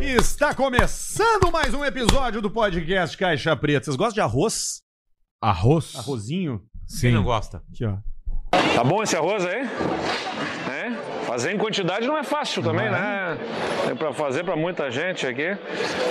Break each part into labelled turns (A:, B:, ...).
A: Está começando mais um episódio do podcast Caixa Preta. Vocês gostam de arroz?
B: Arroz?
A: Arrozinho?
B: Sim.
C: gosta?
A: Aqui, ó.
D: Tá bom esse arroz aí? Né? Fazer em quantidade não é fácil também, né? Tem pra fazer pra muita gente aqui.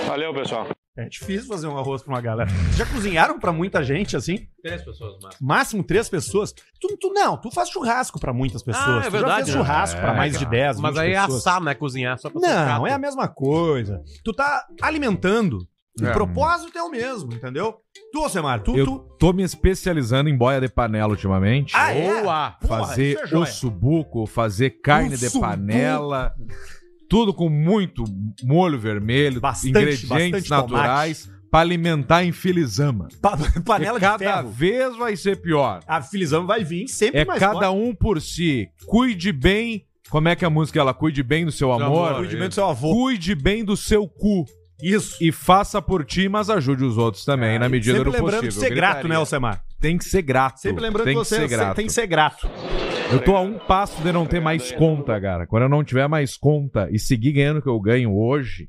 D: Valeu, pessoal.
A: É difícil fazer um arroz pra uma galera. Vocês Já cozinharam pra muita gente, assim?
C: Três pessoas mais.
A: Máximo três pessoas? Tu, tu- não, tu faz churrasco pra muitas pessoas.
C: Ah, é
A: Tu já
C: verdade,
A: fez
C: né?
A: churrasco pra
B: É,
A: mais de 10, 20
C: Mas aí é
A: pessoas.
C: assar, não é cozinhar. Só pra
A: Não, é a mesma coisa. Tu tá alimentando. O
B: É.
A: propósito é o mesmo, entendeu? Tu, Semar, tu...
B: Eu
A: tu...
B: tô me especializando em boia de panela ultimamente.
A: Ah, é?
C: Boa!
A: Porra,
B: fazer
A: isso é joia.
B: osso buco, fazer carne de
A: Ossobuco.
B: panela. Tudo com muito molho vermelho,
A: Bastante, bastante
B: ingredientes
A: tomate.
B: naturais pra alimentar em filizama.
A: Pa- Panela
B: e
A: de
B: cada
A: ferro.
B: vez vai ser pior.
A: A filizama vai vir sempre
B: É
A: mais
B: cada
A: forte.
B: um por si. Cuide bem. Como é que é a música? Ela cuide bem do seu
C: Seu
B: amor.
C: amor.
A: Cuide bem do seu avô.
B: Cuide bem do seu cu
A: Isso.
B: e faça por ti, mas ajude os outros também, na medida
A: É, Sempre
B: do possível.
A: lembrando de ser grato,
B: Gritaria.
A: né, Alcemar?
B: Tem que ser grato.
A: Sempre lembrando
B: tem
A: que
B: que
A: você
B: ser grato.
A: tem que ser grato.
B: Eu tô a um passo de não ter mais conta, cara. Quando eu não tiver mais conta e seguir ganhando o que eu ganho hoje,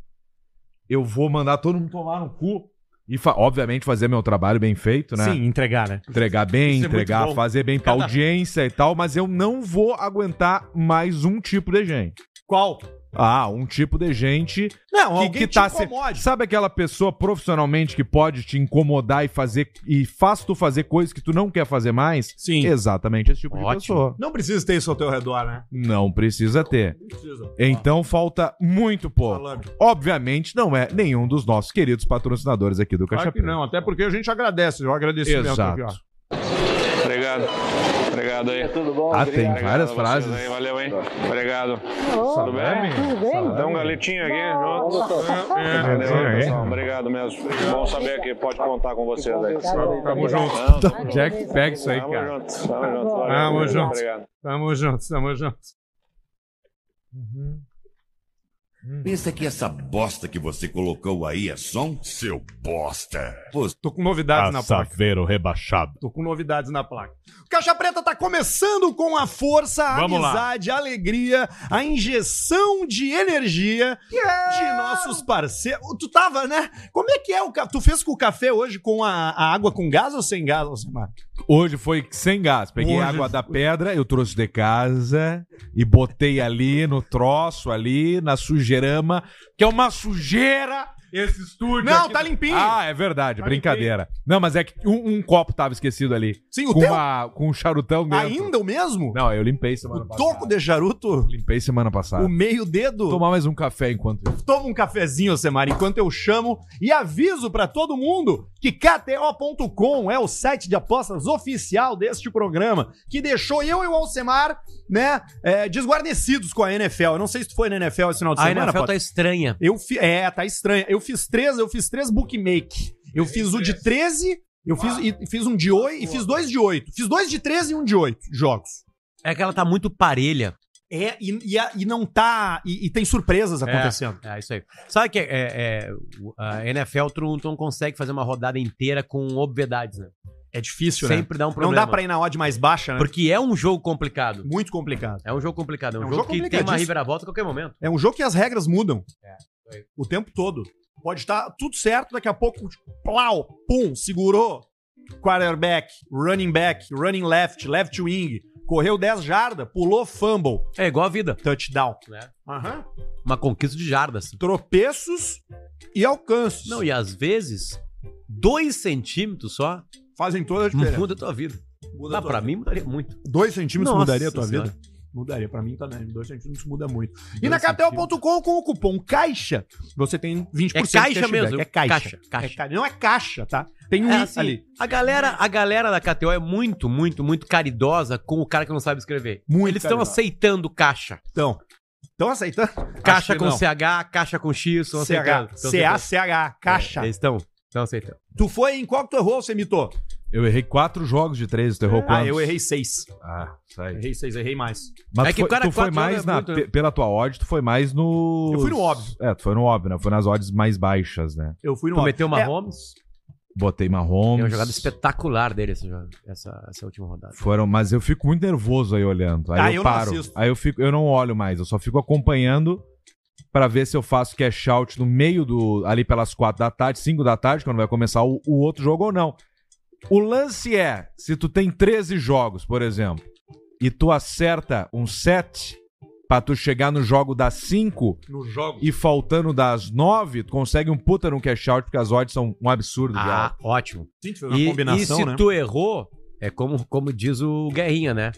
B: eu vou mandar todo mundo tomar no cu. E, fa- obviamente, fazer meu trabalho bem feito, né?
A: Sim, entregar, né?
B: Entregar bem,
A: Isso é
B: entregar,
A: muito bom.
B: fazer bem pra
C: Cada-
B: audiência e tal, mas eu não vou aguentar mais um tipo de gente.
A: Qual?
B: Ah, um tipo de gente
A: Não,
B: que,
A: alguém
B: que tá
A: te
B: se...
A: incomode.
B: Sabe aquela pessoa profissionalmente que pode te incomodar e fazer e faz tu fazer coisas que tu não quer fazer mais?
A: Sim.
B: Exatamente esse tipo de
C: Ótimo.
B: pessoa.
A: Não precisa ter isso ao teu redor, né?
B: Não precisa ter.
A: Não precisa.
B: Então falta muito
A: Ó,
B: pouco.
A: falando.
B: Obviamente não é nenhum dos nossos queridos patrocinadores aqui do Caixa
A: Claro que
B: Preta.
A: não, até porque a gente agradece, eu agradecimento aqui,
B: Exato.
A: ó.
D: Obrigado. Obrigado aí.
E: Tudo bom?
B: Ah, tem
D: Obrigado
B: várias
D: a vocês
B: frases.
D: aí, Valeu, hein? Obrigado.
B: Tudo
D: bem?
B: Tudo bem?
D: Dá um galetinho aqui. junto. Valeu,
B: é.
D: pessoal. Obrigado mesmo. Bom saber que pode contar com vocês aí.
A: Tamo junto.
B: Então, Jack, pega isso aí,
D: Tamo
B: cara.
D: junto. Tamo junto. Valeu,
A: Tamo junto.
D: Obrigado.
A: Tamo junto,
C: é
A: tamo junto.
F: Pensa que essa bosta que você colocou aí é som? Seu bosta! Você
A: Tô com
B: Ah,
A: novidades na placa. Tô com novidades na placa. O Caixa Preta tá começando com a força, a
B: Vamos lá.
A: amizade, a alegria, a injeção de energia de nossos parceiros. Tu tava, né? Como é que é o café? Tu fez com o café hoje com a, a água com gás ou sem gás, Alcimar?
B: Hoje foi sem gás. Peguei
A: Hoje
B: água da pedra, eu trouxe de casa e botei ali no troço, ali na sujeirama, que é uma sujeira esse estúdio.
A: Não,
B: aqui
A: tá
B: do-
A: limpinho.
B: Ah, é verdade,
A: Tá
B: brincadeira. Não, mas é que um, um copo tava esquecido ali.
A: Sim, o
B: Com,
A: teu?
B: uma- com um charutão dentro.
A: Ainda o mesmo?
B: Não, eu limpei semana
A: o
B: passada.
A: toco de charuto,
B: Limpei semana passada.
A: o meio dedo.
B: Vou tomar mais um café enquanto isso.
A: Toma um cafezinho, Semar, enquanto eu chamo e aviso pra todo mundo que KTO.com é o site de apostas oficial deste programa, que deixou eu e o Alcemar, né, é, desguarnecidos com a NFL. Eu não sei se tu foi na NFL esse final de
C: A
A: semana,
C: NFL
A: Potter.
C: tá estranha.
A: Eu fi... É, tá estranho. Eu fiz três, eu fiz três bookmake. Eu fiz o de 13, eu fiz, e fiz um de 8 e fiz dois de 8. Fiz dois de 13 e um de 8 jogos.
C: É que ela tá muito parelha.
A: É, e, e, a- e não tá. E, e tem surpresas acontecendo.
C: É, isso aí. Sabe que é, é, o- a NFL tu não- tu não consegue fazer uma rodada inteira com obviedades, né?
A: É, difícil, né?
C: Sempre dá um problema.
A: Não dá pra ir na odd mais baixa, né?
C: Porque é um jogo complicado.
A: Muito complicado.
C: É um jogo complicado. É um,
A: É um
C: jogo,
A: jogo
C: que tem uma
A: complicadíssimo.
C: reviravolta a qualquer momento.
A: É um jogo que as regras mudam.
C: É, aí.
A: O tempo todo. Pode estar tudo certo, daqui a pouco, plau, pum, segurou. Quarterback, running back, running left, left wing. Correu 10 jardas, pulou fumble,
C: É igual a vida,
A: touchdown.
C: né?
A: Aham.
C: Uma conquista de jardas.
A: Tropeços e alcances.
C: Não, e às vezes, dois centímetros só
A: Fazem toda a diferença.
C: muda a tua vida.
A: Muda tua
C: Tá, Uhum. pra
A: vida.
C: mim mudaria muito.
A: Dois centímetros
C: Nossa
A: mudaria a tua
C: Senhora.
A: vida? Mudaria, pra mim tá, né? Dois centímetros muda muito. E
C: Dois
A: na KTO.com com o cupom CAIXA, você tem 20%
C: É
A: de
C: caixa
A: cashback.
C: mesmo.
A: É caixa.
C: Caixa.
A: É ca- Não é caixa, tá? Tem um
C: É
A: i
C: assim,
A: ali.
C: A galera, a galera da KTO é muito, muito, muito caridosa com o cara que não sabe escrever.
A: Muito
C: Eles estão
A: caridosa.
C: aceitando caixa.
A: Então, estão aceitando?
C: Caixa com
A: CH.
C: CH, caixa com X, estão aceitando. Estão
A: CH,
C: aceitando.
A: CH,
C: É,
A: caixa.
C: Eles estão, estão aceitando.
A: Tu foi em qual que tu errou, você imitou?
B: Eu errei quatro jogos de três, tu errou quantos?
A: Ah, eu errei seis.
B: Ah, isso aí.
A: Errei seis, errei mais.
B: Mas
C: É
B: tu
C: que
B: foi,
C: o cara
B: tu foi
C: quatro
B: mais
C: anos é
B: na,
C: muito, né?
B: pe- pela tua odd, tu foi mais no.
A: Eu fui no óbvio.
B: É, tu foi no óbvio, né? Foi nas odds mais baixas, né?
A: Eu fui no É,
C: Tu
A: óbvio.
C: meteu uma Holmes?
B: Botei Mahomes.
C: É uma jogada espetacular dele essa, jogada- essa, essa última rodada.
B: Foram, mas eu fico muito nervoso aí olhando. Aí
A: Ah,
B: eu,
A: eu não
B: paro.
A: assisto.
B: aí eu fico, eu não olho mais, eu só fico acompanhando pra ver se eu faço cash out no meio do. ali pelas quatro da tarde, cinco da tarde, quando vai começar o, o outro jogo ou não. O lance é, se tu tem 13 jogos, por exemplo, e tu acerta um 7 pra tu chegar no jogo das 5
A: No jogo.
B: e faltando das 9, tu consegue um puta num cash out, porque as odds são um absurdo de alta.
C: Ah, ótimo.
A: Gente, foi
C: E, e se
A: né?
C: tu errou, é como, como diz o Guerrinha, né?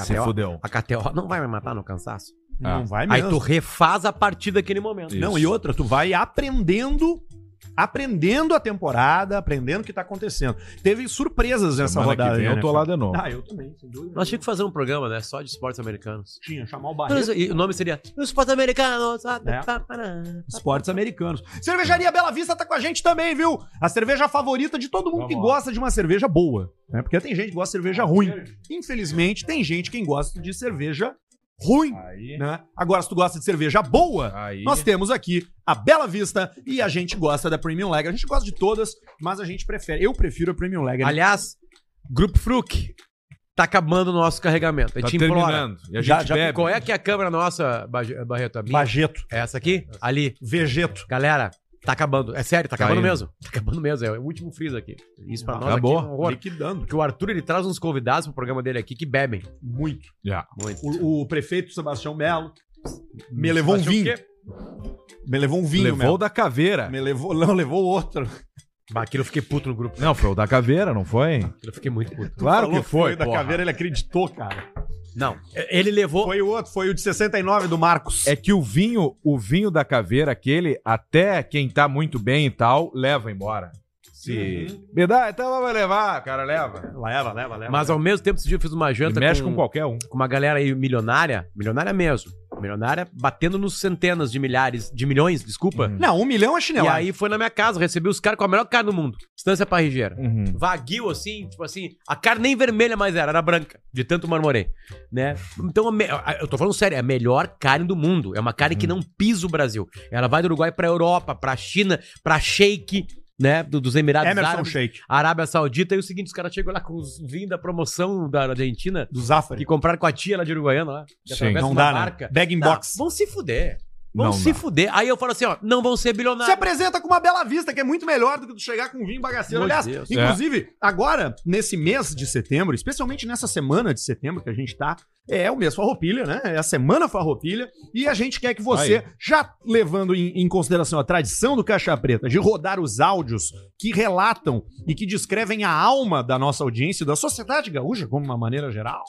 B: Se
C: KTO
B: fudeu.
C: A KTO não vai me matar no cansaço.
B: Ah.
A: Não vai
C: Aí
A: É mesmo.
C: tu refaz a partir daquele momento.
B: Isso.
A: Não, e outra, tu vai aprendendo, aprendendo a temporada, aprendendo o que tá acontecendo. Teve surpresas nessa
B: Semana
A: rodada.
B: que vem
A: né,
B: eu tô
A: NFL?
B: lá de novo.
A: Ah, eu também, sem dúvida.
C: Nós tínhamos que fazer um programa, né? Só de esportes americanos.
A: tinha, chamar o Barreto.
C: E o nome seria Esportes Americanos.
A: É. Esportes americanos. Cervejaria Bela Vista tá com a gente também, viu? A cerveja favorita de todo mundo que gosta de uma cerveja boa. Né? Porque tem gente que gosta de cerveja
B: Ah,
A: ruim. Infelizmente, tem gente que gosta de cerveja ruim.
B: Aí.
A: Né? Agora, se tu gosta de cerveja boa,
B: Aí.
A: nós temos aqui a Bela Vista e a gente gosta da Premium Lager. A gente gosta de todas, mas a gente prefere. Eu prefiro a Premium Lager. né?
C: Aliás, Grupo Fruc tá acabando o nosso carregamento. A
B: Tá
C: gente implora.
B: terminando. E a gente
A: Já- já
B: bebe.
C: Qual é que é a câmera nossa, Baj- Barreto? A minha?
A: Bageto,
C: É essa aqui? Ali.
A: Vegeto.
C: Galera, tá acabando. É sério, tá
B: Tá
C: acabando
B: indo.
C: mesmo. Tá acabando mesmo. É o último freezer aqui. Isso pra nós
B: Acabou.
C: aqui é um horror.
A: Liquidando.
C: Porque o Arthur, ele traz uns convidados pro programa dele aqui que bebem.
A: Muito.
B: Já.
C: Muito.
A: O, o prefeito Sebastião Melo me levou um
C: Sebastião
A: vinho. Me levou um vinho,
B: Levou o da caveira.
A: Me levou, não, levou outro.
C: Bah, aquilo eu fiquei puto no grupo.
B: Não, foi o da caveira, não foi?
C: Aquilo eu fiquei muito puto.
B: Claro
A: Falou
B: que foi.
A: da
B: porra.
A: caveira, ele acreditou, cara.
C: Não. É, Ele levou.
A: Foi o outro, foi o de 69 do Marcos.
B: É que o vinho, o vinho da caveira, aquele, até quem tá muito bem e tal, leva embora. Se.
A: Uhum.
B: Me dá, então vai levar, cara, leva.
A: Leva, leva, leva.
C: Mas ao mesmo tempo, esse dia eu fiz uma
B: E
C: janta
B: mexe com qualquer um.
C: com uma galera aí milionária. Milionária mesmo. Milionária batendo nos centenas de milhares, de milhões, desculpa.
A: Não, um milhão é
C: E
A: chinelo.
C: aí foi na minha casa, recebi os caras com a melhor cara do mundo. Estância Parrigeira.
B: Uhum.
C: Vaguio, assim, tipo assim, a cara nem vermelha mais era, era branca, de tanto marmorei, né? Então, a me- a- eu tô falando sério, é a melhor carne do mundo. É uma carne que não pisa o Brasil. Ela vai do Uruguai pra Europa, pra China, pra Sheik, né? do- dos Emirados
A: Emerson
C: Árabes,
A: Shake,
C: Arábia Saudita. E o seguinte, os caras chegam lá com os vinhos da promoção da Argentina,
A: do Zafari.
C: que compraram com a tia lá de Uruguaiana, lá.
B: Sim.
C: Que atravessa
A: Não
C: uma
A: dá,
C: barca.
A: né? Bag in
C: Não,
A: box.
C: Vão se fuder. Vão
B: Não
C: se
B: dá.
C: fuder. Aí eu falo assim, ó, não vão ser
A: Se
C: bilionários.
A: apresenta com uma bela vista, que é muito melhor do que tu chegar com um vinho bagaceiro.
C: Meu
A: Aliás,
C: Deus.
A: inclusive, agora, nesse mês de setembro, especialmente nessa semana de setembro que a gente tá, é o mês Farroupilha, né? É a semana Farroupilha. E a gente quer que você, já levando em, em consideração a tradição do Caixa Preta de rodar os áudios que relatam e que descrevem a alma da nossa audiência e da sociedade gaúcha, como uma maneira geral,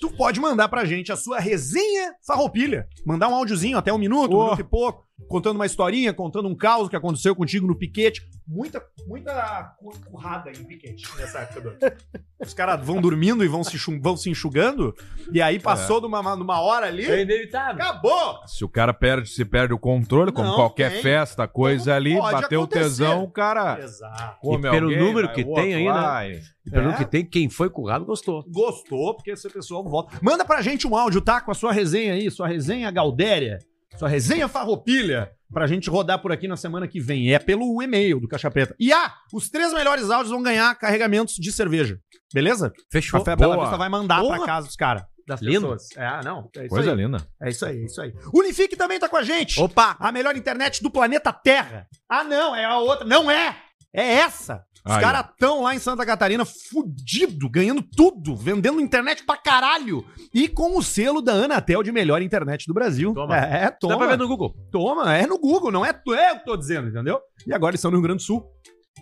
A: tu pode mandar pra gente a sua resenha farroupilha. Mandar um áudiozinho até um minuto, um
B: Oh.
A: minuto e pouco, contando uma historinha, contando um caos que aconteceu contigo no piquete. Muita, muita cu- currada em piquete nessa época do ano. Os caras vão dormindo e vão se, chu- vão se enxugando. E aí passou de, uma, de uma hora
C: É
A: ali.
C: inevitável.
A: Acabou!
B: Se o cara perde, se perde o controle, como
A: Não,
B: qualquer
A: tem.
B: festa, coisa
A: Como
B: ali,
A: pode
B: bateu o
A: acontecer?
B: tesão, o cara.
A: Exato.
B: come
C: E pelo número
B: vai
C: que
B: o
C: tem
B: outro
C: aí, né?
B: lá e-
C: E Pelo
A: É.
C: que tem, quem foi currado gostou.
A: Gostou, porque esse pessoal volta. Manda pra gente um áudio, tá? Com a sua resenha aí, sua resenha Galdéria, sua resenha Farroupilha, pra gente rodar por aqui na semana que vem. É pelo e-mail do Caixa Preta. E ah, os três melhores áudios vão ganhar carregamentos de cerveja. Beleza?
C: Fechou.
A: Café
B: boa.
A: Bela Vista vai mandar
C: Boa.
A: pra casa os caras. das
C: Lindo.
A: pessoas. É, não. É isso
B: Coisa
A: aí.
B: linda.
A: É isso aí, é isso aí. Unifique também tá com a gente.
C: Opa!
A: A melhor internet do planeta Terra. Ah, não, é a outra. Não é! É essa! Os
B: Aí.
A: caras estão lá em Santa Catarina fudido, ganhando tudo, vendendo internet pra caralho. E com o selo da Anatel de melhor internet do Brasil.
C: Toma. tá
A: É, é,
C: Dá pra
A: toma.
C: ver no Google.
A: Toma, é no Google, não é tu, é o que eu tô dizendo, entendeu? E agora eles estão no Rio Grande do Sul.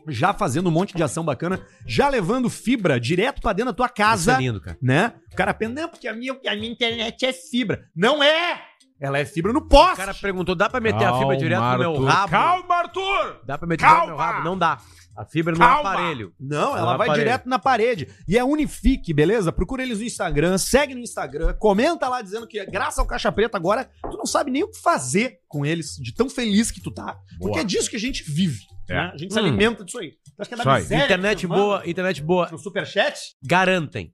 A: Já fazendo um monte de ação bacana, já levando fibra direto pra dentro da tua
C: Isso é
A: casa
C: lindo, cara.
A: né? O cara pensa, não, porque a minha, a minha internet é fibra. Não é! Ela é fibra no poste.
C: O cara perguntou: dá pra meter a
B: Calma,
C: fibra direto no meu
B: Arthur.
C: rabo?
B: Calma, Arthur!
C: Dá pra meter
B: Calma!
C: no meu rabo? Não dá. A fibra no
B: Calma!
C: aparelho.
A: Não, ela
C: Na
A: vai
C: parede.
A: direto na parede. E é Unifique, beleza? Procura eles no Instagram, segue no Instagram, comenta lá dizendo que graças ao Caixa Preta agora, tu não sabe nem o que fazer com eles, de tão feliz que tu tá. Porque é disso que a gente vive.
B: É.
A: né? A gente se
B: Hum.
A: alimenta disso aí. Tu acha que é
B: Isso
A: da
B: aí.
A: miséria?
C: internet
A: que tu manda
C: boa, internet boa.
A: No superchat,
C: Garantem.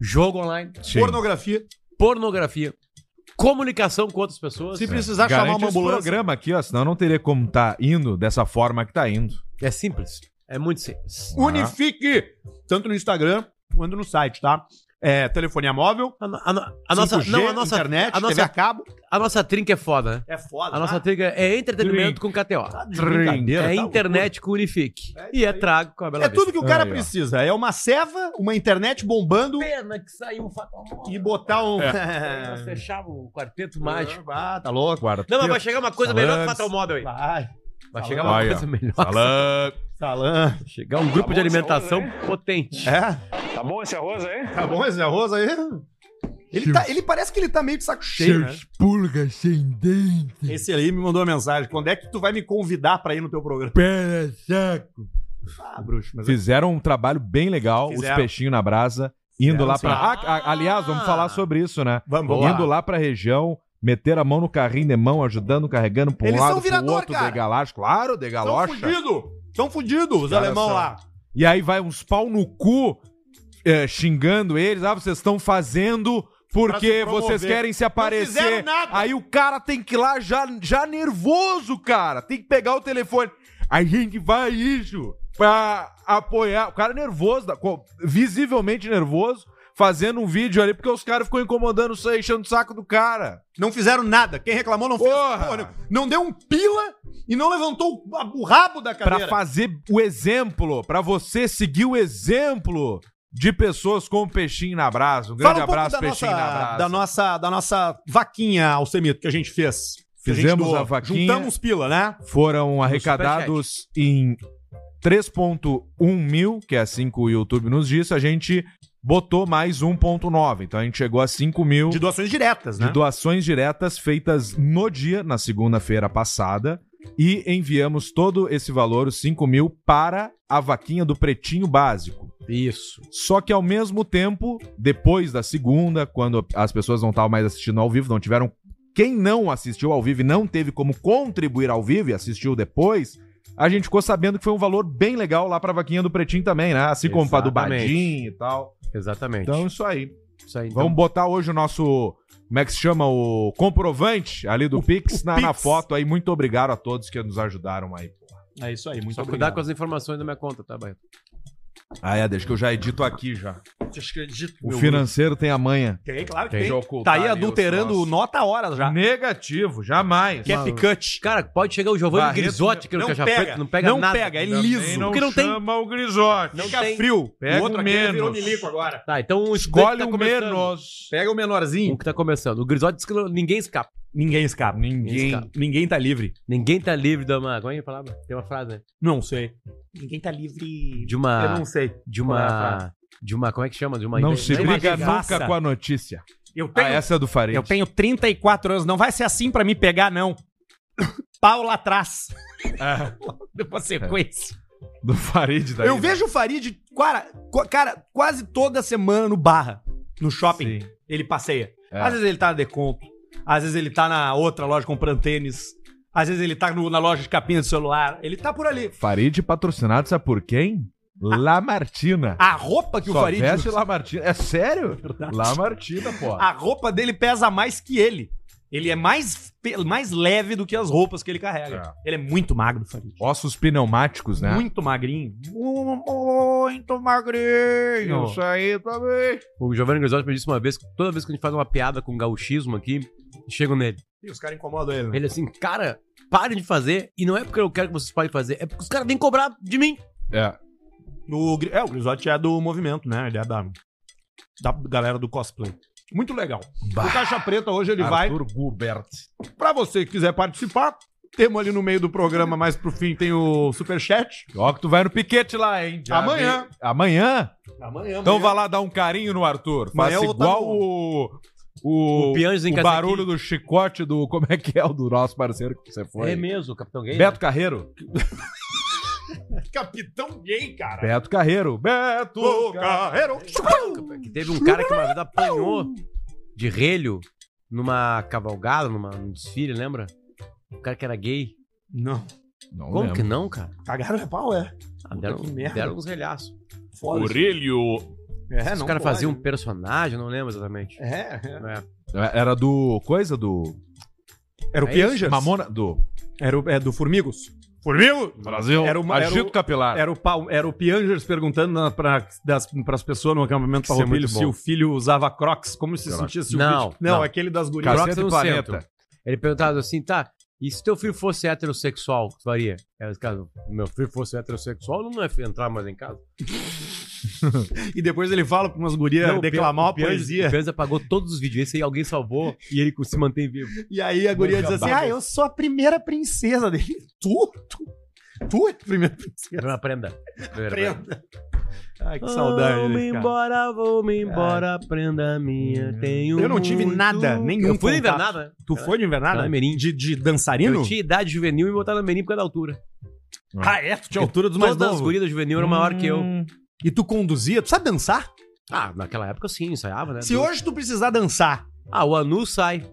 C: Jogo online,
B: Sim.
A: pornografia.
C: pornografia, comunicação com outras pessoas.
A: Se precisar
B: É. Garante
A: Tá, chamar uma
B: esse
A: ambulância.
B: programa aqui, ó, senão não teria como tá indo dessa forma que tá indo.
C: É simples. É muito simples.
A: Unifique, tanto no Instagram quanto no site, tá? é, telefonia móvel,
C: A, no- a no- a nossa,
A: 5G,
C: não, a nossa,
A: internet,
C: a
A: TV
C: nossa,
A: a cabo.
C: a nossa trinca é foda, né?
A: É foda.
C: A nossa trinca é entretenimento com KTO.
A: brincadeira,
C: É
A: tá
C: internet com Unifique.
A: É
C: E
A: isso
C: é
A: aí.
C: trago com a Bela
A: É tudo que o cara
B: Aí, ó.
A: precisa. É uma ceva, uma internet bombando
C: Pena que saiu o Fatal
A: e botar um.
B: É.
C: Fechava o quarteto mágico.
A: ah, tá louco.
B: Quarto.
C: Não, mas vai chegar uma coisa
B: Salame.
C: melhor que o Fatal Model aí.
A: Vai.
C: Vai chegar uma
B: Olha.
C: coisa melhor.
B: Salame.
A: Salã.
C: Chegar um
A: Tá
C: grupo de alimentação potente.
A: né? É?
D: Tá bom esse arroz aí?
A: Tá bom esse arroz aí? Ele, tá- ele parece que ele tá meio de saco cheio, né?
B: pulgas sem dente.
A: Esse aí me mandou uma mensagem. Quando é que tu vai me convidar pra ir no teu programa?
B: Pera, saco.
A: Ah, bruxo, mas...
B: Fizeram um trabalho bem legal,
A: Fizeram.
B: os peixinhos na brasa, indo
A: Fizeram,
B: lá pra.
C: sim.
B: Ah, a- aliás, vamos falar sobre isso, né?
A: Vamos, vamos
B: Indo lá pra região, meter a mão no carrinho de mão, ajudando, carregando pra um
A: Eles
B: lado,
A: são virador,
B: pro outro,
A: cara.
B: de galocha. Claro, de
A: São
B: galocha.
A: fudidos! São fudidos os
B: caras
A: alemão
B: são-
A: lá.
B: E aí vai uns pau no cu é, xingando eles. Ah, vocês estão fazendo porque
A: Pra se promover.
B: vocês querem se
A: Não
B: aparecer.
A: fizeram nada.
B: Aí o cara tem que ir lá já, já nervoso, cara. Tem que pegar o telefone. A gente vai isso pra apoiar. O cara nervoso, da- co- visivelmente nervoso, fazendo um vídeo ali porque os caras ficam incomodando, isso aí, enchendo o saco do cara.
A: Não fizeram nada. Quem reclamou não
B: Porra!
A: fez. Porra, não deu um pila e não levantou o- o rabo da
B: Pra
A: cadeira.
B: fazer o exemplo, pra você seguir o exemplo de pessoas com o peixinho na brasa. Um grande
A: Fala um pouco
B: abraço,
A: da
B: peixinho na brasa.
A: nossa, da, nossa, da nossa vaquinha, Alcemito, que a gente fez. Que gente
B: Fizemos
A: doou.
B: a vaquinha.
A: Juntamos pila, né?
B: foram arrecadados em 3.1 mil, que é assim que o YouTube nos disse, a gente botou mais 1.9, então a gente chegou a 5 mil
A: De
B: de,
A: doações diretas, né?
B: doações diretas feitas no dia, na segunda-feira passada, e enviamos todo esse valor, os 5 mil, para a vaquinha do Pretinho Básico.
C: Isso.
B: Só que ao mesmo tempo, depois da segunda, quando as pessoas não estavam mais assistindo ao vivo, não tiveram. Quem não assistiu ao vivo e não teve como contribuir ao vivo e assistiu depois, a gente ficou sabendo que foi um valor bem legal lá pra vaquinha do Pretinho também, né? Assim como pra do
C: Exatamente.
B: Badinho e tal.
C: Exatamente.
B: Então, isso aí.
C: Isso aí, então.
B: Vamos botar hoje o nosso. Como é que se chama? O comprovante ali do Pix,
A: o
B: na, na
A: Pix.
B: foto aí. Muito obrigado a todos que nos ajudaram aí.
A: É isso aí, muito
C: Só cuidar com as informações da minha conta, tá, Bairro?
B: Ah, é, deixa que eu já edito aqui já. O
A: Meu
B: financeiro tem a manha.
A: Tem, claro que
C: Tem.
A: tem.
B: Deixa eu ocultar
A: Tá aí
B: ali os
A: adulterando
B: nossos-
A: nota a hora já.
B: Negativo, jamais.
A: Que é picante.
C: Cara, pode chegar o Giovanni
B: Barreto
C: Grisotti, que
A: não
C: não,
A: pega,
C: Preto, não pega
A: não
C: nada.
A: pega, ele-
B: Também
A: liso,
B: Não
C: porque não tem-
B: chama o grisote.
C: Não
A: Fica
C: tem.
A: frio.
B: Pega o
A: aqui
B: menos.
A: virou milico agora.
C: Tá, então o
B: Escolhe
C: tá
B: o
C: começando.
B: menos.
A: Pega o menorzinho.
C: Um que tá começando. O Grisotti disse que não- ninguém escapa.
A: Ninguém escapa.
B: Ninguém.
C: escapa.
A: Ninguém tá livre.
C: Ninguém tá livre de uma. Como é que é a palavra? Tem uma frase, né?
A: Não sei. Ah. Ninguém tá livre.
C: De uma.
A: Eu não sei.
C: De
A: Qual é a frase?
C: uma. De uma. Como é que chama? De uma.
B: Não
C: inve-
B: se
C: é uma
B: briga
C: vingança.
A: desgraça.
B: nunca com a notícia.
A: Eu
B: Ah,
A: tenho
B: essa é do Farid.
A: Eu tenho 34 anos, não vai ser assim pra me pegar, não. Pau lá atrás.
B: É,
A: Depois sequência.
B: do Farid daí. né?
A: Eu vejo o Farid, cara, co- cara, quase toda semana no barra, no shopping.
B: Sim.
A: Ele passeia.
B: É.
A: Às vezes ele tá na Decomp, às vezes ele tá na outra loja comprando tênis, às vezes ele tá no- na loja de capinha de celular. Ele tá por ali.
B: Farid patrocinado, sabe por quem? Lamartina.
A: A roupa Ah. que o
B: Só
A: Farid.
B: veste Lamartina. É sério?
A: Verdade. Ah.
B: Lamartina, pô.
A: A roupa dele pesa mais que ele. Ele é mais, pe- mais leve do que as roupas que ele carrega. Ele é muito magro, Farid.
B: Ossos pneumáticos, né?
A: Muito magrinho. Muito magrinho.
B: aí
A: tá
B: também.
C: O Giovanni Grisotti me disse uma vez que toda vez que a gente faz uma piada com gauchismo aqui, chegam nele.
A: E os caras incomodam ele. né?
C: Ele assim, cara, parem de fazer. E não é porque eu quero que vocês parem de fazer, é porque os caras vêm cobrar de mim.
B: É.
A: O Gri- é, o Grisotti é do movimento, né? Ele é da, da galera do cosplay. Muito legal. O Caixa Preta hoje ele vai.
B: Arthur Gubert.
A: Pra você que quiser participar, temos ali no meio do programa, mas pro fim tem o Superchat.
B: Ó que tu vai no piquete lá, hein? Já
A: Amanhã.
B: vi- Amanhã?
A: Amanhã,
B: Então vá lá dar um carinho no Arthur.
A: Amanhã
B: Faça
A: eu vou tá
B: igual
A: no-
B: o. O,
C: O Pianges em
B: o
C: casaquinho.
B: barulho do chicote do. Como é que é o do nosso parceiro que você foi?
A: É
C: mesmo, Capitão Gay.
B: Beto Carreiro.
A: Capitão Gay, cara.
B: Beto Carreiro. Beto
A: Ô,
B: Carreiro.
A: Carreiro.
C: Que teve um cara que uma vez apanhou de relho numa cavalgada, numa, num desfile, lembra? O cara que era gay.
A: Não.
B: Não
C: Como que
B: lembro.
C: não, cara?
A: Cagaram é pau, é.
C: Ah, deram,
A: que merda.
C: deram uns relhaços.
A: Foda. É,
C: Os
A: não
C: caras
A: pode.
C: faziam um personagem, não lembro exatamente.
A: É, é.
C: É.
B: Era do. Coisa do.
A: Era o
C: É
A: Pianjas?
B: Mamona. Do.
A: Era o, é do Formigos? Formigo?
B: Brasil,
A: Era uma- era
B: agito
A: o-
B: capilar.
A: Era o, pau- era o Piangers perguntando na- pra- das- pras pessoas no acampamento
C: Isso é muito
A: Farroupilha se
C: bom.
A: o filho usava Crocs. Como se sentia se o
C: Não,
A: vídeo- Não,
C: não.
A: aquele das gurias.
B: Cacete
C: Crocs é um
B: planeta.
C: centro. Ele perguntava assim, tá, e se teu filho fosse heterossexual, tu faria? Aí os caras, meu filho fosse heterossexual, não ia entrar mais em casa.
A: E depois ele fala pra umas gurias
C: Não, o
A: declamar
C: Pe-
A: uma
C: o Pianges- O
A: poesia.
C: Pianges apagou todos os vídeos, esse aí alguém salvou e ele se mantém vivo.
A: E aí a guria diz assim:
C: Babaca.
A: Ah, eu sou a primeira princesa dele. Tu? Tu, tu é a primeira princesa.
C: Primeira prenda. Primeira
A: Prenda. Ai, que
C: Ah,
A: saudade.
C: Vou
A: né,
C: me
A: cara? É. Hum.
C: embora, vou me embora, prenda minha. Tenho
A: Eu não tive
C: muito-
A: nada, nenhum
C: Eu fui
A: contato.
C: invernada.
A: Tu foi de invernada?
C: Tá, Mirim.
A: De, de
C: Eu
A: dançarino?
C: tinha idade juvenil e me botaram na merim por causa da altura.
A: Ah, é? Tu tinha altura dos mais
C: Todas as
A: novos.
C: gurias da juvenil eram maior que eu.
A: E tu conduzia? Tu sabe dançar?
C: Ah, naquela época sim, ensaiava, né?
A: Se hoje tu precisar dançar,
C: Ah, o Anu sai.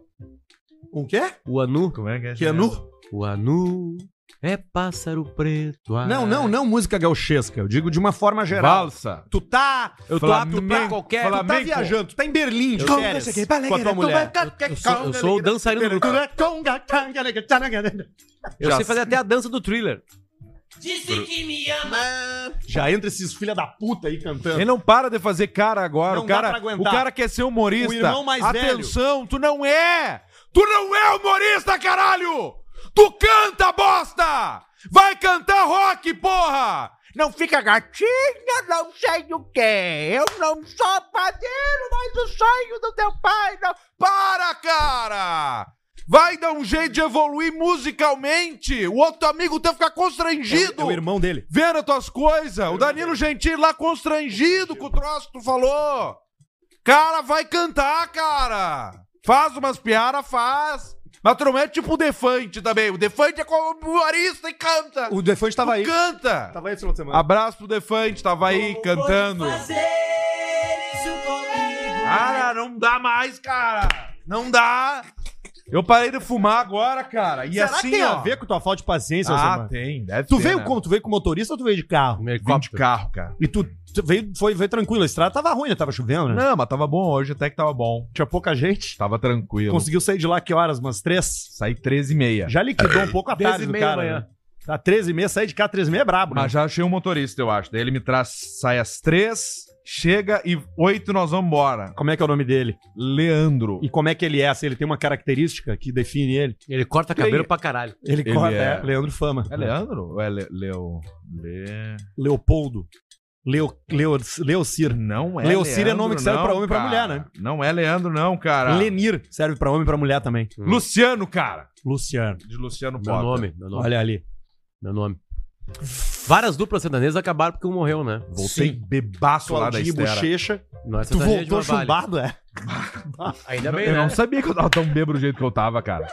A: o quê?
C: O Anu.
B: Como é que é?
A: Que é nu?
C: O Anu é pássaro preto. ah.
A: Não, não, não música gauchesca. Eu digo de uma forma geral.
B: Valsa.
A: Tu tá.
C: Eu tô
B: Flamengo-
C: apto pra qualquer.
A: Tu tá
B: Flamengo.
A: viajando, tu tá em Berlim de
C: Eu-
A: férias com a tua mulher.
B: então
C: Eu sou, eu sou o dançarino do grupo. Eu sei fazer até a dança do thriller.
A: Já entra esses filha da puta aí cantando.
B: Ele não para de fazer cara agora.
A: Não
B: o,
A: dá
B: cara,
A: pra
B: o
A: aguentar.
B: cara quer ser humorista.
A: O irmão mais velho.
B: Atenção, tu não é! Tu não é humorista, caralho! Tu canta, bosta! Vai cantar rock, porra! Não fica gatinha, não sei o quê. Eu não sou padeiro, mas o sonho do teu pai não... Para, cara! Vai dar um jeito de evoluir musicalmente. O outro amigo teu ficar constrangido
A: É o irmão dele.
B: vendo as tuas coisas. O Danilo Gentili lá constrangido com o troço que tu falou. Cara, vai cantar, cara. Faz umas piadas, faz. Mas tu não é tipo o Defante também. O Defante é como humorista e canta.
A: O Defante tava aí.
B: Canta.
A: Tava aí esse final de semana.
B: Abraço pro Defante, tava aí cantando. Cara, não dá mais, cara. Não dá. Eu parei de fumar agora, cara. E
A: Será
B: assim,
A: que tem
B: ó.
A: a ver com tua falta de paciência,
B: Ah,
A: Alcemar?
B: tem. Deve
A: Tu
B: ter,
A: veio
B: né?
A: como? Tu veio com motorista ou tu veio de carro?
B: Vim de carro, cara.
A: E tu, tu veio, foi, veio tranquilo. A estrada tava ruim, né? Tava chovendo, né?
B: Não, Tá, mas tava bom hoje, até que tava bom.
A: Tinha pouca gente.
B: Tava tranquilo.
A: Conseguiu sair de lá que horas? Umas três?
B: Saí 13 e meia.
A: Já liquidou um pouco a
C: Dez
A: tarde
C: e
A: do
C: meia da
A: cara.
C: manhã.
A: Né? Tá 13 e meia, sair de cá 13 e meia é brabo, né?
B: Mas já achei um motorista, eu acho. Daí ele me traz, sai às 3, chega e 8 nós vamos embora.
A: Como é que é o nome dele?
B: Leandro.
A: E como é que ele é? Se ele tem uma característica que define ele.
C: Ele corta cabelo pra caralho.
A: Ele,
B: Ele
A: corta,
B: é-
A: é... Leandro Fama.
B: É Leandro? Ou é Le... Leo... Le...
A: Leopoldo. Leo, Leo, Leocir.
B: Não é
A: Leocir é
B: Leandro,
A: nome que serve
B: não,
A: pra homem e pra
B: cara.
A: mulher, né?
B: Não é Leandro não, cara. Hum.
A: Lenir serve pra homem e pra mulher também.
B: Luciano, cara.
A: Luciano.
B: De Luciano
C: Meu
B: Potter.
C: nome, meu nome,
A: Olha ali.
C: meu nome. Várias duplas sertanejas acabaram porque um morreu, né?
B: Voltei bebaço lá da
A: Claudinho
B: esteira.
A: Bochecha.
C: Não é
A: Tu
C: sertaneja,
A: voltou
C: mas vale.
A: chumbado, é?
C: Ainda bem,
B: Eu
C: né?
B: não sabia que eu tava tão bêbado do jeito que eu tava, cara.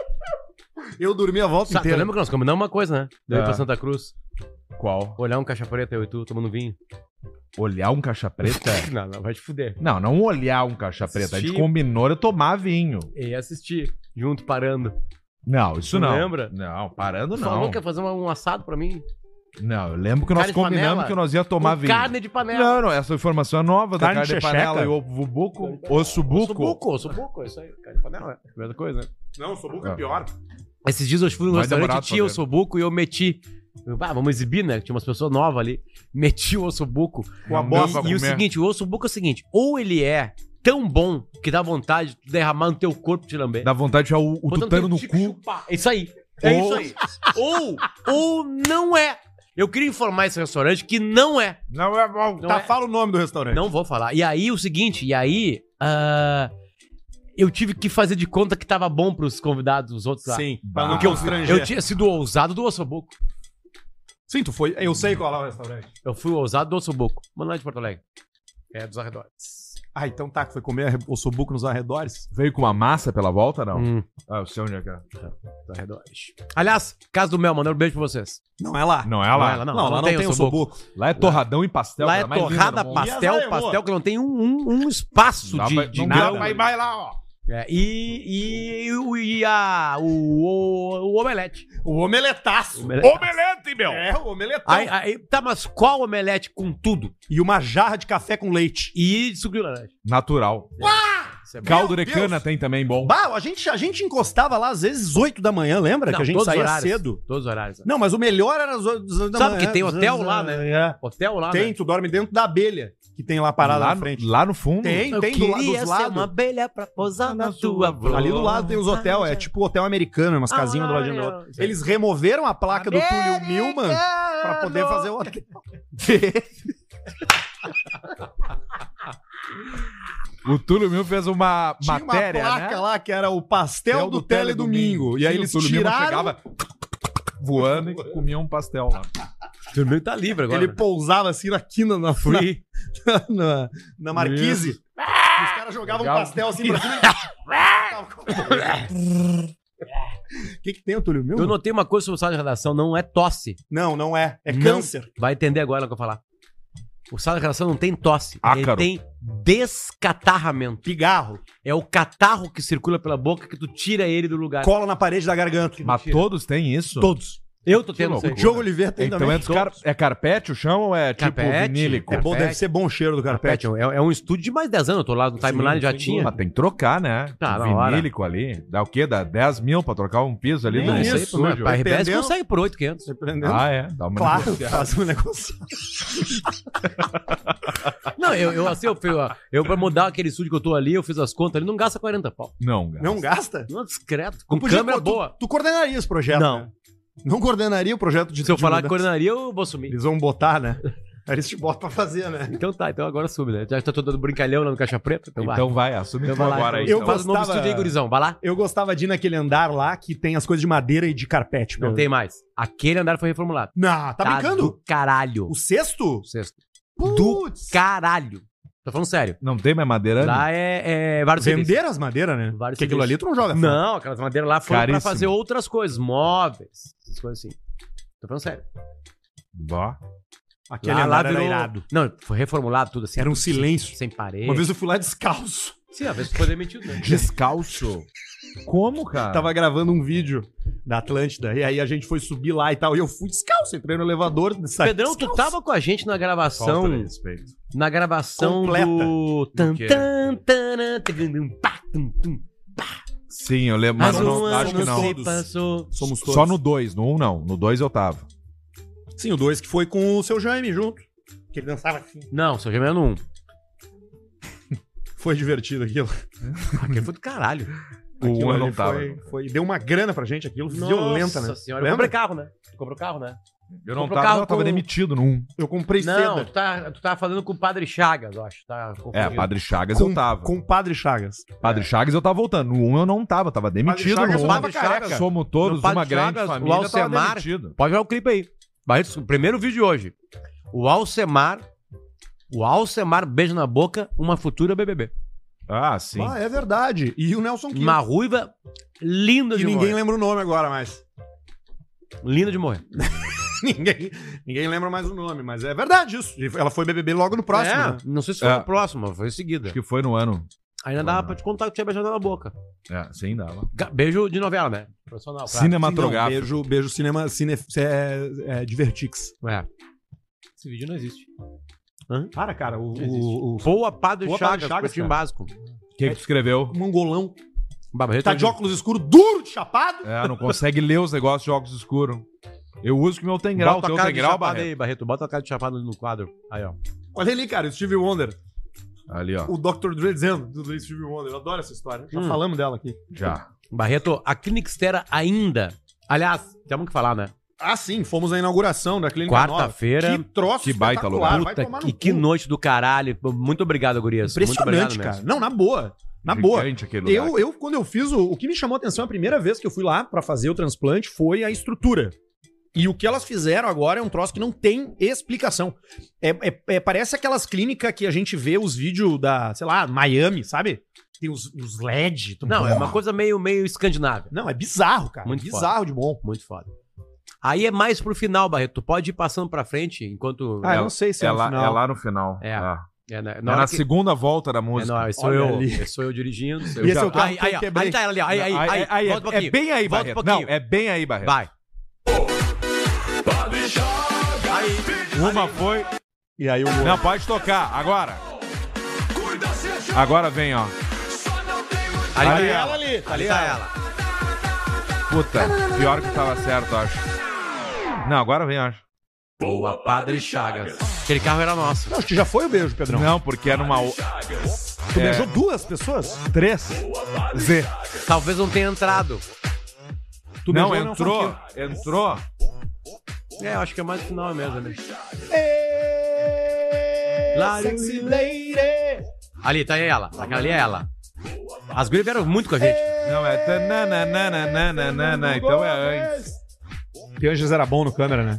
A: Eu dormi a volta
C: Sabe,
A: inteira.
C: lembra que nós combinamos uma coisa, né? Eu ir
B: É.
C: pra Santa Cruz,
B: Qual?
C: olhar um caixa preta, eu e tu, tomando vinho.
B: Olhar um caixa preta?
C: Não, não, vai te fuder.
B: Não, não olhar um caixa preta. A gente
C: Assistir.
B: combinou de tomar vinho.
C: E assistir, junto, parando.
B: Não, isso
C: Não
B: não.
C: lembra?
B: Não, parando
C: Tu
B: não.
C: falou que ia fazer um um assado pra mim.
B: Não, eu lembro que nós
C: Carne de
B: combinamos
C: panela?
B: que nós ia tomar
C: Com
B: vinho.
C: carne de panela.
B: Não, não, essa informação é
A: Carne
B: nova da carne de
A: checheca?
B: panela e o bubuco. O subuco.
C: Subuco, subuco, isso aí, carne de panela. é a Mesma coisa, né?
A: Não, sou
B: é
A: pior.
C: Esses dias eu fui num
B: Vai demorar
C: restaurante,
B: pra
C: tinha o
B: ver.
C: sobuco e eu meti. Eu, Ah, vamos exibir, né? Tinha umas pessoas novas ali. Meti o ossobuco.
B: Com a
C: E-
B: bosta
C: E, o
B: comer.
C: seguinte, o ossobuco é o seguinte: ou ele é tão bom que dá vontade de derramar no teu corpo te lamber.
B: Dá vontade de achar o, o
C: Botando
B: tutano
C: teu
B: no
C: tico,
B: cu.
C: chupar. É isso aí. É
B: Ou-
C: isso aí. ou,
A: Tá,
C: ou não é. Eu queria informar esse restaurante que não é.
B: Não é bom.
C: Não
A: tá,
C: é.
A: fala o nome do restaurante.
C: Não vou falar. E aí, o seguinte, e aí. ah, eu tive que fazer de conta que tava bom pros convidados, os outros lá.
A: Sim, pra
B: Bah.
A: não
B: Que eu-
A: constranger.
C: Eu tinha sido ousado do ossobuco.
A: Sim, tu foi. Eu sei qual é o restaurante.
C: Eu fui ousado do Ossobuco. Mano lá de Porto Alegre. É dos arredores.
A: Ah, então tá, que foi comer o sobuco nos arredores.
B: Veio com uma massa pela volta, não?
C: Hum,
B: Ah, eu sei onde é que é.
C: dos arredores. Aliás, Casa do Mel, mandando um beijo pra vocês.
A: Não é lá.
B: Não é lá.
A: Não,
C: Não, lá
A: lá não tem, o
C: ossobuco.
A: sobuco.
B: Lá é torradão e pastel.
C: lá
B: cara,
C: é
B: mais linda
C: torrada,
B: do mundo.
A: E
C: pastel,
A: azaremou.
C: pastel, que não tem um, um- um espaço
B: Não dá
C: de,
B: pra-
C: de
B: não
C: grama.
B: dá pra ir mais lá, ó.
C: É, e e, o- e a, o, o, o omelete.
A: O omeletaço.
B: Omelete, meu!
A: É, o omeletão.
C: Aí, aí, tá, mas qual omelete com tudo?
A: E uma jarra de café com leite.
C: E suco de laranja.
B: Natural.
C: Isso é bom.
B: Caldo
A: Meu
B: de
A: Deus.
B: cana tem também bom.
A: Bah, a gente, a gente encostava lá às vezes 8 da manhã, lembra?
C: Não,
A: que a gente
C: todos os
A: saía
C: horários,
A: cedo.
C: Todos os horários.
A: Não, mas o melhor era às 8 da manhã.
C: Sabe que tem hotel lá, né?
A: É.
C: Hotel lá,
A: Tem,
C: né?
A: tu dorme dentro da abelha, que tem lá parada
B: lá,
A: na
B: no-
A: frente.
B: lá no fundo.
A: Tem, tem do, la- dos lados.
C: abelha pra posar
A: na tua Ali do lado tem uns hotel, é tipo hotel americano, umas casinhas do lado de outro. Eles removeram a placa do Túlio Milman pra poder fazer um o hotel.
B: O Túlio Mil fez uma
A: Tinha
B: matéria,
A: uma placa
B: né?
A: lá que era o pastel do, Teledomingo. E aí eles tiraram,
B: voando e comia um pastel lá.
C: O dormiu tá livre agora.
A: ele
C: né?
A: pousava assim na quina, na,
C: Free.
A: na, na, na marquise. E Os caras jogavam um
B: Jogava.
A: pastel assim pra cima. O que, que tem, Túlio
C: Eu
A: Milman?
C: notei uma coisa sobre o sala de redação, não é tosse.
A: Não, não é. É
C: Não.
A: câncer.
C: Vai entender agora o que eu falar. O sala de redação não tem tosse.
B: Ácaro.
C: Ele tem descatarramento.
A: Pigarro.
C: É o catarro que circula pela boca que tu tira ele do lugar.
A: Cola na parede da garganta.
B: Mas todos têm isso?
A: Todos.
C: Eu tô
B: Que
C: tendo isso aí.
B: loucura.
A: Jogo Oliveira tem
B: Então
A: também.
B: é, dos car- é carpete o chão ou é tipo
C: Carpete.
B: vinílico?
A: É bom, deve ser bom o cheiro do carpete.
C: Carpete, é, é um estúdio de mais 10 anos. Eu tô lá no timeline, já tinha.
B: Mas tem que trocar, né?
C: Tá, na hora.
B: vinílico ali. Dá o quê? Dá 10 mil pra trocar um piso ali
A: Nem
B: no
A: isso,
B: sujo.
C: mas né? pra RBS
A: Entendeu?
C: consegue por 8,500.
A: Você prendeu?
B: Ah, é. Dá uma
A: claro, faz um negócio.
C: Não, eu, eu assim, eu, fui, ó, eu pra mudar aquele estúdio que eu tô ali, eu fiz as contas, ele não gasta 40 pau.
B: Não, cara.
A: Não gasta?
C: Não, discreto. Com
A: Podia
C: câmera
A: co- tu-
C: boa.
A: Tu, coordenaria esse projeto?
C: Não.
A: né? Não coordenaria o projeto de
C: Se eu
A: de
C: falar que
A: mudança.
C: coordenaria, eu vou sumir.
A: Eles vão botar, né? Aí eles te botam pra fazer, né?
C: Então tá, então agora assume, né? Já tá todo brincalhão lá no Caixa Preta, então, vai.
B: Então vai, assume
C: Então
B: tu
C: vai lá.
B: agora é aí.
C: então.
A: Eu
C: faz o novo
A: gostava-
C: estúdio aí, gurizão. Vai lá.
A: Eu gostava de ir naquele andar lá que tem as coisas de madeira e de carpete.
C: Não
A: meu.
C: tem mais. Aquele andar foi reformulado.
A: Não, Hum. tá, brincando?
C: do caralho.
A: O sexto?
C: O sexto.
A: Putz.
C: Caralho. Tô falando sério.
B: Não tem mais madeira? né?
C: Lá é, é vários serviços.
A: Venderam as madeiras, né?
C: Vários
A: Porque aquilo ali tu
C: serviços.
A: não joga fora.
C: Não, aquelas madeiras lá foram
B: Caríssimo.
C: pra fazer outras coisas. Móveis, essas coisas assim. Tô falando sério.
B: Bó.
A: Aquele
C: lá,
A: andar
C: Ah, lá
A: era
C: virou...
A: irado.
C: Não, foi reformulado tudo assim.
A: Era um silêncio.
C: Sem parede.
A: Uma vez eu fui lá descalço.
C: Sim, às vezes foi demitido. Né?
B: Descalço. Como,
C: Ah.
B: cara?
A: tava gravando um vídeo da Atlântida, e aí a gente foi subir lá e tal, e eu fui descalço, entrei no elevador, saí
C: Pedrão, tu
A: descalço.
C: tava com a gente na gravação.
B: Falta de respeito.
C: Na gravação
A: Completa.
C: do. Tan,
B: quê?
C: tan, taran, taran, pá, tum, tum.
B: Sim, eu lembro, mas
C: Mas
B: eu não,
C: um
B: acho que
C: ano
B: não.
C: se passou.
A: Somos todos.
B: Só no 2, no 1 um, não. No 2 eu tava.
A: Sim, o dois que foi com o seu Jaime junto. Que ele dançava assim.
C: Não, seu gêmeo era no 1.
A: Foi divertido aquilo.
C: Aquele foi do caralho.
B: O 1 um
A: Aquilo
B: eu
A: ali
B: não tava.
A: Foi, foi- deu uma grana pra gente aquilo, violenta, né?
C: Nossa senhora. Eu
A: Lembra?
C: comprei carro, né? Tu comprou carro, né?
B: Eu não
C: Comprou
B: tava,
C: carro
B: não, eu tava
C: com-
B: demitido no 1. Um.
A: Eu comprei
C: Não,
A: seda
C: tu tá, tu tá falando com o Padre Chagas, eu acho. Tá
B: É,
C: confundido.
B: Padre Chagas eu tava.
A: com o Padre Chagas.
B: Padre Chagas eu tava voltando. No 1 um eu não tava, tava demitido
A: Padre Chagas
B: no 1.
A: tava careca.
B: Somos todos
C: No Padre
B: uma grande
C: Chagas, o
B: família,
C: Alcemar.
B: tava demitido.
C: Pode ver o clipe aí. Barretos, o primeiro vídeo de hoje. O Alcemar. O Alcemar, beijo na boca, uma futura BBB.
B: Ah, sim.
A: Ah, é verdade. E o Nelson Kim.
C: Uma ruiva linda
A: Que
C: de
A: ninguém
C: morrer.
A: lembra o nome agora mais.
C: Linda de morrer.
A: ninguém, ninguém lembra mais o nome, mas é verdade isso. E Ela foi BBB logo no próximo.
C: É,
A: né?
C: Não sei se foi
B: É.
C: a próxima, foi em seguida.
B: Acho que foi no ano.
C: Ainda dava pra te contar que tinha beijado na boca.
B: É, sim, dava.
C: Ga- Beijo de novela, né? Profissional. claro.
A: Sim, não,
B: Cinematográfico.
A: beijo, beijo cinema, cine, é, é, Divertix.
C: É. Esse vídeo não existe.
A: Para, cara, o,
C: Existe.
A: o, o
C: Boa Padre
A: Boa Padre
C: Chagas,
A: Chagas,
C: Chagas time
A: cara.
C: básico.
B: O que, que tu escreveu?
A: mongolão
C: Barreto
A: tá de óculos escuros, duro, de chapado.
B: É, não consegue ler os negócios de óculos escuros. Eu uso que meu tem grau,
C: Bota
B: teu
C: a tá cara
B: tem
C: de
B: grau,
C: chapado
B: Barreto.
C: aí, Barreto. Bota a cara de chapado ali no quadro. Aí, ó.
A: Olha ali, cara, o Steve Wonder.
B: Ali, ó.
A: O Dr. Dre dizendo do Steve Wonder. Eu adoro essa história. Já
C: Hum.
A: falamos dela aqui.
B: Já.
C: Barreto, a Clinixtera ainda. Aliás, temos que falar, né?
A: Ah, sim, fomos à inauguração da clínica
C: Quarta-feira.
A: nova. Que troço
B: Que baita
A: espetacular,
B: lugar.
A: vai
C: Puta,
A: tomar no
C: que, que
A: cu.
C: noite do caralho. Muito obrigado, Gurias.
A: Impressionante,
C: Muito obrigado,
A: cara.
C: mesmo. é
A: Não, na boa. Na boa.
B: Gigante aquele lugar.
A: Eu, eu, quando eu fiz o. O que me chamou a atenção a primeira vez que eu fui lá pra fazer o transplante foi a estrutura. E o que elas fizeram agora é um troço que não tem explicação. É, é- é- parece aquelas clínicas que a gente vê os vídeos da, sei lá, Miami, sabe? Tem os, os LED. tu-
C: Não, é uma coisa meio, meio escandinávia.
A: Não, é bizarro, cara.
C: Muito
A: é bizarro de bom.
C: Muito foda. Aí é mais pro final, Barreto. Tu pode ir passando pra frente enquanto.
A: Ah, eu
B: Ela-
A: não sei se
B: é,
A: é, no
B: lá,
A: final.
B: é lá no final.
C: É.
B: Ah.
C: É, na,
B: É
C: na
B: Na,
C: hora que-
B: segunda volta da
C: É,
B: música.
C: não, sou
A: Olha
C: eu. é
A: ali.
C: Sou eu dirigindo. sou eu-
A: E esse é o carro
C: aí,
A: que eu
C: aí, ó,
A: quebrei.
C: aí tá ela ali. ó. Aí, aí, aí, volta
B: é, é
C: um pouquinho.
B: bem aí,
C: Volta
B: Barreto.
C: um
B: não,
C: pouquinho.
B: é bem aí, Barreto.
C: Vai.
B: Uma foi.
A: E aí o.
B: Não, pode tocar. Agora. Agora vem, ó. Ali
C: Ali, tá
B: ela,
C: ali, ali tá ela.
B: Puta, pior que tava certo, acho. Não, agora vem, acho.
C: Boa Padre Chagas. Aquele carro era nosso.
A: Não, acho que já foi o beijo, Pedrão.
B: Não, porque era uma o-
C: é-
A: Tu beijou duas pessoas?
B: três Z.
C: Talvez não tenha entrado.
A: Tu
B: não,
A: beijou o Nelson
C: um
B: entrou,
A: Quinto.
B: entrou.
C: É, eu acho que é mais final mesmo, né?
A: Ei,
C: Lá-
A: É, sexy lady.
C: Ali, tá ela. Aquela ali é ela. As gurias vieram muito com a gente.
B: Não, é. tananana, Então é antes.
A: Pianges era bom no câmera, né?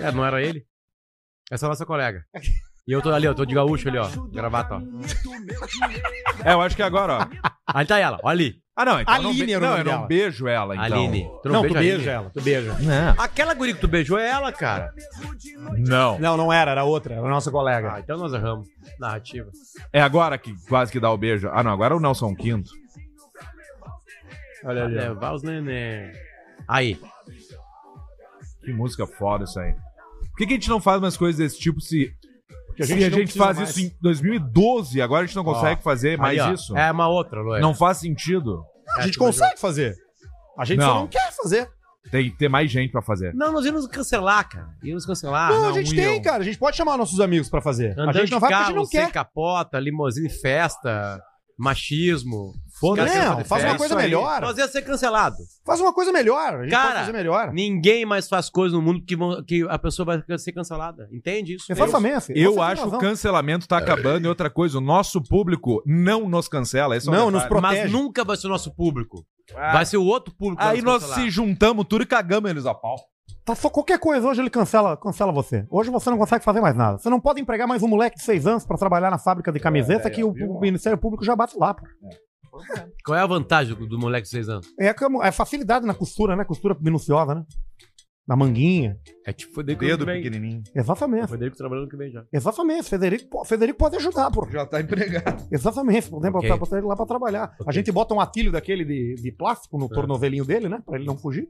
C: É, não era ele? Essa é a nossa colega. E eu tô ali, ó, tô de gaúcho ali, ó. Gravata, ó.
B: É, eu acho que é agora, ó.
C: Ali tá ela, ó, ali.
B: Ah, não, então
A: Aline
B: não, be-
A: era o
B: não,
A: nome
B: eu não
A: dela.
B: beijo ela, então.
C: Aline.
A: Não, tu
C: a Aline?
A: beija ela, tu beija.
B: Não.
C: Aquela guria que tu beijou é ela, cara.
B: Não.
A: Não, não era, era outra, era a nossa colega.
C: Ah, então nós erramos. Narrativa.
B: É agora que quase que dá o beijo. Ah, não, agora é o Nelson Quinto.
C: Olha ali. Levar os neném. Aí.
B: Que música foda isso aí. Por que, que a gente não faz umas coisas desse tipo se.
A: Porque a
B: se
A: gente
B: a
A: não
B: gente
A: precisa
B: faz
A: mais.
B: isso em 2012, agora a gente não consegue fazer mais
C: Ali, ó.
B: isso.
C: É uma outra, Lué.
B: Não faz sentido.
C: é,
A: A gente consegue fazer. A gente só
B: Não.
A: não quer fazer.
B: Tem que ter mais gente pra fazer.
C: Não, nós íamos cancelar, cara. Íamos cancelar.
A: Não,
B: não,
A: a gente
B: e
A: tem,
B: eu?
A: cara. A gente pode chamar nossos amigos pra fazer.
C: um Andando
A: a gente não vai porque
C: de
A: a
C: carro,
A: gente não
C: sem
A: quer.
C: capota, limousine, festa, machismo.
A: Foda-se.
C: Os caras
A: Não,
C: querem fazer
A: faz uma
C: festa.
A: coisa
C: Isso aí.
A: melhor.
C: Nós ia ser cancelado.
A: Faz uma coisa melhor. A gente
C: Cara,
A: pode fazer melhor.
C: Ninguém mais faz coisas no mundo que, vão- que a pessoa vai ser cancelada. Entende isso?
A: Eu faço também, filho.
B: Eu
A: Nossa,
B: acho que
A: razão.
B: o cancelamento tá acabando e outra coisa, o nosso público não nos cancela. Esse é o
A: Não, nos
B: detalhe.
A: protege.
C: Mas nunca vai ser o nosso público. Vai ser o outro público. que vai
B: Aí
C: nos
B: nós
C: cancelar.
B: se juntamos tudo e cagamos eles a pau.
A: Tá, só qualquer coisa hoje ele cancela, cancela você. Hoje você não consegue fazer mais nada. Você não pode empregar mais um moleque de seis anos pra trabalhar na fábrica de camiseta que o, o Ministério Público já bate lá. pô.
C: Qual é a vantagem do, do moleque de 6 anos?
A: É, como- é facilidade na costura, né? Costura minuciosa, né? Na manguinha.
C: É tipo, foi dele que
B: Dedo
C: eu vem.
B: pequenininho.
A: Exatamente.
C: Foi dele que trabalhou no que vem já.
A: Exatamente. Federico, po- Federico pode ajudar, pô.
B: Já tá empregado.
A: Exatamente. Podemos
C: Ok.
A: botar- botar ele lá pra trabalhar. A
C: Ok. É.
A: gente bota um atilho daquele de, de plástico no tornozelinho dele, né? Pra ele não fugir.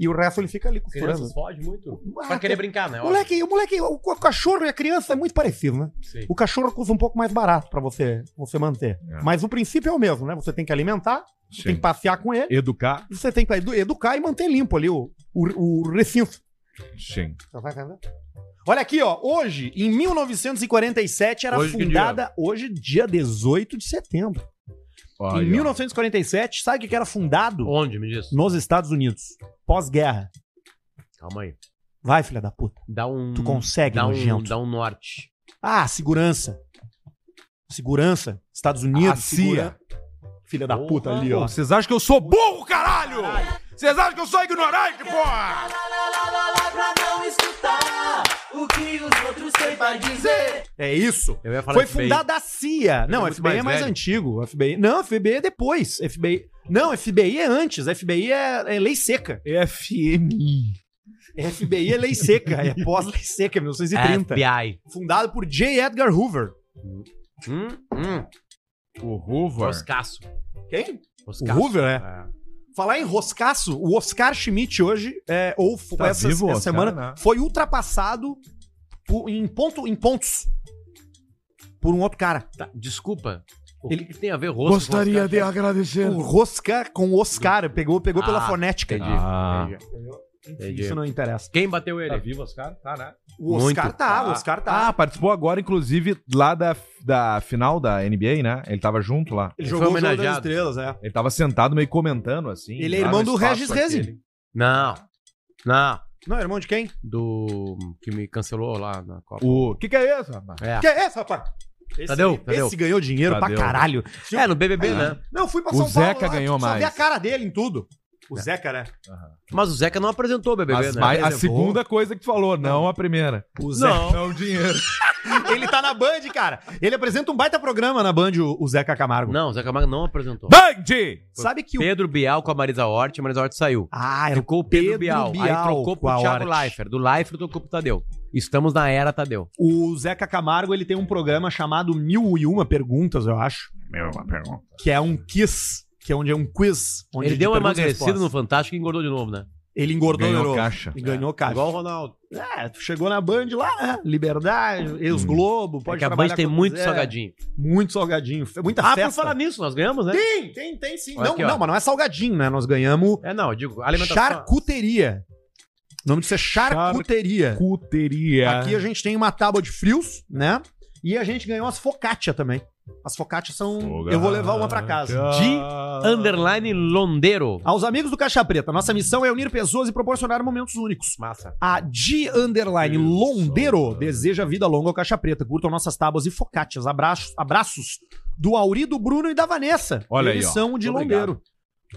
A: E o resto ele fica ali costurando.
C: Crianças fode muito.
A: Ah,
C: Pra querer brincar, né?
A: O moleque, o moleque, o co- cachorro e a criança é muito parecido, né?
C: Sim.
A: O cachorro custa um pouco mais barato pra você, você manter.
B: É.
A: Mas o princípio é o mesmo, né? Você tem que alimentar, você tem que passear com ele,
B: Educar.
A: e você tem que edu- educar e manter limpo ali o, o, o recinto.
B: Sim.
A: Você vai entender? Olha aqui, ó. Hoje, em 1947, era
C: Hoje que
A: fundada. Hoje, dia 18 de setembro.
B: Olha,
A: em 1947, sabe o que que era fundado?
C: Onde, me diz?
A: Nos Estados Unidos. Pós-guerra.
C: Calma aí.
A: Vai, filha da puta.
C: Dá um.
A: Tu consegue,
C: dá um,
A: nojento.
C: dá um norte.
A: Ah, segurança. Segurança. Estados
B: A
C: Ah,
A: Unidos,
B: CIA.
A: segura. Filha da puta ali,
B: Pô,
A: ó.
B: Vocês acham que eu sou burro, caralho? Vocês acham que eu sou ignorante, porra?
A: É isso.
C: Eu ia falar
A: Foi
C: FBI.
A: fundada a CIA. Não,
C: muito
A: FBI é
C: mais
A: mais
C: velho.
A: antigo. FBI. Não, FBI é depois. FBI. Não, FBI é antes. FBI é, é lei seca.
B: FMI.
A: FBI é lei seca. É pós-lei seca,
C: É,
A: 1930.
C: FBI.
A: Fundado por J. Edgar Hoover.
C: Hum, hum.
B: O Hoover.
C: Roscaço.
A: Quem?
C: Roscaço.
A: O Hoover, é. Falar em roscaço, o Oscar Schmidt hoje, é, ou f-
B: Tá
A: essa,
B: vivo o
A: essa
B: Oscar,
A: semana,
B: né?
A: foi ultrapassado por- em, ponto, em pontos por um outro cara.
C: Tá, desculpa. O
A: Ele-
C: que que tem a ver rosto com Oscar?
B: agradecer.
A: O Rosca com o Oscar, pegou, pegou pela
C: Ah,
A: fonética.
C: Entendi.
B: Ah.
C: entendi.
A: Enfim, Isso não interessa.
C: Quem bateu ele?
B: vivo, Oscar? Tá, né?
A: O
C: Muito.
A: Oscar tá, o Oscar tá.
B: Ah, participou agora, inclusive, lá da, da final da NBA, né? Ele tava junto lá.
A: ele
C: foi
A: jogou o jogo das
C: homenageado.
A: estrelas, é.
B: Ele tava sentado meio comentando, assim.
A: Ele é
B: lá
A: irmão
B: no
A: do
B: espaço
A: Regis Rezin.
B: aquele.
C: Não. Não.
A: Não, irmão de quem?
C: Do. Que me cancelou lá na Copa.
B: O que que é isso, rapaz?
C: É.
A: Que é esse, rapaz? Esse,
C: Tadeu,
A: esse
C: Tadeu.
A: ganhou dinheiro
B: Tadeu.
A: pra caralho.
C: É, no BBB, né?
A: Não, fui pra
B: O
A: São Paulo.
B: Zeca
A: lá,
B: ganhou
A: só vi
B: mais.
A: a cara dele em tudo. O
C: É.
A: Zeca, né?
C: Mas o Zeca não apresentou o BBB,
B: As
C: né?
B: mai- a
A: Apresentou.
B: segunda coisa que tu falou, não a primeira.
A: assim, O
C: Não.
B: Não, dinheiro.
A: Ele tá na Band, cara. Ele apresenta um baita programa na Band, o, o Zeca Camargo.
C: Não, o Zeca Camargo não apresentou.
B: Band!
A: Sabe que o.
C: Pedro Bial com a Marisa Hort, a Marisa Hort saiu.
A: Ah, era
C: Ficou o Pedro,
A: Pedro
C: Bial.
A: Bial
C: Aí trocou
A: com a
C: pro Thiago
A: Hort.
C: Leifert. Do Leifert trocou pro Tadeu. Estamos na era Tadeu.
A: O Zeca Camargo ele tem um programa chamado Mil e Uma Perguntas, eu acho.
F: Meu, uma pergunta.
A: Que é um quiz. Que é onde é um quiz. Onde
C: Ele deu uma
A: perguntas e
C: emagrecida no
A: respostas.
C: Fantástico e engordou de novo, né?
A: Ele engordou
B: Ganhou
A: de novo.
B: caixa.
A: E ganhou caixa.
C: Igual o Ronaldo.
A: É, tu chegou na Band lá, né? Liberdade, Ex Globo, pode
C: Porque Hum. É a Band
A: trabalhar
C: tem
A: quando
C: muito
A: quiser.
C: salgadinho.
A: Muito salgadinho, fe- muita
C: Ah, por
A: festa.
C: falar nisso, nós ganhamos, né?
A: Tem, tem, tem sim.
C: Olha
A: Não,
C: aqui, ó.
A: não, mas não é salgadinho, né? Nós ganhamos
C: É, não, eu digo, alimentação.
A: charcuteria. O nome disso é charcuteria.
B: Cuteria.
A: Aqui a gente tem uma tábua de frios, né? E a gente ganhou as focaccia também. As focaccia são... Eu vou levar uma pra casa.
B: Ah,
C: De Ah, underline Londeiro.
A: Aos amigos do Caixa Preta, nossa missão é unir pessoas e proporcionar momentos únicos.
C: Massa.
A: A de underline Londeiro deseja vida longa ao Caixa Preta. Curtam nossas tábuas e focaccias. Abraços, abraços do Aurido Bruno e da Vanessa.
B: Olha aí,
A: Eles
B: ó.
A: são de
C: Muito
A: Londeiro.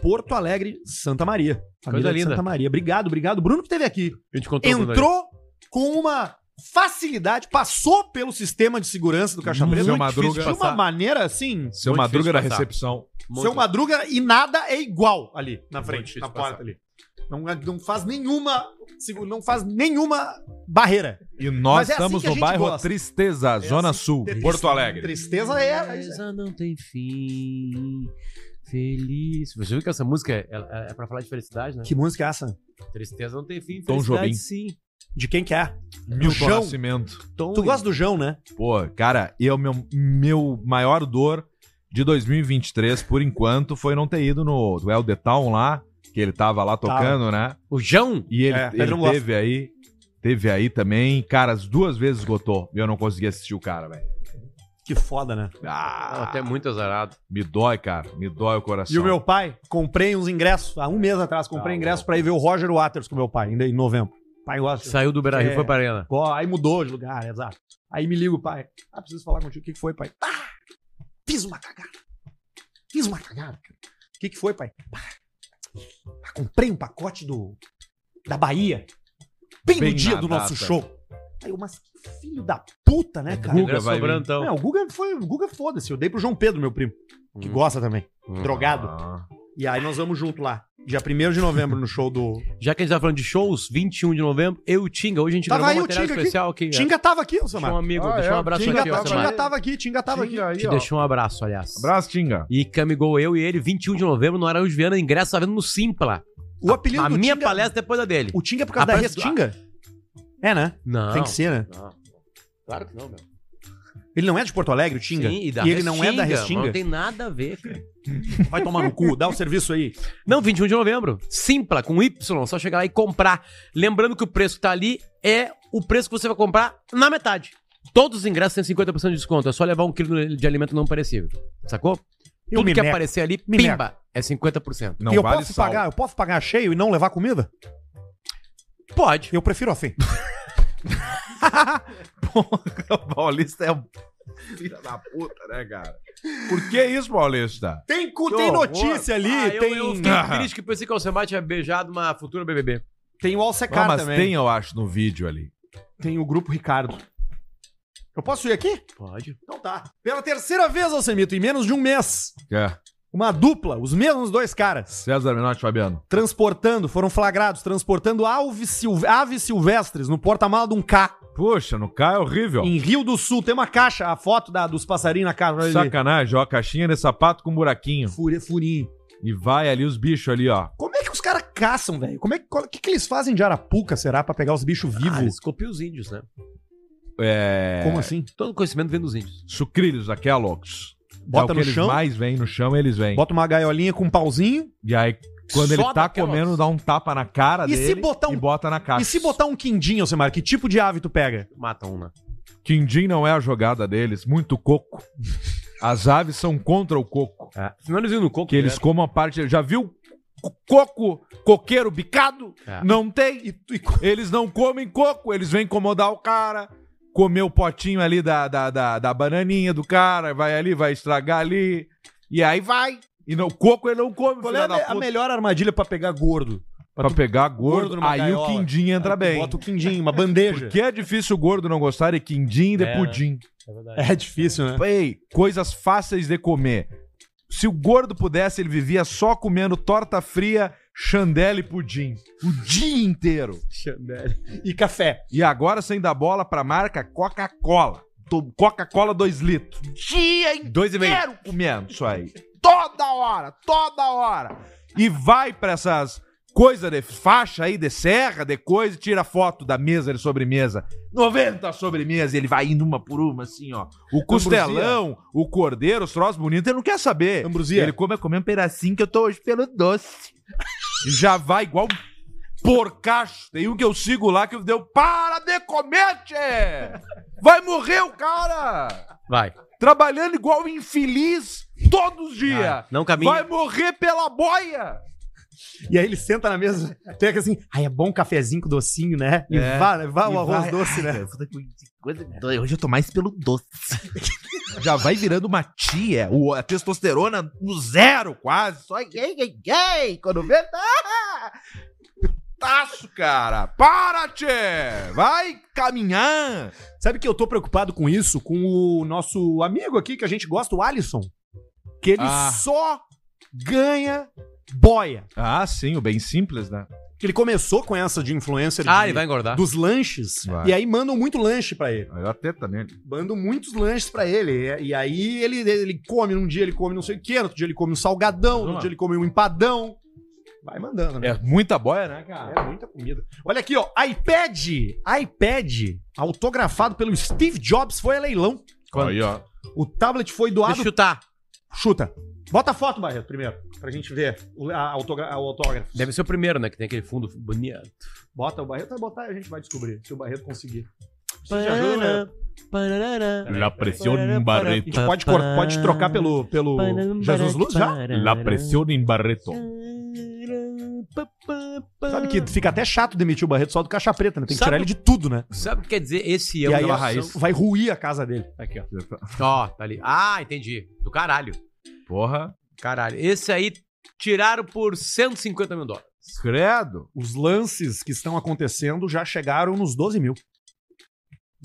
A: Porto Alegre, Santa Maria. Família
C: Coisa
A: de
C: linda.
A: Santa Maria. Obrigado, obrigado. Bruno que esteve aqui.
C: A gente contou tudo aí.
A: Entrou com uma facilidade, passou pelo sistema de segurança do Caixa
B: Hum,
A: Preta.
B: seu
A: Muito difícil
B: Madruga.
A: de uma
B: Passar.
A: maneira assim.
B: Seu
C: Muito
B: Madruga
C: difícil
B: da
C: passar.
B: recepção.
C: Muito.
A: Seu Madruga e nada é igual ali na frente,
C: difícil
A: na
C: passar.
A: porta ali. Não, é, não faz nenhuma, não faz nenhuma barreira.
B: E
A: Mas
B: nós
A: é assim
B: estamos
A: que a
B: no
A: gente
B: bairro
A: gosta.
B: Tristeza, Zona
A: assim,
B: Sul,
A: triste-
B: Porto Alegre.
A: Tristeza é.
C: Tristeza não tem fim. Feliz. Você viu que essa música é, é, é pra falar de felicidade, né?
A: Que música é essa?
C: Tristeza não tem fim.
B: Tom
C: felicidade
B: Jobim.
C: Sim.
A: De quem que é?
B: Milton
A: João.
B: Nascimento.
C: Tom
A: Tu gosta do João, né?
B: Pô, cara, eu, meu, meu maior dor de 2023, por enquanto, foi não ter ido no El The Town lá, que ele tava lá tocando, né?
C: O João?
B: E ele,
A: É,
B: ele
A: Pedro não gosta.
B: teve aí, teve aí também. Cara, as duas vezes esgotou e eu não consegui assistir o cara, velho.
A: Que foda, né?
C: Ah,
B: Ah,
C: até muito azarado.
B: me dói, cara, me dói o coração.
A: um E o meu pai, comprei uns ingressos, há um mês atrás, comprei
C: Tá
B: Ah,
A: ingresso pra ir ver o Roger Waters com meu pai, ainda em novembro. Pai Waters.
C: Saiu do Beira Rio e
A: É.
C: foi pra Arena.
A: Ó, Aí mudou de lugar, exato. Aí me liga o pai. Ah, preciso falar contigo. O que, que foi, pai? Ah, fiz uma cagada. Fiz uma cagada, cara. O que, que foi, pai? Ah, comprei um pacote do da Bahia. Bem,
B: Bem
A: no dia
B: na
A: do nosso
B: data.
A: show. Aí eu, mas que filho da puta,
C: É
A: né, cara?
B: Guga vai
C: sobrando,
B: vir.
C: então.
A: Não, o Guga foi. O Guga é foda-se. Eu dei pro João Pedro, meu primo, que gosta também.
C: Hum.
A: Drogado.
B: Ah,
A: E aí nós vamos junto lá. Dia 1 de novembro no show do.
C: Já que a gente tá falando de shows, 21 de novembro, eu e o Tinga. Hoje a gente
A: Tava
C: gravou
A: aí
C: um
A: Tá, o
C: material
A: Tinga aqui.
C: especial aqui. é.
A: Tinga tava aqui, ô
C: Deixa um
A: Samara.
C: amigo,
B: Ah,
C: deixa um
B: é,
C: abraço
B: Tinga
C: aqui, ó,
B: tava-
C: Samara.
A: Tinga tava aqui, Tinga tava aqui.
C: Te deixou um abraço, aliás.
B: Abraço, Tinga.
C: E Camigol, eu e ele, 21 de novembro, no Araújo Viana, ingresso tá vendo no Simpla.
A: O apelido
C: a
A: do
C: minha
A: Tinga-
C: palestra depois da dele.
A: O Tinga é por causa
C: Ah,
A: da
C: parece-
A: Restinga? É, né?
C: Não.
A: Tem que ser, né?
C: Não. Claro que não, meu.
A: Ele não é de Porto Alegre, o Tinga?
C: Sim, e, da
A: e ele não é da
C: Não
A: Restinga?
C: tem nada a ver, cara.
A: Vai tomar no cu, dá o serviço aí.
C: Não, 21 de novembro. Simpla, com Y, só chegar lá e comprar. Lembrando que o preço que tá ali é o preço que você vai comprar na metade. Todos os ingressos têm 50% de desconto. É só levar um quilo de alimento não perecível. Sacou?
A: Eu
C: Tudo
A: me
C: que
A: nego.
C: aparecer ali,
A: Me
C: pimba, é 50%.
B: Não
A: e eu
B: vale
A: posso
B: sal.
A: pagar, eu posso pagar cheio e não levar comida?
C: Pode.
A: Eu prefiro assim.
B: O Paulista é um filho da puta, né, cara? Por que isso, Paulista?
A: Tem, cu-
B: Que
A: tem
B: horror.
A: notícia ali,
C: Ah, eu,
A: tem,
C: eu fiquei triste que pensei que o Alcemar tinha beijado uma futura BBB.
A: tem o
B: Ah,
A: Alcecar
B: mas
A: também.
B: tem, eu acho, no vídeo ali.
A: Tem o grupo Ricardo. Eu posso ir aqui?
C: Pode.
A: Então tá. Pela terceira vez, Alcemito, em menos de um mês,
B: É.
A: uma dupla, os mesmos dois caras.
B: César Menotti Fabiano.
A: Transportando, foram flagrados, transportando alves silve- aves silvestres no porta-mala de um carro.
B: Puxa, no carro é horrível.
A: Em Rio do Sul, tem uma caixa, a foto da, dos passarinhos na caixa. olha ali.
B: Sacanagem, ó. Caixinha de sapato com buraquinho.
A: Furi- furinho.
B: E vai ali os bichos ali, ó.
A: Como é que os caras caçam, velho? Como é que, qual- que, que eles fazem de arapuca, será, pra pegar os bichos
C: Ah,
A: vivos?
C: eles copiam os índios, né?
B: É.
A: Como assim?
C: Todo conhecimento vem dos índios.
B: Sucrilhos aquelos.
A: Bota
B: é o que
A: no
B: eles
A: chão,
B: mais vêm no chão, eles vêm.
A: bota uma gaiolinha com um pauzinho.
B: E aí, quando
C: Só
B: ele tá
C: daquelas.
B: comendo, dá um tapa na cara
A: E se
B: dele
A: botar um-
B: e bota na caixa.
A: E se botar um quindinho, Alcemar, que tipo de ave tu pega?
C: Matam um, né?
B: Quindim não é a jogada deles, muito coco. As aves são contra o coco. né?
C: É. Senão eles iam no coco.
B: Que eles comam a parte. Já viu o coco, coqueiro bicado?
C: É.
B: Não tem. Eles não comem coco, eles vêm incomodar o cara. Comer o potinho ali da, da, da, da bananinha do cara, vai ali, vai estragar ali. E aí vai. E não, coco ele não come,
A: Qual
B: filha
A: é a,
B: da
A: me- a
B: puta.
A: melhor armadilha pra pegar gordo?
B: Pra pegar gordo,
A: gordo numa
B: aí
A: gaiola.
B: o quindim entra
A: Aí tu
B: bem.
A: Bota o quindinho, uma bandeja.
B: Porque é difícil o gordo não gostar de quindim e de
C: É, né?
B: pudim.
C: É verdade.
A: É difícil, né?
B: Ei, coisas fáceis de comer. Se o gordo pudesse, ele vivia só comendo torta fria, chandela e pudim. O dia inteiro.
A: E café.
B: E agora sem dar bola pra marca Coca-Cola. To- Coca-Cola 2 litros. O Dia
C: Dois e meio.
B: inteiro comendo isso aí. Toda hora, toda hora. E vai pra essas coisa de faixa aí, de serra, de coisa, tira foto da mesa de sobremesa. 90 sobremesa, ele vai indo uma por uma, assim, ó. O costelão, o cordeiro, os troços bonitos, ele não quer saber.
A: Ambrosia.
B: Ele come, come um pedacinho que eu tô hoje pelo doce. E já vai igual um porcacho. Tem um que eu sigo lá que deu, para de comer, tchê! Vai morrer o cara!
C: Vai.
B: Trabalhando igual um infeliz todos os dias.
C: Ah, não caminha.
B: Vai morrer pela boia!
A: E aí ele senta na mesa, pega assim, ai, é bom um cafezinho com docinho, né? E
B: É.
A: vá, né? vá
B: E
A: o arroz
B: vai-
A: doce, né?
B: Hoje eu tô mais pelo doce. Já vai virando uma tia, o- a testosterona no zero quase. Só gay, gay, gay. Quando vê, tá. Taço, cara. Para, tchê. Vai caminhar.
A: Sabe que eu tô preocupado com isso, com o nosso amigo aqui que a gente gosta, o Alisson. Que ele
B: Ah.
A: só ganha boia.
B: Ah, sim, o bem simples, né?
A: Que ele começou com essa de influencer
C: Ah,
A: de-
C: ele vai engordar.
A: dos lanches.
B: Vai.
A: E aí mandam muito lanche pra ele.
B: Melhor teta nele.
A: Mandam muitos lanches pra ele. E- E aí ele, ele come, um dia ele come não sei o quê, no outro dia ele come um salgadão, no
B: Vamos
A: outro
B: lá.
A: dia ele come um empadão. Vai mandando, né?
B: É muita boia, né, cara?
A: É muita comida. Olha aqui, ó. iPad. iPad, autografado pelo Steve Jobs, foi a leilão.
B: Aí, ó.
A: O tablet foi doado.
C: Deixa eu chutar.
A: Chuta. Bota a foto, Barreto, primeiro. Pra gente ver o, a autogra- o autógrafo.
C: Deve ser o primeiro, né? Que tem aquele fundo bonito.
A: Bota o Barreto, vai botar a gente vai descobrir. Se o Barreto conseguir. Precisa de ajuda, Barreto?
E: Parará, parará,
B: La pressione
A: né? A gente pode, cor- pode trocar pelo, pelo Jesus Luz já?
B: em Barreto.
A: Sabe que fica até chato demitir o Barreto só do caixa preta, né? Tem que
C: Sabe-
A: tirar ele de tudo, né?
C: Sabe o que quer dizer esse é
A: E
C: eu
A: aí
C: pela
A: a-
C: raiz?
A: vai ruir a casa dele.
C: Aqui, ó. Ó, tá ali. Ah, entendi. Do caralho.
B: Porra.
C: Caralho. Esse aí tiraram por 150 mil dólares.
B: Credo.
A: Os lances que estão acontecendo já chegaram nos 12 mil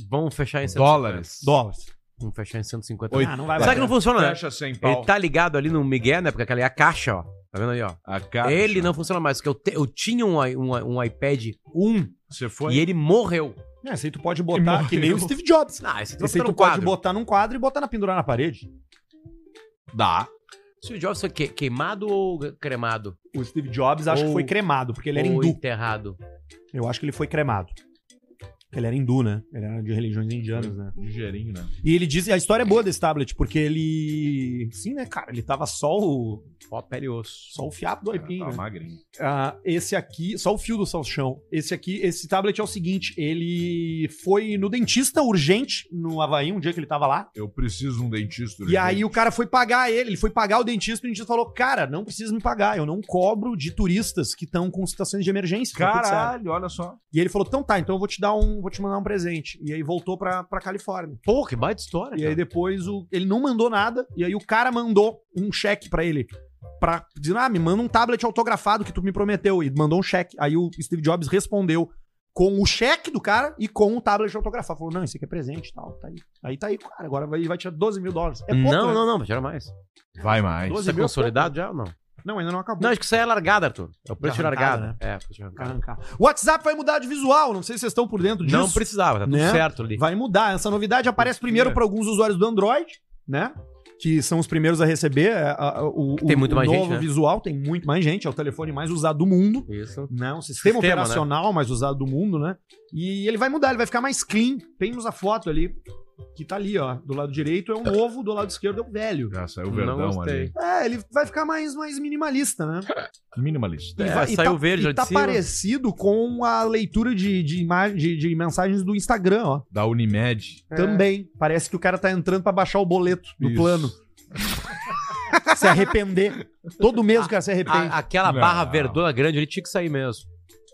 C: Vamos fechar em 150.
B: Dólares.
A: dólares.
C: Vamos fechar em 150.
B: Oito.
A: Ah, não vai
C: Será que não funciona, né?
B: Fecha sem pau.
C: Ele tá ligado ali no Miguel, né? Porque aquela é a caixa, ó. Tá vendo aí, ó?
B: A cara. assim,
C: Ele não funciona mais, porque eu, te- eu tinha um, i- um, i- um iPad 1
B: Você foi?
C: e ele morreu.
A: É, esse aí tu pode botar que nem o
B: morreu.
A: Steve Jobs.
C: Ah, esse,
A: Esse aí tu pode botar num quadro e botar na pendurar na parede.
B: Dá.
C: Se o Jobs foi que- queimado ou cremado?
A: O Steve Jobs acho que
C: Ou-
A: foi cremado, porque ele era
C: ou
A: hindu.
C: enterrado?
A: Eu acho que ele foi cremado. Porque Ele era hindu, né? Ele era de religiões indianas, né?
B: Ligeirinho, né?
A: E ele diz, a história é boa desse tablet, porque ele. Sim, né, cara? Ele tava só o.
C: Ó, pele e osso.
A: Só o fiapo do aipim, né?
B: Tá magrinho.
A: Ah, esse aqui, só o fio do salchão. Esse aqui, esse tablet é o seguinte: ele foi no dentista urgente no Havaí, um dia que ele tava lá.
B: Eu preciso de um dentista.
A: E aí o cara foi pagar ele, ele foi pagar o dentista, e o dentista falou: Cara, não precisa me pagar, eu não cobro de turistas que estão com situações de emergência. tá tudo certo."
B: Caralho, olha só.
A: E ele falou: Então tá, então eu vou te dar um, vou te mandar um presente. E aí voltou pra, pra Califórnia.
C: Pô, que baita história.
A: E
C: cara.
A: aí depois o, ele não mandou nada, e aí o cara mandou um cheque pra ele. Pra, dizendo, ah, me manda um tablet autografado que tu me prometeu. E mandou um cheque. Aí o Steve Jobs respondeu com o cheque do cara e com o tablet autografado. Falou, não, isso aqui é presente e tal. Tá aí. aí tá aí, cara. Agora vai, vai tirar 12 mil dólares. É pouco,
C: não,
A: né?
C: não, não, tira mais.
B: Vai mais.
A: Doze
C: Isso é
A: mil é
C: consolidado já ou não?
A: Não, ainda não acabou.
C: Não, acho que isso aí é largada, Arthur. É o preço de
A: Arrancada,
C: largada. É, preço de largada.
A: Arrancar. O WhatsApp vai mudar de visual. Não sei se vocês estão por dentro disso.
C: Não precisava, tá tudo
A: Né?
C: certo ali.
A: Vai mudar. Essa novidade aparece primeiro para alguns usuários do Android, né? Que são os primeiros a receber é, a- a- o,
C: Tem
A: o-
C: muito
A: o
C: mais
A: novo
C: gente, né?
A: visual. Tem muito mais gente. É o telefone mais usado do mundo.
C: Isso.
A: Né? Um sistema,
C: Sistema,
A: operacional mais usado do mundo, né? E ele vai mudar, ele vai ficar mais clean. Temos a foto ali, que tá ali, ó. Do lado direito é o novo, do lado esquerdo é o velho.
B: Já saiu o
C: Não
B: verdão
C: gostei.
B: ali.
A: É, ele vai ficar mais, mais minimalista, né?
B: Minimalista.
C: É,
A: vai-
C: saiu
A: tá,
C: verde lá
A: e
C: de
A: tá
C: cima.
A: parecido com a leitura de, de, ima- de, de mensagens do Instagram, ó.
B: Da Unimed.
C: É.
A: Também. Parece que o cara tá entrando pra baixar o boleto do
B: Isso.
A: plano. se arrepender. Todo mês o cara se arrepende.
C: A- aquela
B: Não.
C: barra verdona grande ali tinha que sair mesmo.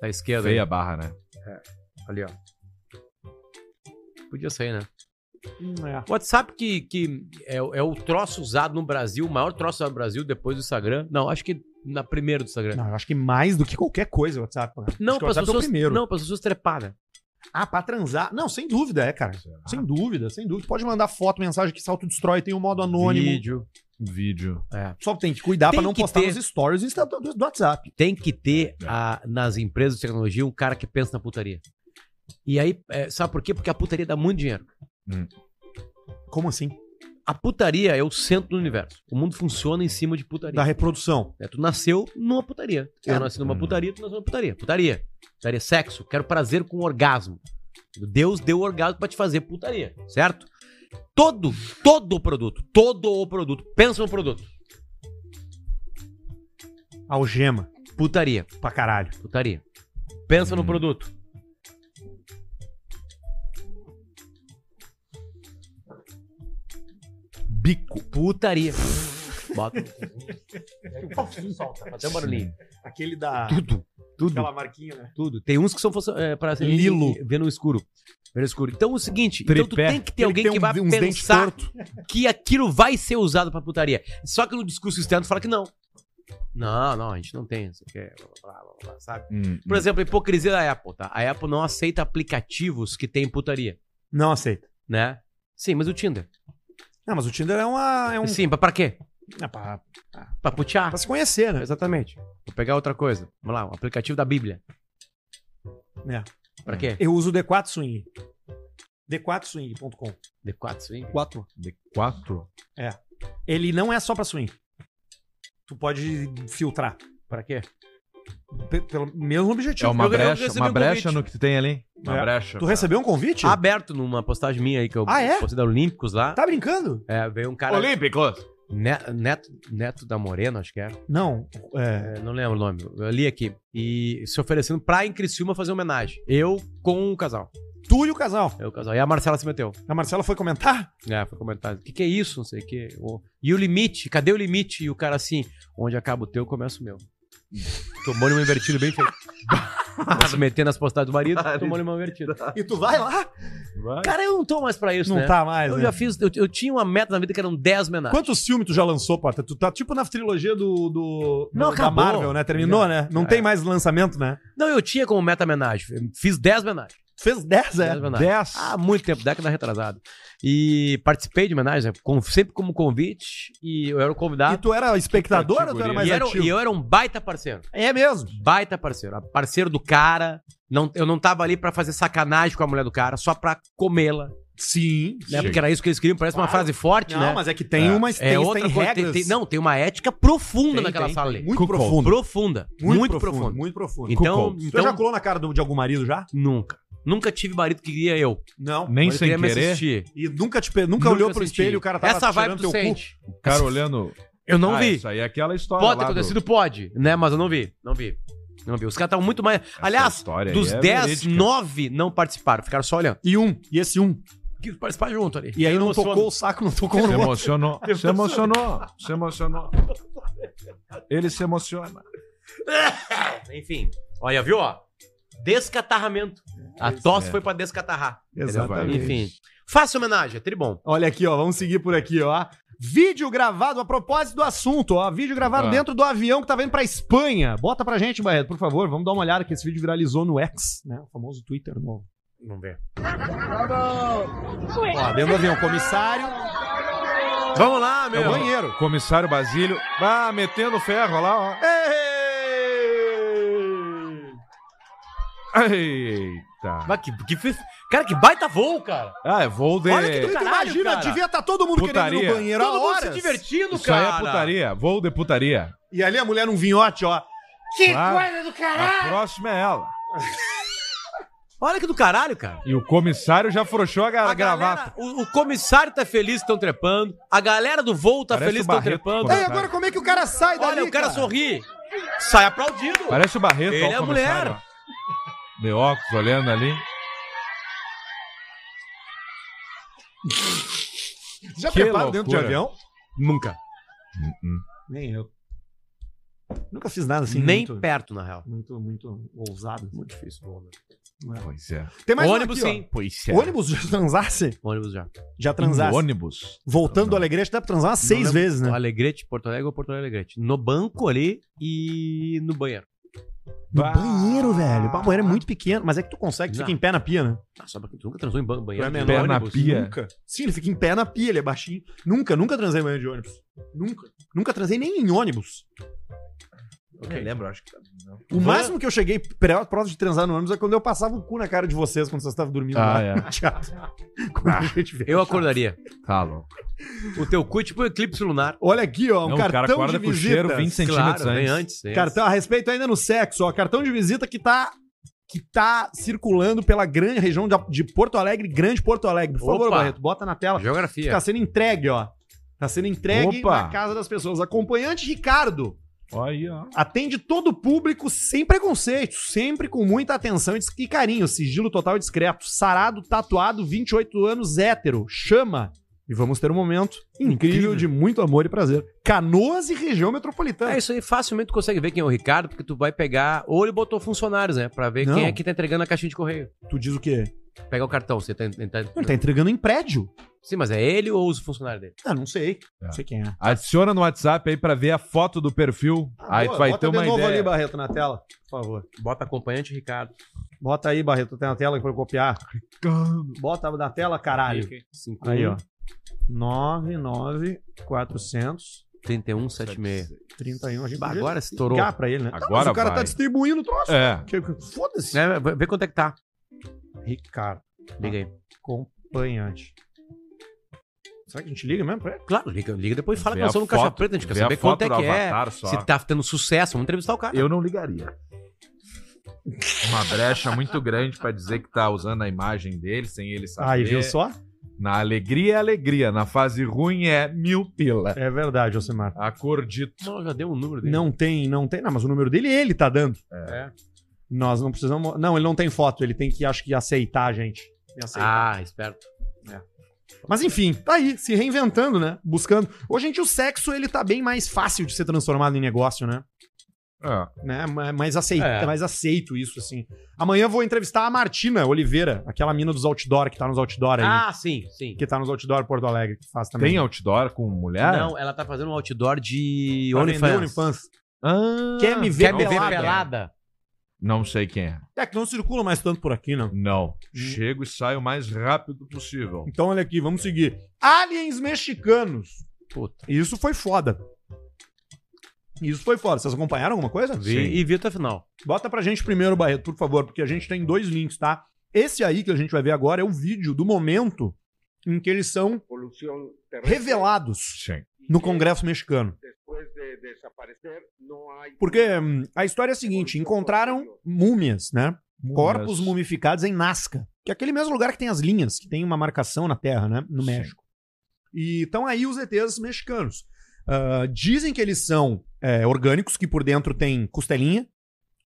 C: Da esquerda
B: Feia a barra, né?
C: aí. Ali, ó. Podia sair, né?
A: Hum, é.
C: WhatsApp que, que é, o- é o troço usado no Brasil, o maior troço usado no Brasil depois do Instagram. Não, acho que na primeira do Instagram.
A: Não, eu acho que mais do que qualquer coisa o WhatsApp. cara.
C: Não,
A: acho que o
C: para as
A: WhatsApp é o
C: pessoas,
A: primeiro.
C: não, para as pessoas trepar, né?
A: Ah, pra transar. Não, sem dúvida, é, cara. Sem dúvida, sem dúvida. Pode mandar foto, mensagem que se autodestrói, tem o modo anônimo.
C: Vídeo. É,
B: Vídeo.
A: Só tem que cuidar
C: Tem
A: pra não
C: que
A: postar
C: ter.
A: nos stories do, Insta- do- do WhatsApp.
C: Tem que ter
B: É.
C: a- nas empresas de tecnologia um cara que pensa na putaria. E aí, é, sabe por quê? Porque a putaria dá muito dinheiro.
A: Como assim?
C: A putaria é o centro do universo. O mundo funciona em cima de putaria.
A: Da reprodução.
C: É, tu nasceu numa putaria.
A: É.
C: Eu nasci numa putaria, tu nasceu numa putaria. Putaria. Putaria, sexo. Quero prazer com orgasmo. Deus deu orgasmo pra te fazer putaria, certo? Todo, todo o produto, todo o produto, pensa no produto.
A: Algema.
C: Putaria,
A: Pra caralho.
C: putaria. Pensa no produto. Bico. Putaria. Bota. Solta, fazer um barulhinho.
A: Aquele da.
C: Tudo, tudo.
A: Aquela marquinha, né?
C: Tudo. Tem uns que são fosse- é, para ser
A: Lilo.
C: Vê no escuro. Vê no escuro. Então é o seguinte, então tu
B: Tripé.
C: tem que ter alguém que,
A: um
C: vai pensar que aquilo vai ser usado pra putaria. Só que no discurso externo tu fala que não. Não, não, a gente não tem isso aqui, blá, blá, blá, blá, blá, sabe?
B: Hum,
C: Por exemplo, a hipocrisia da Apple, tá? A Apple não aceita aplicativos que tem putaria,
A: Não aceita.
C: né? Sim, mas o Tinder.
A: Não, mas o Tinder é uma. É um...
C: Sim, pra, pra quê?
A: É pra,
C: Pra putear.
A: pra se conhecer, né?
C: Exatamente. Vou pegar outra coisa. Vamos lá, o aplicativo da Bíblia.
A: É.
C: Pra quê?
A: Eu uso o D4 Swing. D4swing.com.
C: D4 Swing?
A: 4.
B: Quatro?
A: Ele não é só pra swing. Tu pode filtrar.
C: Pra quê?
A: Pe- pelo mesmo objetivo.
B: É uma
C: eu- eu
B: brecha,
C: recebi
B: uma
C: um
B: brecha
C: convite.
B: no que tu tem ali. Uma
A: É.
B: brecha.
A: Tu recebeu um convite?
C: Aberto numa postagem minha aí que eu
A: Ah, é?
C: postei da Olímpicos lá.
A: Tá brincando?
C: É, veio um cara.
B: Olímpicos!
C: Ne- Neto, Neto da Morena, acho que era.
A: Não. É.
C: É, não lembro o nome. Eu li aqui. E se oferecendo pra em Criciúma fazer homenagem. Eu com o casal.
A: Tu e o casal.
C: Eu, o casal. E a Marcela se meteu.
A: A Marcela foi comentar?
C: É, foi comentário. O que, que é isso? Não sei o que. E o limite? Cadê o limite? E o cara assim, onde acaba o teu, começa o meu. Tomou uma invertida bem feita. se metendo nas postagens do marido, tomou uma invertida.
A: E tu vai lá?
C: Cara, eu não tô mais pra isso,
A: não
C: né?
A: tá mais.
C: Eu
A: né?
C: já fiz, eu, eu tinha uma meta na vida que eram 10 homenagens.
A: Quantos filmes tu já lançou, Potter? Tu tá tipo na trilogia do, do-
C: Não,
A: da
C: acabou.
A: Marvel, né? Terminou, né? Não
C: É.
A: tem mais lançamento, né?
C: Não, eu tinha como meta homenagem. Fiz 10 homenagens.
A: Fez 10,
C: 10
A: é.
C: homenagens.
B: Dez.
C: Há muito tempo, década retrasada. E participei de homenagens, né? Com- sempre como convite. E eu era o
A: E
C: convidado.
A: tu era espectador ou tu era mais
C: tá. E, era-
A: ativo?
C: e eu era um baita parceiro.
A: É mesmo.
C: Baita parceiro. Parceiro do cara. Não, eu não tava ali pra fazer sacanagem com a mulher do cara, só pra comê-la.
A: Sim.
C: Né? Porque era isso que eles queriam. Parece uma
A: Claro.
C: frase forte,
A: Não,
C: né?
A: mas é que tem uma
C: é
A: tem,
C: outra
A: tem
C: coisa. Tem-
A: regras.
C: tem- não, tem uma ética profunda
A: Tem,
C: naquela
A: tem,
C: sala
A: tem.
C: ali.
A: Muito
B: Cuckold.
A: profundo.
C: Profunda. Muito, profunda.
A: Muito profundo.
C: Então,
B: Cuckold.
A: Tu
C: então
A: já colou na cara do- de algum marido já?
C: nunca. Nunca tive marido que queria eu.
A: Não.
B: Nem
C: Mas
B: sem
C: queria me
B: querer.
C: assistir.
A: E nunca, te, pe- nunca, olhou pro
C: senti.
A: espelho e o cara tava
C: Essa vibe
A: cheirando
C: tu sente.
B: O cara olhando.
C: Eu não
B: Ah,
C: vi.
B: Isso aí é aquela história.
C: Pode ter
B: lá do-
C: acontecido? Pode, né? Mas eu não vi. Não vi. Não vi. Os caras estavam muito mais.
B: Essa
C: Aliás,
B: história aí
C: dos
B: é
C: 10,
B: verídica.
C: 9 não participaram. Ficaram só olhando.
A: E um. E esse um.
C: Quis participar junto ali.
A: E aí não
C: Emociona.
A: tocou o saco, não tocou
B: Se
A: no outro.
B: emocionou. se emocionou. Se emocionou. Ele se emociona.
C: Enfim. Olha, viu, ó? Descatarramento. A tosse foi pra descatarrar.
B: é. Exatamente.
C: Enfim. Faça homenagem, é tribom.
A: Olha aqui, ó. Vamos seguir por aqui, ó. Vídeo gravado a propósito do assunto, ó. Vídeo gravado
B: Ah.
A: dentro do avião que tá vindo pra Espanha. Bota pra gente, Barreto, por favor. Vamos dar uma olhada que esse vídeo viralizou no X, né? O famoso Twitter novo.
C: Vamos ver.
A: Ó, dentro do avião, comissário,
C: Vamos lá,
A: é o
C: meu.
A: banheiro.
B: Comissário Basílio. Ah, metendo ferro lá, ó. Eita.
C: Mas que, que fez- Cara, que baita voo, cara.
B: Ah, é voo de.
C: Olha que
A: Tu
C: do Caralho,
A: imagina,
C: cara.
A: devia estar todo mundo querendo ir
B: Putaria.
A: no banheiro
C: Todo
A: há
C: mundo se
A: horas.
C: divertindo,
B: Isso aí
C: cara.
B: é putaria. Voo de putaria.
A: E ali a mulher num vinhote, ó.
B: Que coisa do caralho! A próxima é ela.
C: Olha que do caralho, cara.
B: E o comissário já frouxou a, ga-
C: A
B: gravata.
C: galera, o, o comissário tá feliz que estão trepando. A galera do voo tá
B: Parece
C: feliz
B: o
C: que estão
B: Barreto
C: trepando.
B: quando-
A: Aí agora como é que o cara sai dali,
C: Olha, o cara, sorri. Sai aplaudindo.
B: Parece o Barreto.
C: Ele
B: ó, o
C: é
B: comissário,
C: mulher.
B: ó. De óculos, olhando ali.
A: Já
B: Que
A: preparo dentro de um
B: loucura.
A: avião?
C: Nunca.
A: Nem eu. Nunca fiz nada assim.
C: Nem
A: muito,
C: perto, na real.
A: muito, muito ousado.
C: Muito difícil.
A: né?
C: Voo,
B: Pois é.
A: Tem mais um
C: ônibus,
A: aqui, ó.
C: sim.
B: Pois é.
A: Ônibus já transasse?
C: Ônibus já.
A: Já
B: Em
A: transasse.
B: Hum, ônibus.
A: Voltando
B: Não.
A: do Alegrete, dá pra transar umas
C: Não
A: seis
C: lembro-
A: vezes, né?
C: Alegrete, Porto Alegre ou Porto Alegre Alegrete. No banco ali e no banheiro.
A: No
B: Bah.
A: banheiro, velho. O banheiro é muito pequeno, mas é que tu consegue, tu
C: Não.
A: fica em pé na pia, né?
C: Ah, só pra quem tu nunca transou em ban- banheiro.
A: Tu é
C: de
A: menor,
C: ônibus.
B: na pia.
A: Nunca. Sim, ele fica em pé na pia, ele é baixinho. Nunca, nunca transei banheiro de ônibus. Nunca. Nunca transei nem em ônibus.
C: Eu nem lembro, acho que. tá
A: O máximo que eu cheguei pré- próximo de transar no ônibus é quando eu passava o cu na cara de vocês quando vocês estavam dormindo
B: Ah,
A: lá
B: é.
A: no teatro. Quando a gente vê.
C: Ah, Eu acordaria.
B: Tá louco.
C: O teu cu é tipo um eclipse lunar.
A: Olha aqui, ó, um
B: Não, o cara
A: cartão de
B: acorda com o cheiro
A: visita.
B: 20 centímetros
C: vem
B: antes.
C: antes. vem antes.
A: Cartão, a respeito ainda no sexo, ó, cartão de visita que tá que tá circulando pela grande região de, de Porto Alegre, Grande Porto Alegre. Por favor,
C: Opa.
A: Barreto, bota na tela.
C: Geografia.
A: Tá sendo entregue, ó. Tá sendo entregue
B: Opa.
A: na casa das pessoas. Acompanhante Ricardo
B: Ó aí, ó.
A: atende todo o público sem preconceito, sempre com muita atenção e dis- e carinho. Sigilo total e discreto. Sarado, tatuado, 28 anos, hétero. Chama. E vamos ter um momento incrível, de muito amor e prazer. Canoas e região metropolitana.
C: É, isso aí facilmente tu consegue ver quem é o Ricardo, porque tu vai pegar. Ou ele botou funcionários, né? Pra ver
A: Não.
C: quem é que tá entregando a caixinha de correio.
A: Tu diz o quê?
C: Pega o cartão, você tá. tá-
A: Ele tá entregando em prédio.
C: Sim, mas é ele ou os funcionários dele?
A: Ah, não sei.
B: É.
A: Não sei quem é.
B: Adiciona no WhatsApp aí pra ver a foto do perfil.
A: Ah,
B: aí tu vai ter uma ideia.
A: Barreto, na tela, por favor.
C: Bota acompanhante Ricardo.
A: Bota aí, Barreto, tem na tela pra eu copiar. Bota na tela,
C: Tá,
A: caralho.
C: Cinco,
A: Aí,
C: um,
A: ó. 99400
C: 3176.
A: 31. A gente
C: Bah,
A: podia
C: agora estourou.
A: ligar pra ele, né?
B: Agora
A: Ah, mas o cara
B: vai.
A: tá distribuindo o troço.
B: É.
A: Que- que- Foda-se.
C: É, vê- vê quanto é que tá.
A: Ricardo,
C: Liga aí.
A: acompanhante. Será que a gente liga mesmo pra ele?
C: Claro, liga, liga depois e fala
B: Vê
C: que nós
B: a
C: somos no Caixa
B: foto,
C: Preta, a gente quer
B: vê a
C: saber quanto é
B: foto do
C: que é.
B: avatar só.
C: Se tá tendo sucesso, vamos entrevistar o cara.
B: Eu não ligaria. Uma brecha muito grande pra dizer que tá usando a imagem dele sem ele saber.
A: Aí, viu só?
B: Na alegria é alegria, na fase ruim é mil pila.
A: É verdade, Alcimar.
B: Acordito.
C: Não, já deu um número dele.
A: Não tem, não tem. Não, mas o número dele ele tá dando.
C: É.
A: Nós não precisamos. Não, ele não tem foto, ele tem que, acho que, aceitar a gente. Tem que aceitar.
C: Ah, espero.
A: Mas enfim, tá aí, se reinventando, né? Buscando. Hoje, gente, o sexo ele tá bem mais fácil de ser transformado em negócio, né?
B: É.
A: né? Ma- Mais aceito,
C: É.
A: mais aceito isso, assim. Amanhã eu vou entrevistar a Martina Oliveira, aquela mina dos outdoor que tá nos outdoor aí.
C: Ah, sim, sim.
A: Que tá nos outdoor Porto Alegre, que faz também.
B: Tem outdoor com mulher?
C: Não, ela tá fazendo um outdoor de
A: Pra vender
C: OnlyFans.
A: OnlyFans.
B: Ah,
A: Quer me ver
C: Quer me ver
A: pelada?
C: pelada?
B: Não sei quem é.
A: É que não circula mais tanto por aqui, né? não.
C: Hum.
B: Não. Chego e saio o mais rápido possível.
A: Então, olha aqui, vamos seguir. Aliens mexicanos.
C: Puta.
A: Isso foi foda. Isso foi foda. Vocês acompanharam alguma coisa?
C: Vi, e vi até o final.
A: Bota pra gente primeiro, Barreto, por favor, porque a gente tem dois links, tá? Esse aí que a gente vai ver agora é o vídeo do momento em que eles são
E: polución terrestre.
A: revelados
B: Sim.
A: no Congresso mexicano.
E: Después de desaparecer, no hay.
A: Porque hum, a história é a seguinte: encontraram múmias, né? Corpos
B: Múmias.
A: mumificados em Nazca, que é aquele mesmo lugar que tem as linhas, que tem uma marcação na terra, né? No
B: Sim.
A: México. E estão aí os ETs mexicanos. Ah, dizem que eles são é, orgânicos, que por dentro tem costelinha,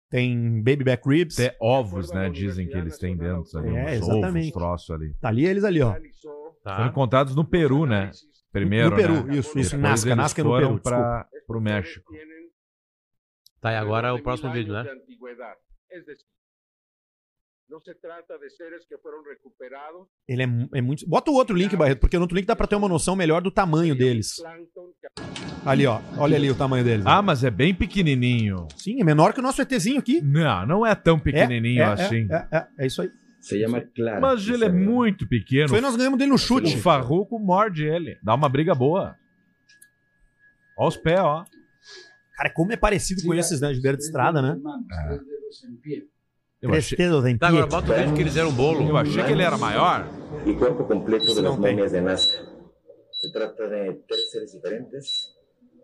A: tem baby back
C: é
A: ribs.
B: Até ovos, né? Dizem que eles têm dentro ali.
A: É,
B: uns
A: exatamente.
B: ovos, troços ali.
A: Tá ali eles ali, ó.
E: Realizó
B: Foram
C: Tá?
B: encontrados no Peru, né?
E: análisis.
B: Primeiro,
A: No Peru,
B: né?
A: isso,
B: Depois
A: isso. Nazca,
B: eles
A: Nazca é no
B: foram
A: Peru,
B: Pra, pro
E: Ustedes
B: México.
E: tienen
C: Tá, e agora é
E: alrededor
C: o
E: de
C: próximo
E: mil
C: vídeo,
E: años
C: né?
E: de antigüedad. Es decir, no se trata de seres que fueron recuperados.
A: Ele é, mu- é muito. Bota o outro link, Barreto, porque no outro link dá pra ter uma noção melhor do tamanho deles.
E: Plankton que
A: Ali, ó. Olha ali o tamanho deles.
B: Ah, mas é bem pequenininho.
A: Sim, é menor que o nosso ETzinho aqui.
B: Não, não é tão pequenininho
A: é,
B: assim.
A: É, é, é isso aí.
G: Se llama Clara.
B: Mas ele é muito pequeno.
A: Foi nós ganhamos dele no
B: O
A: chute.
B: Farruco morde ele. Dá uma briga boa. Ó os pés, ó.
A: Cara, como é parecido com esses, né? De beira de estrada, né?
B: Eu achei,
A: dedos em
C: Tá, agora
A: pé.
C: bota o vídeo que eles deram um bolo.
B: eu achei que ele era maior.
G: El cuerpo completo
A: Ese
G: de las
A: no tengo.
G: momias
B: né?
G: de Nazca. Se trata de tres seres diferentes,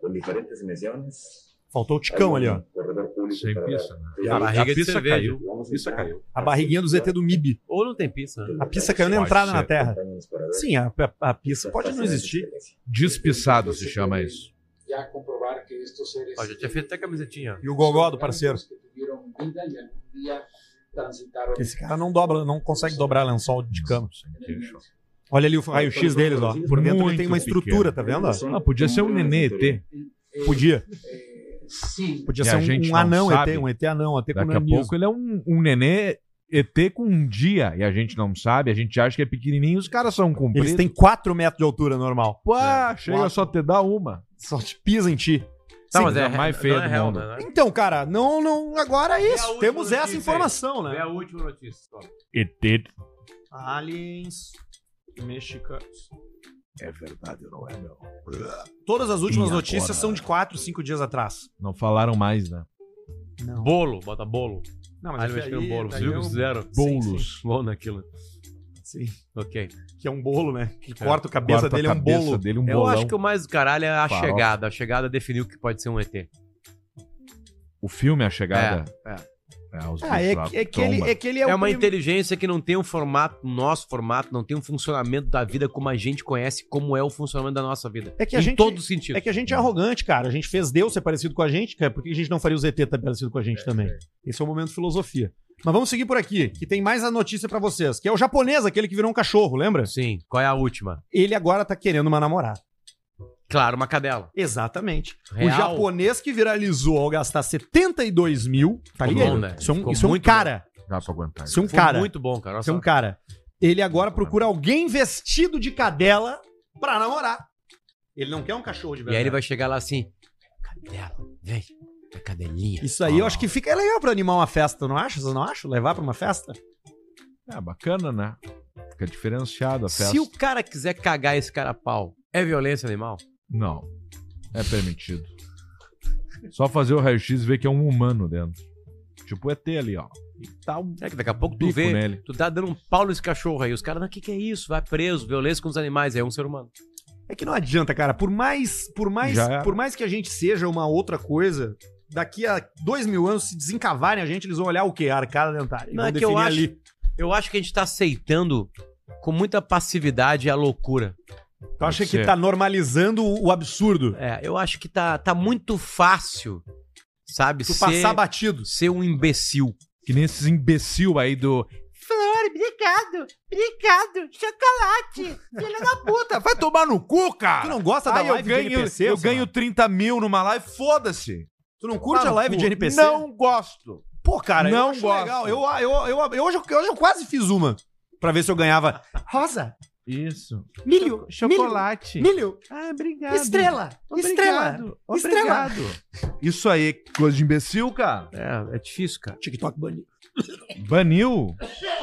G: con diferentes dimensiones.
A: Faltou o ticão ali, ó.
G: Un corredor público
B: Sem
G: para-
B: pista, né?
G: para-
C: A barriga de
B: pizza
C: cerveja.
G: Vamos
B: Isso
G: entrar
B: caiu.
A: A barriguinha do ZT do MIB.
C: Ou não tem pizza, né?
A: A pista caiu na entrada
B: Pode
A: na
B: ser.
A: terra.
G: en los corredores.
A: Sim, a, a, a pista pode não
G: Fascinante
A: existir.
G: experiencia.
B: Despiçado se chama isso.
E: ya comprobar que estos seres.
C: Ó, já tinha feito até camisetinha.
A: E o gogó do parceiro.
E: que tuvieron vida y algún día transitaron
A: Esse cara não dobra, não consegue dobrar lençol de cama.
B: Fechou.
A: Olha ali o raio-x deles, ó. Por dentro ele tem uma
B: Muito
A: estrutura, tá vendo? ó?
B: Ah, podia ser um nenê ET.
A: Podia.
E: Sí,
A: Podia
B: E
A: ser
B: a
A: um,
B: gente
A: um
B: não
A: anão
B: sabe.
A: ET, um ET anão, um ET com
B: Daqui a
A: nanismo.
B: pouco ele é um, um nenê ET com um dia. E a gente não sabe, a gente acha que é pequenininho. Os caras são compridos.
A: Eles têm 4 metros de altura normal.
B: Uá, chega só te dar uma.
A: Só te pisa em ti.
C: Tá,
B: Sim,
C: mas é,
B: a mais
C: não
B: feia
C: é
B: do
C: real,
B: mundo.
C: né?
A: Então, cara, não, não, agora é
C: É a
A: isso.
C: última
A: Temos essa
C: notícia
A: informação,
C: É
A: né?
C: a última notícia. ó.
B: ET.
A: Aliens mexicanos.
B: É verdade, não é, meu?
A: Todas as últimas
B: E
A: notícias
B: agora?
A: são de 4, 5 dias atrás.
B: Não falaram mais, né?
C: Bolo, bota bolo.
A: Não,
C: Alho
A: esse
C: mexicano
A: aí,
C: bolo. Você
A: daí
C: viu
A: é
C: o que
A: um-
C: fizeram?
B: Bolos.
C: Bom naquilo.
A: Sim,
C: Ok.
A: que é um bolo, né? Que corta a cabeça
B: Corta a
A: dele, é um
B: cabeça
A: bolo.
B: dele, um
C: Eu
B: bolão.
C: acho que o mais do caralho é a
B: Farofa.
C: chegada. A chegada definiu que pode ser um ET.
B: O filme A Chegada.
C: É,
B: É, os
A: Ah, é,
B: bichos lá
A: que- é que ele,
B: tromba.
A: é que ele é,
C: É,
A: o
C: uma
A: prim-
C: inteligência que não tem um formato, nosso formato, não tem um funcionamento da vida como a gente conhece, como é o funcionamento da nossa vida.
A: É que a
C: em
A: gente-
C: todos os sentidos.
A: É que a gente é arrogante, cara. A gente fez Deus ser parecido com a gente, cara. Por que a gente não faria o ZT estar parecido com a gente também? Esse é o momento de filosofia. Mas vamos seguir por aqui, que tem mais a notícia pra vocês, que é o japonês, aquele que virou um cachorro, lembra?
C: Sim. Qual é a última?
A: Ele agora tá querendo uma namorada.
C: Claro, uma cadela.
A: Exatamente.
C: Real.
A: O japonês que viralizou ao gastar 72 mil, tá
C: Ficou
A: ligado?
C: bom, né?
A: Isso é um,
C: Ficou
A: isso é um
C: muito
A: cara.
B: Dá pra aguentar.
A: Isso é um
C: Foi
A: cara.
C: muito bom, cara. Olha
A: Isso é
C: só.
A: um cara. Ele agora procura alguém vestido de cadela pra namorar. Ele não quer um cachorro de
C: E aí
A: verdade.
C: ele vai chegar lá assim, cadela, vem, a cadelinha.
A: Isso aí eu
B: Ah.
A: acho que fica é legal pra animar uma festa, não acha? Você não acha? Levar pra uma festa?
B: É bacana, né? Fica diferenciado a festa.
C: Se o cara quiser cagar esse cara a pau, é violência animal?
B: Não. É permitido. Só fazer o raio-x e ver que é um humano dentro. Tipo o ET ali, ó. E tá um
C: Será que daqui a pouco tu
B: bico
C: vê,
B: nele.
C: tu tá dando um pau nesse cachorro aí, os caras, não, o que que é isso? Vai preso, violência com os animais, aí é um ser humano.
A: É que não adianta, cara. Por mais, por mais,
B: Já era.
A: por mais que a gente seja uma outra coisa, daqui a dois mil anos, se desencavarem a gente, eles vão olhar o quê? A arcada dentária. E
C: Não,
A: vão
C: é que eu
A: definir
C: acho, eu acho que a gente tá aceitando com muita passividade a loucura.
A: Tu acha
B: Pode
A: que
B: ser.
A: tá normalizando o o absurdo?
C: É, eu acho que tá, tá muito fácil, sabe,
A: Tu
C: ser,
A: passar batido.
C: ser um imbecil.
B: Que nem esses imbecil aí do.
H: Flor, obrigado, obrigado, chocolate, filha da
B: Puta, vai tomar no cu,
A: Tu
B: cara!
A: não gosta da
B: Aí Ah, eu
A: live
B: ganho,
A: de NPC?
B: eu
A: Alcemar?
B: ganho 30 mil numa live, foda-se!
A: Tu não curte
B: Tá
A: a
B: no
A: live
B: cu.
A: de NPC?
B: Não gosto!
A: Pô, cara,
B: Não
A: eu acho
B: gosto.
A: legal. Eu, eu, eu, eu- hoje, eu- hoje eu quase fiz uma pra ver se eu ganhava rosa,
B: Isso.
A: milho,
B: Chocolate.
A: milho,
B: Ah, obrigado.
A: estrela, estrela.
B: Obrigado. Obrigado. Isso aí, coisa de imbecil, cara.
C: É, é difícil, cara.
A: TikTok banido.
B: Baniu.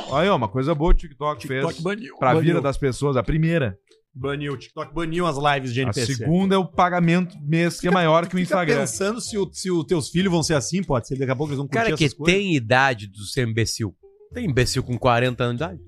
B: Olha, aí, ó, uma coisa boa o TikTok, fez
A: baniu.
B: pra
A: baniu.
B: vida das pessoas, a primeira.
A: Baniu, TikTok baniu as lives de
B: A
A: NPC.
B: segunda é o pagamento mês que é maior que o
A: Fica
B: Instagram.
A: pensando se os se o teus filhos vão ser assim, pode ser. Daqui a pouco eles vão curtir
C: Cara que
A: essas coisas.
C: tem idade do ser imbecil. Tem imbecil com 40 anos de idade.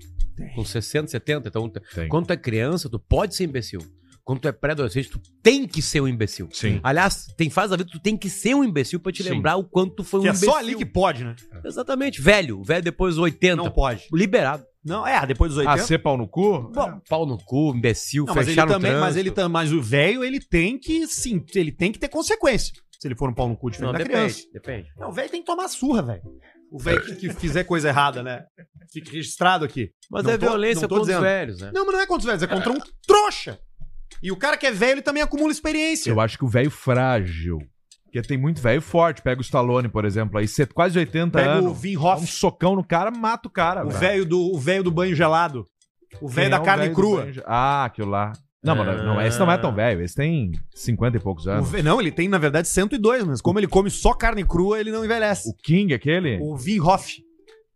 C: Com 60, 70. Então, t-
B: Tem.
C: quando tu é criança, tu pode ser imbecil. Quando tu é pré-adolescente, tu tem que ser um imbecil.
B: Sim.
C: Aliás, tem fase da vida que tu tem que ser um imbecil pra te
B: Sim.
C: lembrar o quanto tu foi um
A: Que é
C: imbecil.
A: só ali que pode, né?
C: Exatamente. Velho. Velho depois dos 80.
A: Não pode.
C: Liberado.
A: Não, é, depois dos 80.
B: A Ah, ser pau no cu?
C: Bom, pau no cu, imbecil,
A: Não, mas ele
C: Ah, fechar no
A: também,
C: trânsito.
A: mas ele tam- mas o velho ele tem que sim, ele tem que ter consequência. Se ele for um pau no cu diferente
C: Não,
A: da
C: depende,
A: criança.
C: depende.
A: Não, o velho tem que tomar surra, velho. O velho que, que fizer coisa errada, né? Fique registrado aqui.
C: Mas
A: Não
C: é
A: tô-
C: violência
A: não tô
C: contra os
A: dizendo.
C: velhos, né?
A: Não, mas não é contra os velhos, é contra um trouxa. E o cara que é velho, ele também acumula experiência.
B: Eu acho que o velho frágil. Porque tem muito velho forte. Pega o Stallone, por exemplo, aí cê- quase 80
A: Pega o
B: anos.
A: Vin
B: Dá um
A: Hoff,
B: socão no cara, mata o cara.
A: o velho do, o velho do banho gelado. O
B: Quem
A: velho da
B: é o
A: carne
B: velho do
A: crua. Ah.
B: banjo? Ah, aquilo lá. Não, mas não, não, esse não é tão velho. Esse tem 50 e poucos
A: O
B: anos.
A: ve- Não, ele tem, na verdade, 102, mas como ele come só carne crua, ele não envelhece.
B: O King, aquele?
A: O Vin Hoff.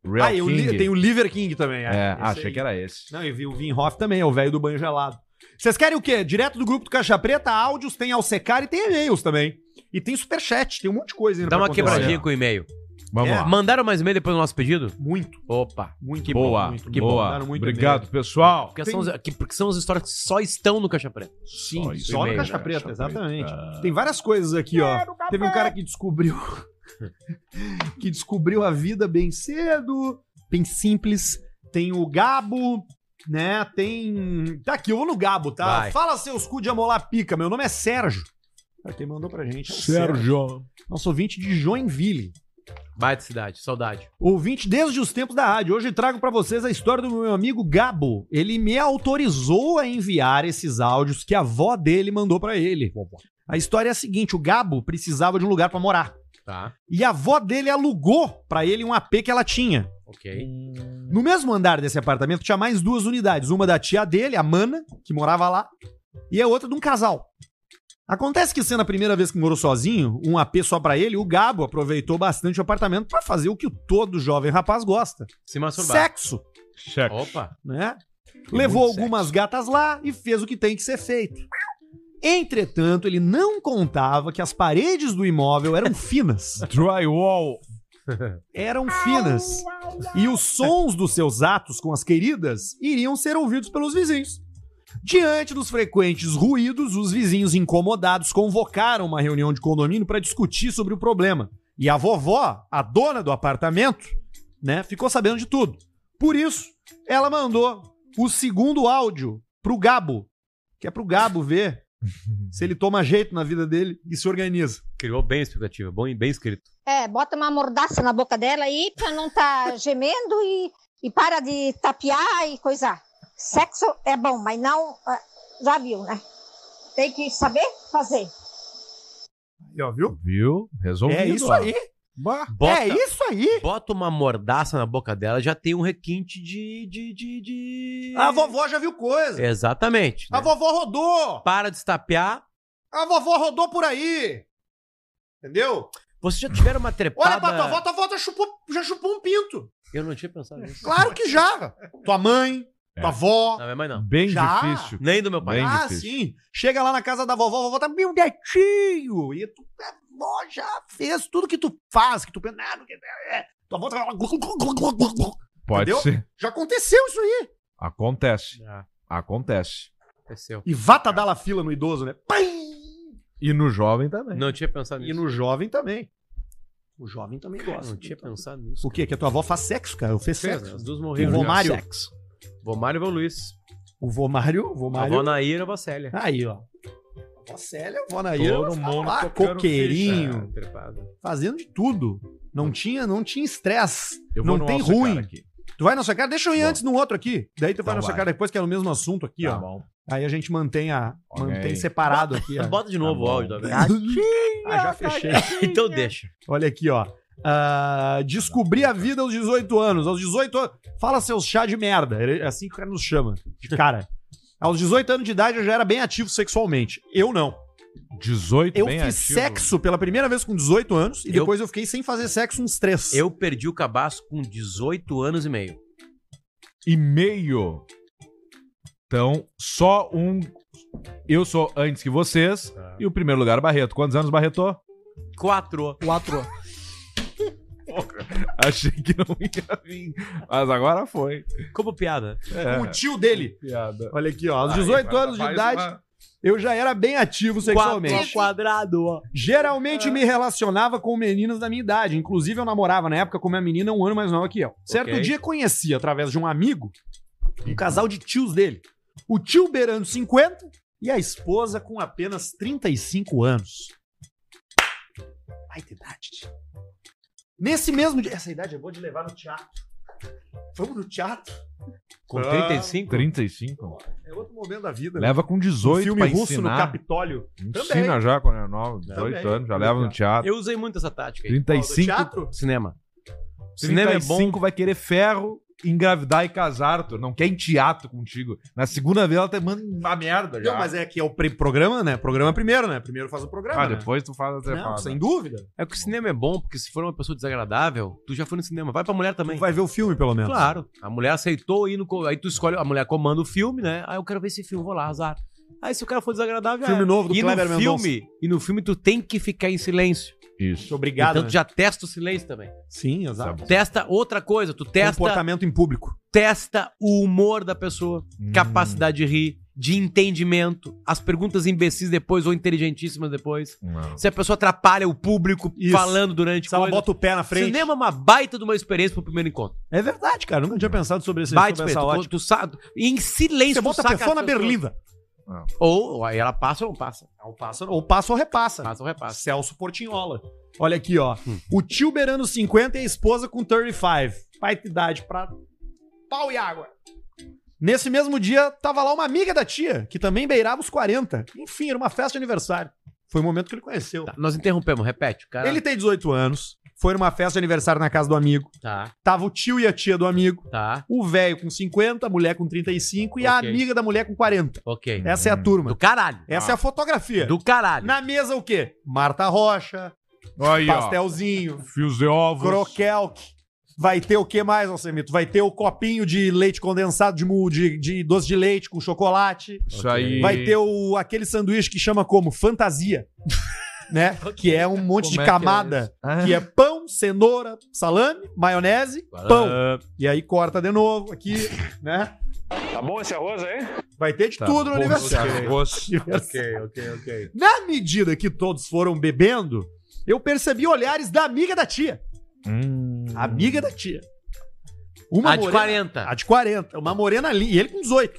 B: Real
A: ah, e o li-
B: King.
A: tem o Liver King também.
B: É,
A: Esse
B: ah, achei
A: aí.
B: que era esse.
A: Não, e vi o Vin Hoff também, é o velho do banho gelado. Vocês querem o quê? Direto do grupo do Caixa Preta, áudios, tem ao secar e tem e-mails também. E tem superchat, tem um monte de coisa ainda
C: Dá
A: pra
C: uma
A: acontecer.
C: quebradinha com o e-mail.
B: Vamos
A: É.
B: lá.
C: Mandaram mais e-mail depois do nosso pedido?
A: Muito,
C: Opa.
A: muito
C: Que
A: bom,
B: boa,
A: muito
B: que
A: bom.
B: boa.
A: Mandaram muito
B: Obrigado,
A: e-mail.
B: pessoal.
C: Porque são, as- que- porque são as histórias que só estão no Caixa Preta.
A: Sim,
B: isso,
A: só no
C: e-mail,
A: Caixa
B: né?
A: Preta,
B: Caixa
A: exatamente.
B: Preta.
A: Tem várias coisas aqui, ó. Teve um cara que descobriu. que descobriu a vida bem cedo, bem simples. Tem o Gabo, né? Tem. Tá aqui, eu vou no Gabo, tá?
C: Vai.
A: Fala seus cu de amolar pica. Meu nome é Sérgio. Cara, Quem mandou pra gente? é o
B: Sérgio.
A: Nosso ouvinte de Joinville.
C: Baita cidade, saudade.
A: Ouvinte desde os tempos da rádio. Hoje trago pra vocês a história do meu amigo Gabo. Ele me autorizou a enviar esses áudios que a avó dele mandou pra ele. A história é a seguinte: o Gabo precisava de um lugar pra morar.
C: Tá,
A: E a avó dele alugou pra ele um AP que ela tinha.
C: ok.
A: No mesmo andar desse apartamento tinha mais duas unidades. Uma da tia dele, a Mana, que morava lá, e a outra de um casal. Acontece que, sendo a primeira vez que morou sozinho, um AP só pra ele, o Gabo aproveitou bastante o apartamento pra fazer o que todo jovem rapaz gosta:
C: Se masturbar.
A: sexo,
B: Sexo.
C: Opa.
A: né? Levou
B: muito
A: algumas gatas lá e fez o que tem que ser feito. Entretanto, ele não contava que as paredes do imóvel eram finas.
B: Drywall.
A: Eram finas. E os sons dos seus atos com as queridas iriam ser ouvidos pelos vizinhos. Diante dos frequentes ruídos, os vizinhos incomodados convocaram uma reunião de condomínio para discutir sobre o problema. E a vovó, a dona do apartamento, né, ficou sabendo de tudo. Por isso, ela mandou o segundo áudio pro Gabo, que é pro Gabo ver se ele toma jeito na vida dele e se organiza.
C: Criou bem a expectativa, bom e bem escrito.
I: É, bota uma mordaça na boca dela aí pra não tá gemendo e, e para de tapear e coisar. Sexo é bom, mas não. ah, Já viu, né? Tem que saber fazer.
A: Aí, ó, viu?
B: Viu? Resolvido.
A: É isso
B: ó.
A: aí.
C: Bota,
A: É isso aí.
C: bota uma mordaça na boca dela, já tem um requinte de. de, de, de...
A: A vovó já viu coisa.
C: Exatamente.
A: A
C: É, né?
A: vovó rodou.
C: Para de estapear.
A: A vovó rodou por aí. Entendeu?
C: Vocês já tiveram uma trepada.
A: Olha pra tua avó, tua avó já chupou, já chupou um pinto.
C: Eu não tinha pensado nisso.
A: Claro que já. Tua mãe, tua avó.
C: É. Não, é minha mãe não.
B: Bem
A: Já?
B: difícil.
C: Nem do meu pai.
B: Bem
A: ah,
B: difícil.
A: sim. Chega lá na casa da vovó, a vovó tá meu gatinho. E tu, a vó já fez tudo que tu faz, que tu pensa. "Ah, não quer- é, é." Tua avó tá lá.
B: Pode
A: Entendeu?
B: ser.
A: Já aconteceu isso aí.
B: Acontece.
C: Ah,
B: Acontece.
C: aconteceu.
A: E vata dar a fila no idoso, né?
B: E no jovem também.
C: Não tinha pensado
A: é. E
C: nisso.
A: no jovem também. O jovem também gosta. então.
C: Não tinha pensado nisso.
A: O quê? Que a tua avó faz sexo, cara. Eu fiz
C: Fez,
A: sexo.
C: né? As duas
A: O
C: morreram.
A: Romário.
C: já. Romário e o Luiz.
A: O Vomário. O
C: A avó
A: Vomário.
C: Naira e a avó Célia.
A: Aí, ó. Vó Célia, vó Nair.
B: Todo mundo
A: lá,
B: tocando
A: Ah, coqueirinho.
C: É,
A: É.
B: ficha.
C: Trepada.
A: Fazendo de tudo. Não tinha, não tinha estresse.
B: Eu vou
A: Não
B: no
A: tem
B: nosso
A: ruim.
B: cara aqui.
A: Tu vai na sua cara, deixa eu ir
B: Bom.
A: antes no outro aqui. Daí tu vai
B: Então
A: na sua
B: vai.
A: cara depois, que é o mesmo assunto aqui,
B: Tá
A: ó.
B: bom.
A: Aí a gente mantém a.
B: Ok.
A: Mantém separado aqui, ó.
C: Bota de novo o
B: bom.
C: áudio da vez.
A: Ah, já fechei.
C: Então deixa.
A: Olha aqui, ó. Ah, descobri a vida aos 18 anos. Aos 18 anos. Fala seus chá de merda. É assim que o cara nos chama. De cara. Aos 18 anos de idade eu já era bem ativo sexualmente. Eu não.
B: 18
A: Eu
B: bem
A: fiz
B: ativo.
A: sexo pela primeira vez com 18 anos e
C: Eu-
A: depois eu fiquei sem fazer sexo uns três.
C: Eu perdi o cabaço com 18 anos e meio.
B: e meio. Então, só um. Eu sou antes que vocês.
A: Tá.
B: E o primeiro lugar, Barreto. Quantos anos, Barreto?
C: Quatro.
A: quatro.
B: Achei que não ia vir. Mas agora foi.
C: Como piada.
B: É,
A: O tio dele.
B: piada.
A: Olha aqui, ó. Aos 18 anos de idade, eu já era bem ativo sexualmente.
C: quadrado, ó.
A: Geralmente me relacionava com meninas da minha idade. Inclusive, eu namorava na época com minha menina um ano mais nova que eu. Certo
C: Ok.
A: dia, conheci através de um amigo um casal de tios dele. O tio beirando 50 e a esposa com apenas 35 anos. Baita idade. tio. Nesse mesmo dia. Essa idade eu vou te levar no teatro. Vamos no teatro?
C: Com
A: Ah.
C: 35?
B: 35?
A: É outro momento da vida. né?
B: Leva com 18
A: filme
B: pra
A: russo no
B: ensinar.
A: Capitólio.
B: Ensina
A: Também.
B: já quando é nova, 18
A: Também.
B: anos, já leva no teatro.
C: Eu usei muito essa tática aí.
A: No
B: 35,
A: teatro?
C: Cinema. Cinema é
B: 35
C: bom.
B: vai querer ferro, engravidar e casar, tu não quer em teatro contigo. Na segunda vez ela até manda uma merda já.
A: Não, mas é que é o pre- programa, né? Programa primeiro, né? Primeiro faz o programa.
B: Ah,
A: né?
B: depois tu faz a
A: Não,
B: trepada.
A: sem dúvida.
C: É que o cinema é bom, porque se for uma pessoa desagradável, tu já foi no cinema. Vai pra mulher também.
A: Tu vai ver o filme, pelo menos.
C: Claro. A mulher aceitou ir no. co- Aí tu escolhe, a mulher comanda o filme, né? Aí eu quero ver esse filme, vou lá, azar. Aí se o cara for desagradável, é. já
A: Filme
C: era.
A: novo do
C: e no
A: Kleber Mendonça.
C: filme, E no filme tu tem que ficar em silêncio.
B: Isso.
A: Obrigado. né?
C: Então
A: Tá
C: tu já testa o silêncio também.
A: Sim, exato. um
C: Testa outra coisa, tu testa,
A: Comportamento em público.
C: testa o humor da pessoa,
A: Hum.
C: capacidade de rir, de entendimento, as perguntas imbecis depois ou inteligentíssimas depois.
B: Não.
C: Se a pessoa atrapalha o público
A: Isso.
C: falando durante
A: Se ela
C: coisa.
A: bota o pé na frente.
C: Cinema é uma baita de uma experiência pro primeiro encontro.
A: É verdade, cara. Nunca tinha pensado sobre esse
C: Baita
A: sobre
C: experiência. Tu, tu sa- em silêncio
A: Você
C: tu
A: bota a
C: saca
A: pessoa na
C: as pessoas.
A: berlinda.
C: Ou, ou aí ela passa ou não passa.
A: Ou passa, ou passa ou repassa.
C: Passa ou repassa.
A: Celso Portinhola. Olha aqui, ó. O tio beirando 50 e a esposa com 35. Pai de idade pra pau e água. Nesse mesmo dia, tava lá uma amiga da tia, que também beirava os 40. Enfim, era uma festa de aniversário. Foi o momento que ele conheceu.
C: Tá, nós interrompemos, repete. O cara...
A: Ele tem 18 anos, foi numa festa de aniversário na casa do amigo.
C: Tá,
A: Tava o tio e a tia do amigo,
C: tá,
A: o velho com 50, a mulher com 35 e a
C: Ok.
A: amiga da mulher com 40.
C: ok.
A: Essa é a
C: Do
A: turma.
C: caralho.
A: Essa é a fotografia.
C: Ah. Do caralho.
A: Na mesa o quê? Marta Rocha,
B: Aí, ó.
A: pastelzinho,
B: Fios de ovos.
A: croquelk, Vai ter o que mais, Alcemito? Vai ter o copinho de leite condensado, de, mu- de, de doce de leite com chocolate.
B: Isso aí.
A: Vai ter um o, aquele sanduíche que chama como? Fantasia. né? Que é um monte de
B: Como é que é
A: camada.
B: Ah.
A: que é pão, cenoura, salame, maionese, pão. E aí corta de novo aqui, né?
D: Tá bom esse arroz aí?
A: Vai ter de
B: Tá
A: tudo no
B: bom,
A: aniversário.
B: esse arroz.
A: Ok, ok, ok. Na medida que todos foram bebendo, eu percebi olhares da amiga da tia.
B: Hum.
A: Amiga da tia.
C: A de
A: morena-
C: 40.
A: A de 40. Uma morena linda. E ele com 18.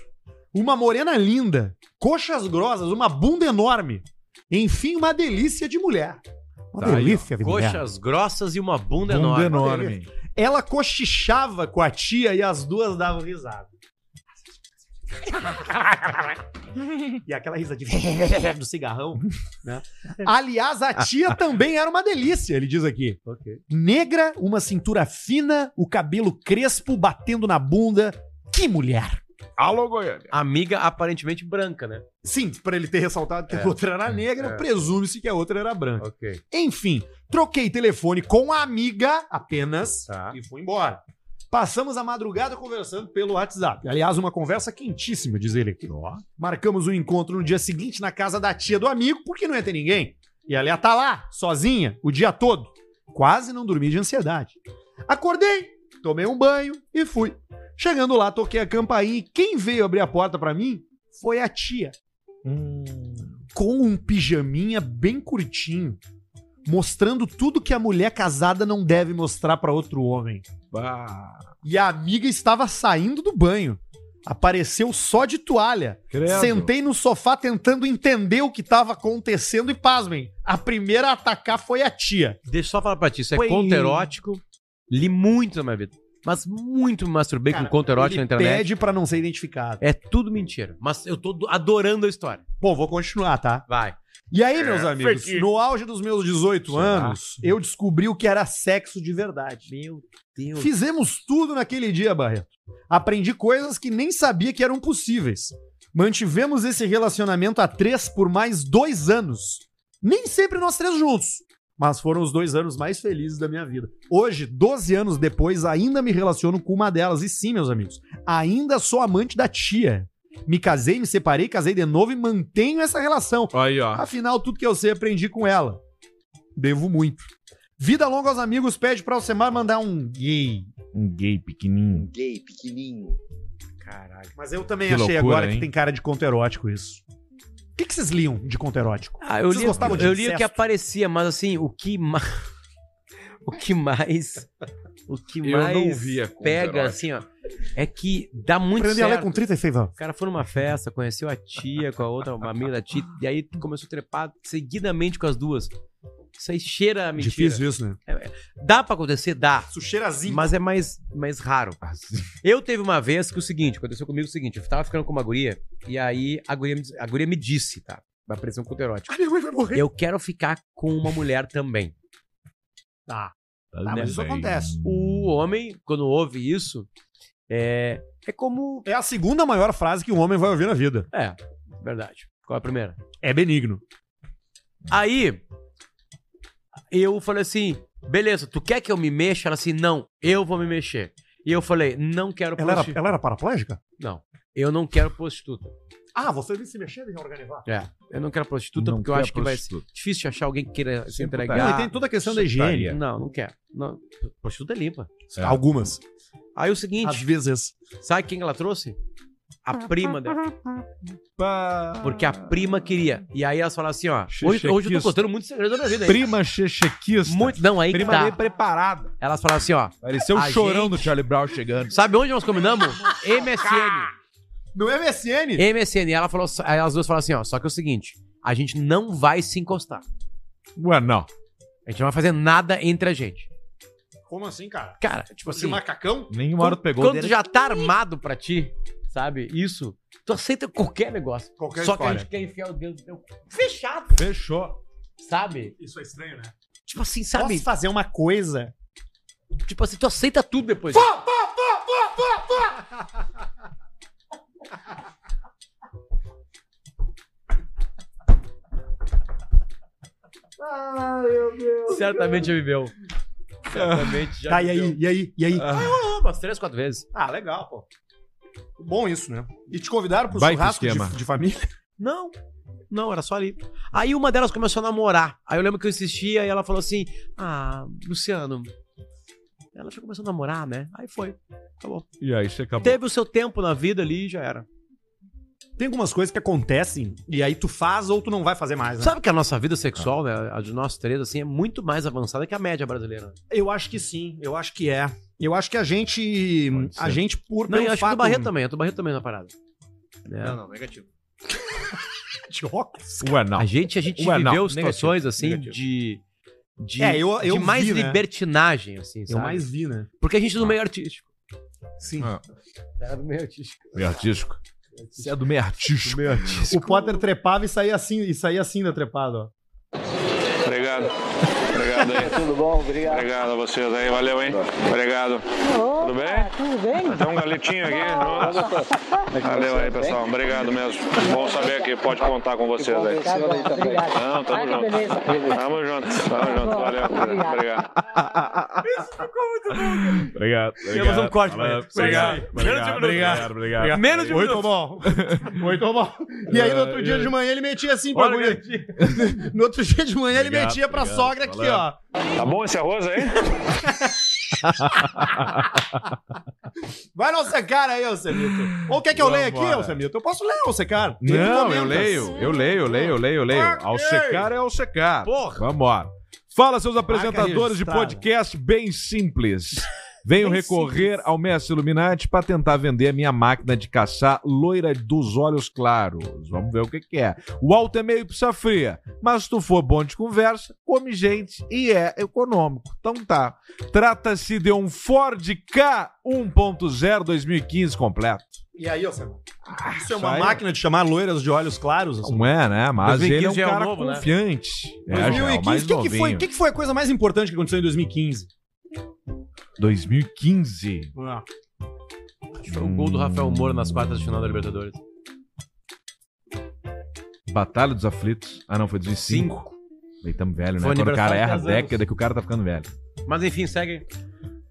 A: Uma morena linda. Coxas grossas, uma bunda enorme. Enfim, uma delícia de mulher. Uma
B: Tá aí, ó.
A: delícia de mulher.
C: Coxas grossas e uma bunda,
B: Bunda
C: enorme.
B: enorme.
A: Ela cochichava com a tia e as duas davam risada. e aquela risa de do cigarrão. Né? Aliás, a tia também era uma delícia, ele diz aqui. Negra, uma cintura fina, o cabelo crespo batendo na bunda. Que mulher!
B: Alô, Goiânia.
C: Amiga aparentemente branca, né?
A: Sim, pra ele ter ressaltado que a
C: É.
A: outra era negra,
C: É.
A: presume-se que a outra era branca.
C: Ok.
A: Enfim, troquei telefone com a amiga apenas
C: Tá.
A: e fui embora. Passamos a madrugada conversando pelo WhatsApp. Aliás, uma conversa quentíssima, diz ele aqui. Marcamos um encontro no dia seguinte na casa da tia do amigo, porque não ia ter ninguém. E ela ia estar lá, sozinha, o dia todo. Quase não dormi de ansiedade. Acordei, tomei um banho e fui. Chegando lá, toquei a campainha e quem veio abrir a porta pra mim foi a tia. Hum. Com um pijaminha bem curtinho mostrando tudo que a mulher casada não deve mostrar pra outro homem.
B: Bah,
A: E a amiga estava saindo do banho. Apareceu só de toalha.
B: credo.
A: Sentei no sofá tentando entender o que estava acontecendo e pasmem. A primeira a atacar foi a tia.
C: Deixa eu só falar pra ti, isso é
A: Foi.
C: conto erótico. Li muito na minha vida. Mas muito me masturbei
A: Cara,
C: com conto erótico
A: Ele
C: na internet.
A: pede pra não ser identificado.
C: É tudo mentira. Mas eu tô do- adorando a história.
A: Bom, vou continuar, tá?
C: Vai.
A: E
C: É,
A: aí, meus amigos, no auge dos meus 18 anos, eu descobri o que era sexo de verdade.
C: Meu Deus.
A: Fizemos tudo naquele dia, Barreto. Aprendi coisas que nem sabia que eram possíveis. Mantivemos esse relacionamento a três por mais dois anos. Nem sempre nós três juntos. Mas foram os dois anos mais felizes da minha vida. Hoje, 12 anos depois, ainda me relaciono com uma delas. E sim, meus amigos, ainda sou amante da tia. Me casei, me separei, casei de novo e mantenho essa relação.
B: Aí, ó.
A: Afinal, tudo que eu sei aprendi com ela. Devo muito. Vida longa aos amigos pede pra Alcemar mandar um gay.
B: Um gay pequenininho.
G: Gay, pequenininho.
A: Mas eu também
B: Que
A: achei
B: loucura,
A: agora
B: hein?
A: que tem cara de conto erótico isso. O que, que vocês liam de conto erótico?
C: Ah, eu
A: Vocês
C: li,
A: gostavam de
C: eu li o que
A: incesto?
C: aparecia, mas assim, o que mais. o que mais. O que
B: Eu
C: mais
B: não via conto
C: pega,
B: erótico.
C: assim, ó. É que dá muito
A: Aprendi a ler
C: certo.
A: com 36 anos.
C: O cara foi numa festa, conheceu a tia com a outra, uma amiga da tia, e aí começou a trepar seguidamente com as duas. Isso aí cheira a mentira.
A: Difícil isso, né?
C: Dá pra acontecer? Dá.
A: Sucheirazinho.
C: Mas é mais, mais raro. Eu teve uma vez que o seguinte, aconteceu comigo o seguinte, eu tava ficando com uma guria, e aí a guria, me dis- a guria me disse, tá? Vai aparecer um conto erótico.
A: minha mãe vai morrer.
C: Eu quero ficar com uma mulher também.
A: Tá. Tá, mas isso acontece.
C: O homem, quando ouve isso, é, é como...
A: É a segunda maior frase que um homem vai ouvir na vida.
C: É, verdade. Qual é a primeira?
A: É benigno.
C: Aí, eu falei assim, beleza, tu quer que eu me mexa? Ela assim, não, eu vou me mexer. E eu falei, não quero
A: Ela era,
C: prostituta.
A: ela era paraplégica?
C: Não, eu não quero prostituta.
A: Ah, vocês se mexendo e reorganizar.
C: É, eu não quero prostituta porque eu acho que vai ser difícil de achar alguém que queira se
B: Sempre
C: entregar.
B: tá.
A: Não, e tem toda a questão da higiene.
C: Não, não quero. Não. Prostituta é limpa.
B: É.
A: Algumas.
C: Aí o
A: Às
C: seguinte,
A: vezes.
C: sabe quem ela trouxe? A prima dela. Porque a prima queria. E aí ela falou assim, ó. Hoje, hoje eu tô
B: Xixequista.
C: contando muito segredo da minha vida. hein?
B: Prima chechequista.
C: Muito, não, aí que
B: Prima bem
C: tá.
B: preparada.
C: Elas falaram assim, ó.
B: Pareceu o
C: A
B: chorão
C: gente-
B: do Charlie Brown chegando.
C: Sabe onde nós combinamos? MSN.
A: No MSN?
C: MSN. E ela falou, aí elas duas falaram assim, ó. Só que é o seguinte, a gente não vai se encostar.
B: Ué, não.
C: A gente não vai fazer nada entre a gente.
A: Como assim, cara?
C: Cara, tipo assim...
A: macacão?
B: Nenhuma hora tu pegou
C: Quando
B: o
C: tu
B: dele.
C: já tá armado pra ti, sabe? Isso. Tu aceita qualquer negócio.
A: Qualquer
C: Só
A: história.
C: que a gente quer enfiar o dedo no teu cu. Fechado.
B: Fechou.
C: Sabe?
A: Isso é estranho, né?
C: Tipo assim, sabe?
A: Posso fazer uma coisa?
C: Tipo assim, tu aceita tudo depois. Certamente viveu. Certamente já.
A: Tá,
C: me
A: e aí,
C: deu.
A: e aí, e aí?
C: Ah, eu amo, umas três, quatro vezes.
A: Ah, legal, pô. Bom isso, né? E te convidaram pro
B: Baita
A: churrasco
B: esquema.
A: de, de família?
C: Não. Não, era só ali. Aí uma delas começou a namorar. Aí eu lembro que eu insistia e ela falou assim: Ah, Luciano, ela já começou a namorar, né? Aí foi. Acabou.
B: E aí você acabou.
C: Teve o seu tempo na vida ali e já era.
A: Tem algumas coisas que acontecem e aí tu faz ou tu não vai fazer mais, né?
C: Sabe que a nossa vida sexual,
A: Ah.
C: né? A de nós três, assim, é muito mais avançada que a média brasileira.
A: Eu acho que sim, eu acho que é. Eu acho que a gente.
B: Pode
A: A
B: ser.
A: gente, por
C: Não,
A: pelo
C: e acho que o do Barreto também, o do Barreto também na parada. Né?
J: Não, não, negativo.
A: de óculos.
B: Ué, não.
C: A gente, a gente
B: Ué, não,
C: viveu situações, assim,
J: negativo.
C: de. De,
A: É, eu- eu
C: de mais
A: vi, né?
C: libertinagem, assim,
A: Eu
C: sabe?
A: mais vi, né?
C: Porque a gente é do meio artístico.
A: Sim.
B: Ah.
C: Era do meio artístico.
B: Meio artístico. Você é do meio artístico. meio artístico.
A: O Potter trepava e saía assim, e saía assim da trepada, ó.
D: Obrigado. Obrigado aí.
G: Tudo bom? Obrigado.
D: Obrigado a vocês aí. Valeu, hein? Obrigado. Tudo bem?
I: Tudo bem?
D: Tem um galetinho aqui. Valeu aí, pessoal. Obrigado mesmo. Bom saber que pode contar com vocês aí.
G: Tá bom, obrigado.
D: Não,
I: Ai,
D: tamo
I: que
D: junto.
I: beleza.
D: Tamo junto. Tamo junto. Valeu. Obrigado.
B: Obrigado.
C: Queremos
B: obrigado.
C: um corte,
B: Valeu.
C: Barreto. Só isso aí.
B: Obrigado.
C: Menos de um minuto.
B: Obrigado, obrigado.
C: Menos de um
A: Muito é bom.
B: é
A: Muito bom. E aí, no outro dia de manhã, ele metia assim pra
B: Olha,
A: guria. No outro dia de manhã, ele
B: Obrigado,
A: metia pra
B: obrigado.
A: sogra aqui,
B: Valeu.
A: ó.
D: Tá bom esse arroz aí?
A: Vai no Secar aí, Alcemito. Ou quer que eu leia aqui,
B: Vambora.
A: Alcemito? Eu posso ler, Alcecar.
B: Não, eu leio, eu leio, eu leio, eu leio, eu leio.
A: Ok.
B: Ao secar é ao secar.
C: Porra.
B: Vambora. Fala, seus apresentadores de
A: registrada.
B: podcast bem simples. Venho
A: Bem
B: recorrer
A: simples.
B: ao mestre Illuminati para tentar vender a minha máquina de caçar loira dos olhos claros. Vamos ver o que, que é. O alto é meio pizza fria, mas se tu for bom de conversa, come gente e é econômico. Então tá. Trata-se de um Ford K 1.0 2015 completo.
A: E aí, Alcemito? Isso é
B: isso
A: uma
B: aí.
A: máquina de chamar loiras de olhos claros? assim. Alcemito?
B: Não é, né? Mas
C: 2015
B: ele é um
C: já é o
B: cara
C: novo, né?
B: confiante. É, já é o
A: 2015,
B: mais
A: o que, que foi,
B: novinho.
A: o que que foi a coisa mais importante que aconteceu em 2015?
B: 2015.
C: Foi o gol do Rafael Moura nas quartas de final da Libertadores.
B: Batalha dos Aflitos. Ah, não, foi 2005. Daí tamo velho, né?
C: Foi
B: Quando o cara
C: aniversário de
B: erra a
C: 10 anos.
B: década que o cara tá ficando velho.
C: Mas enfim, segue.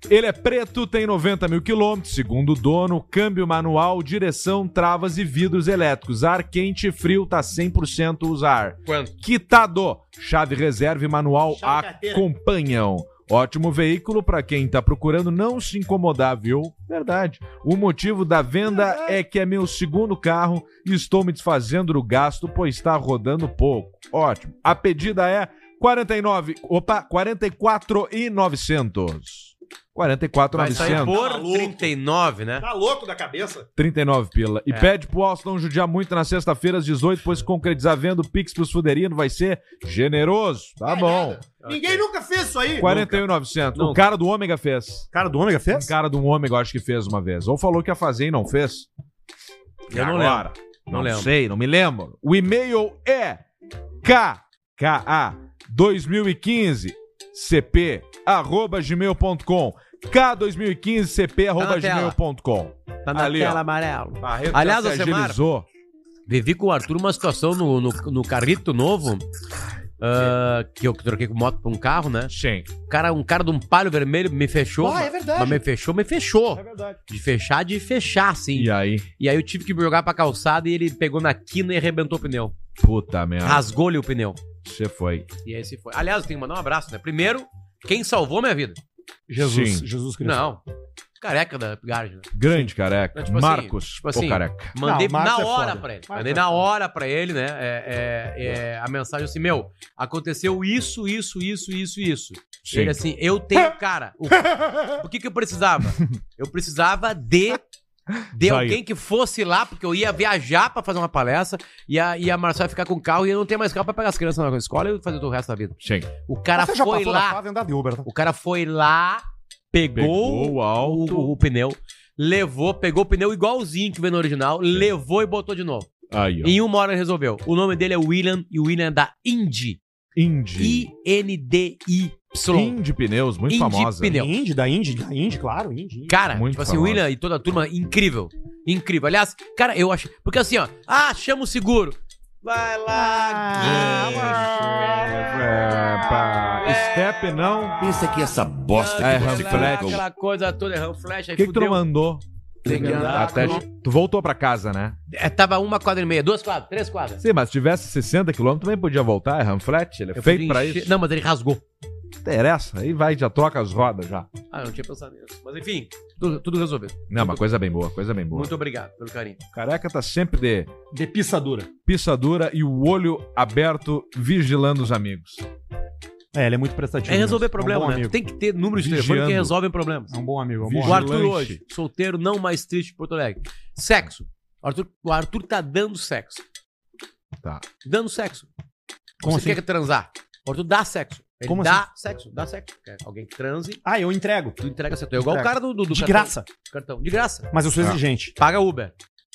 B: Ele é preto, tem 90 mil quilômetros, segundo o dono, câmbio manual, direção, travas e vidros elétricos. Ar quente e frio, tá 100% usar.
C: Quanto?
B: Quitado. Chave reserva e manual
A: Chave carteira.
B: acompanham. Ótimo veículo para quem tá procurando não se incomodar, viu? Verdade. O motivo da venda é que é meu segundo carro e estou me desfazendo do gasto, pois está rodando pouco. Ótimo. A pedida é 49, opa, 44 e 900. 44
C: Vai sair
B: 900.
C: por
A: Tá maluco.
C: 39, né?
A: Tá louco da cabeça?
B: 39 pila. E
C: É.
B: pede pro Alston judiar muito na sexta-feira às 18, pois concretizar a venda, o Pix pros fuderino vai ser generoso. Tá
A: Vai
B: bom.
A: nada. Ninguém nunca fez isso aí.
B: 41,900. O
C: Nunca.
B: cara do ômega fez.
A: Cara do ômega
B: Um
A: fez?
B: cara do ômega, eu acho que fez uma vez. Ou falou que ia fazer e não fez.
C: Eu não lembro.
B: Não,
C: Não lembro.
B: sei, não me lembro. O e-mail é kka2015 cp arroba gmail.com k2015 cp arroba
C: Tá na tela.
B: gmail.com
C: Tá na
B: Ali,
C: tela
B: ó.
C: amarelo.
B: Barreto
C: Aliás,
B: já se
C: Alcemar,
B: agilizou.
C: Vivi com o Arthur uma situação no, no, no carrito novo. ah, que eu troquei com moto pra um carro, né?
B: Sim.
C: O cara, um cara de um palho vermelho me fechou.
A: Ah, é verdade.
C: Mas me fechou, me fechou.
A: É verdade.
C: De fechar, de fechar, sim.
B: E aí?
C: E aí eu tive que jogar pra calçada e ele pegou na quina e arrebentou o pneu.
B: Puta merda.
C: Rasgou-lhe o pneu.
B: Você foi.
C: E aí se foi. Aliás, eu tenho que mandar um abraço, né? Primeiro, quem salvou minha vida?
A: Jesus,
B: Sim.
A: Jesus Cristo.
C: Não. Careca da Garde, né?
B: Grande careca.
C: Não, tipo assim,
B: Marcos.
C: tipo
B: ô,
C: assim,
B: careca.
C: Mandei
A: Não, o Marcos
C: na
A: é
C: hora
A: foda.
C: pra ele.
A: Marcos
C: Mandei
A: é
C: na
A: foda.
C: hora pra ele, né? É, é, é, a mensagem assim: Meu, aconteceu isso, isso, isso, isso, isso.
B: Sim.
C: Ele assim, eu tenho cara. O, o que que eu precisava? Eu precisava de. De
B: Isso aí.
C: alguém que fosse lá, porque eu ia viajar pra fazer uma palestra e a, e a Marcela ia ficar com o carro e eu não ter mais carro pra pegar as crianças na escola e fazer o resto da vida.
B: Sim.
C: O cara
A: Você já
C: foi
A: passou
C: lá.
A: da fase andar de Uber, tá?
C: O cara foi lá, pegou,
B: Pegou o alto.
C: o- o pneu, levou, pegou o pneu igualzinho que veio no original, levou e botou de novo.
B: Aí, ó.
C: Em uma hora ele resolveu. O nome dele é William e o William é da Indy.
B: Indy.
C: I-N-D-Y.
B: Indy Pneus, muito
C: Indy
B: famosa.
C: Pneus. Entendeu?
A: Indy, da Indy, da Indy, claro, Indy. Indy.
C: É Cara,
B: Muito
C: tipo assim, o
B: famosa.
C: William e toda a turma, incrível. Incrível. Aliás, cara, eu acho. Porque assim, ó, ah, chama o seguro. Vai lá,
B: É, pá. Step não.
F: Pensa que essa bosta
B: É,
F: que você
B: Ramflex.
F: colocou.
C: Aquela coisa toda, errou
B: O
C: flecha, aí
B: que, que tu
C: fudeu.
B: mandou?
C: Tem que andar
B: Até... Tu voltou pra casa, né?
C: É, tava uma quadra e meia, duas quadras, três quadras.
B: Sim, mas se tivesse 60 km também podia voltar, é Ramflet, ele é
C: Eu
B: feito
C: fui
B: pra
C: encher-
B: isso.
C: Não, mas ele rasgou.
B: Não interessa, aí vai, já troca as rodas já.
C: Ah, eu não tinha pensado nisso. Mas enfim, tudo, tudo resolvido.
B: Não, uma coisa bem boa, coisa bem boa.
C: Muito obrigado pelo carinho.
B: O Careca tá sempre de
A: De pisadura.
B: pista dura e o olho aberto vigilando os amigos.
A: É, ele é muito prestativo.
C: É resolver
A: mesmo.
C: problema,
A: é um bom
C: né? Tu
A: amigo.
C: Tem que ter números de telefone que
B: Vigiando.
C: resolvem problemas.
A: É um bom amigo. É um bom
C: O
A: amigo.
B: Vigilante.
C: Arthur hoje, solteiro, não mais triste de Porto Alegre. Sexo. O Arthur, o Arthur tá dando sexo.
B: Tá.
C: Dando sexo.
A: Como
C: Você
A: assim?
C: quer transar? O Arthur dá sexo. Ele
A: Como assim?
C: dá sexo, dá sexo. Quer alguém que transe,
A: Ah, eu entrego.
C: tu entrega sexo. É igual o
A: Entrega.
C: cara do, do, do
A: De
C: cartão-
A: graça.
C: cartão. De graça.
A: Mas eu sou
B: Ah.
A: exigente.
C: Paga Uber.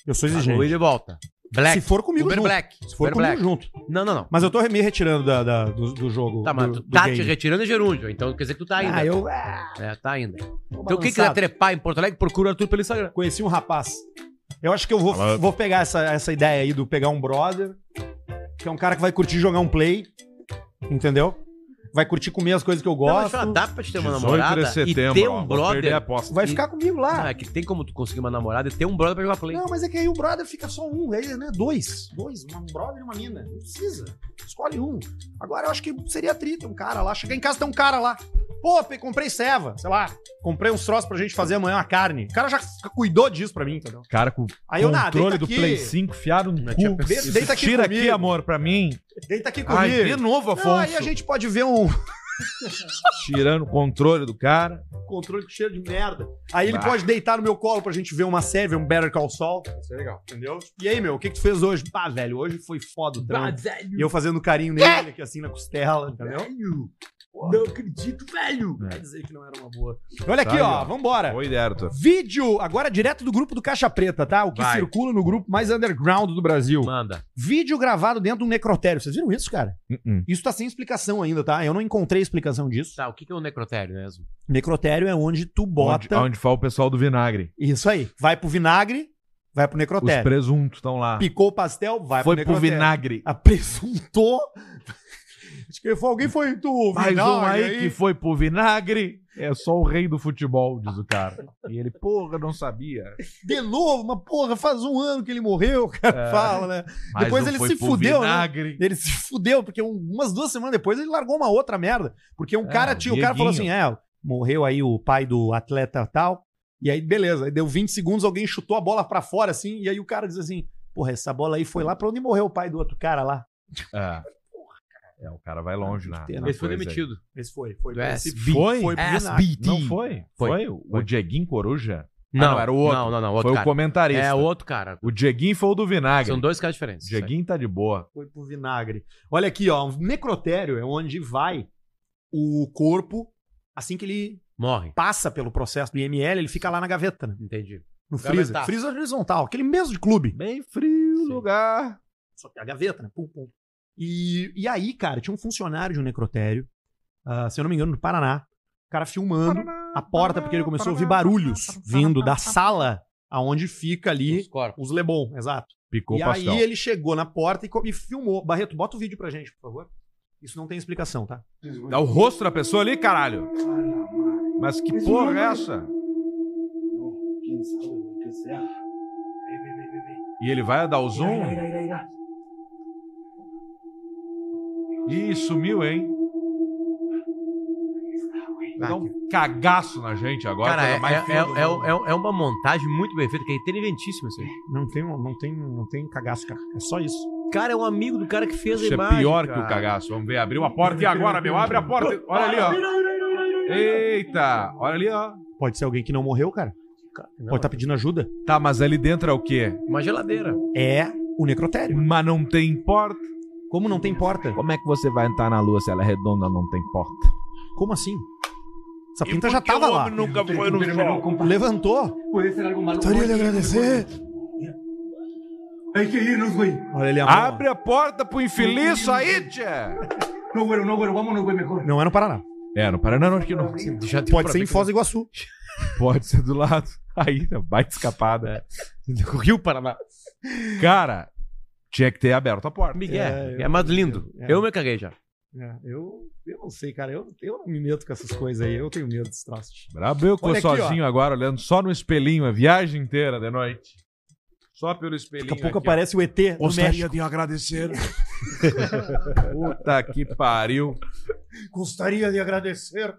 A: Eu sou
C: Paga Uber
A: exigente.
C: de volta. Ah, Black.
A: Se for comigo
C: Uber
A: junto.
C: Black.
A: Se for
C: Uber
A: comigo
C: Black.
A: junto.
C: Não, não, não.
A: Mas eu tô me retirando da, da- do, do jogo.
C: Tá, mas
A: do,
C: tu
A: do
C: tá te
A: game.
C: retirando é gerúndio, então quer dizer que tu tá ainda.
A: Ah, eu... Ah,
C: É, tá ainda. Então
A: tô
C: quem quiser
A: balançado.
C: trepar em Porto Alegre, procura o Arthur pelo Instagram.
A: Conheci um rapaz. Eu acho que eu vou,
B: Fala.
A: vou pegar essa, essa ideia aí do pegar um brother, que é um cara que vai curtir jogar um play, entendeu? Vai curtir comer as coisas que eu gosto.
C: Não, mas dá pra te ter uma
B: 18
C: namorada
B: de setembro,
C: e ter
B: ó,
C: um
B: vou perder a
C: brother.
B: aposta.
A: Vai ficar comigo
C: Ah,
A: lá.
C: é que tem como tu conseguir uma namorada e ter um brother pra jogar play.
A: Não, mas é que aí o brother fica só um, aí, né? Dois. Dois, um brother e uma mina. Não precisa. Escolhe um. Agora eu acho que seria trita um cara lá. Chegar em casa tem um cara lá. Pô, pe- comprei ceva, sei lá. Comprei uns troços pra gente fazer amanhã uma carne. O cara já c- cuidou disso pra mim, entendeu?
B: Cara com
A: Aí eu nada,
B: controle
A: deita
B: do
A: aqui.
B: Play 5 fiado no
C: tinha
B: cu.
A: pensado.
B: Isso,
A: Deita aqui
B: Tira aqui,
A: comigo.
B: amor, pra mim.
A: Deita aqui comigo.
B: Ai, de novo,
A: Não,
B: Afonso.
A: aí a gente pode ver um
B: Tirando o controle do cara.
A: controle cheiro de merda. Aí ele
B: Bah.
A: pode deitar no meu colo pra gente ver uma série, ver um Better Call Saul. Isso é legal. Entendeu? E aí, meu, o que, que tu fez hoje? Pá, velho, hoje foi foda o trampo. E eu fazendo carinho nele, aqui assim na costela, entendeu? Não acredito, velho. Quer dizer que não era uma boa. Olha aqui,
B: Tá aí,
A: ó,
B: ó.
A: vambora.
B: Oi, Derto.
A: Vídeo, agora direto do grupo do Caixa Preta, tá? O que
C: Vai.
A: circula no grupo mais underground do Brasil.
C: Manda.
A: Vídeo gravado dentro de um necrotério. Vocês viram isso, cara?
B: Uh-uh.
A: Isso tá sem explicação ainda, tá? Eu não encontrei explicação disso.
C: Tá, o que que é um necrotério mesmo?
A: Necrotério é onde tu
B: Onde,
A: bota.
B: onde fala o pessoal do vinagre.
A: Isso aí. Vai pro vinagre, vai pro
B: Os
A: necrotério.
B: presuntos estão lá.
A: Picou o pastel, vai
B: Foi
A: pro
B: pro
A: necrotério.
B: vinagre.
A: A presuntou. Acho que foi- alguém foi do
B: Mais um
A: vinagre
B: aí, que foi pro vinagre. É só o rei do futebol, diz o cara. E ele, porra, não sabia.
A: De novo, mas porra, faz um ano que ele morreu, o cara
B: É.
A: fala, né?
B: Mais
A: Depois
B: um
A: ele
B: foi
A: se
B: pro
A: fudeu, né?
B: vinagre.
A: Ele se fudeu, porque um- umas duas semanas depois ele largou uma outra merda. Porque um
B: É,
A: cara tinha, o cara falou assim:
B: Dieguinho.
A: é, morreu aí o pai do atleta tal. E aí, beleza, aí deu 20 segundos, alguém chutou a bola pra fora, assim, e aí o cara diz assim: porra, essa bola aí foi lá pra onde morreu o pai do outro cara lá.
B: É. É, o cara vai longe, né?
A: Tem, né?
C: Ele foi demitido.
A: Esse foi, foi.
C: Do
A: pra
C: SB.
A: esse fim,
B: Foi?
A: Foi pro
C: SB.
A: vinagre.
B: Não foi?
C: Foi.
B: O
C: Foi.
B: Dieguinho Coruja? Ah,
C: Não,
B: não, era o outro.
C: Não, não, não,
B: Foi
C: outro
B: o
C: cara.
B: comentarista.
C: É, outro cara.
B: O Dieguinho foi o do vinagre.
C: São dois caras diferentes.
B: O Dieguinho tá de boa.
A: Foi pro vinagre. Olha aqui, ó, um necrotério é onde vai o corpo assim que ele
C: Morre.
A: passa pelo processo do IML, ele fica lá na gaveta, né?
C: Entendi.
A: No freezer.
C: Gavetaço.
A: Freezer horizontal, aquele mesmo de clube.
B: Bem frio o lugar.
A: Só que a gaveta, né? Pum, pum. E, e aí, cara, tinha um funcionário de um necrotério, ah, se eu não me engano, no Paraná. O cara filmando a porta, porque ele começou a ouvir barulhos vindo da sala aonde fica ali
C: Corpo.
A: os Lebon, exato.
B: Picou
A: e
B: o pastel.
A: aí ele chegou na porta e, co- e filmou. Barreto, bota o vídeo pra gente, por favor. Isso não tem explicação, tá?
B: Dá o rosto da pessoa ali, caralho. Mas que porra é essa? E ele vai dar o zoom? Ih, sumiu, hein? Dá um cagaço na gente agora.
C: Cara, é,
B: coisa mais né?
C: é,
B: feia do
C: é, é,
B: mundo.
C: é uma montagem muito bem feita, que é assim. inteligentíssima isso aí.
A: Não tem, não tem, não tem cagaço, cara. É só isso.
C: Cara, é um amigo do cara que fez a
B: Isso
C: imagem.
B: é pior que
C: cara.
B: o cagaço. Vamos ver, abriu a porta. E agora, meu? Abre a porta. Olha ali, ó. Eita, olha ali, ó.
A: Pode ser alguém que não morreu, cara.
C: Cara, não,
A: Pode estar pedindo ajuda.
B: Tá, mas ali dentro é o quê?
C: Uma geladeira.
A: É o necrotério.
B: Mas não tem porta.
A: Como não tem porta?
B: Como é que você vai entrar na lua se ela é redonda não tem porta?
A: Como assim? Essa
B: Então
A: pinta já tava lá.
B: nunca foi no sol.
A: Levantou. Gostaria de agradecer.
E: Hay que irnos, güey.
A: Olha ele é a mão,
B: Abre a porta pro infeliz aí, tchê!
E: No, güero, no, güero, vámonos, güey, mejor.
A: ó. Não é no Paraná.
B: É, no Paraná não, acho que não.
C: Já deu
A: Pode ser
C: pra ver
A: em
C: que-
A: Foz do Iguaçu.
B: Pode ser do
A: É.
B: lado. Aí, baita escapada.
C: Rio Paraná.
B: Cara, Tinha que ter aberto a porta.
C: Miguel,
A: É,
C: é,
A: eu-
C: mais lindo.
A: eu-
C: Eu,
A: é.
C: me caguei já.
A: É, eu, eu não sei, cara. Eu, eu não me meto com essas coisas aí. Eu tenho medo desse troço.
B: Brabo eu que tô
A: Olha aqui,
B: sozinho agora, olhando só no espelhinho a viagem inteira de noite. Só pelo espelhinho.
A: Daqui a pouco
B: aqui, ó.
A: aparece o ET do México.
B: de agradecer. Puta que pariu.
A: Gostaria de agradecer.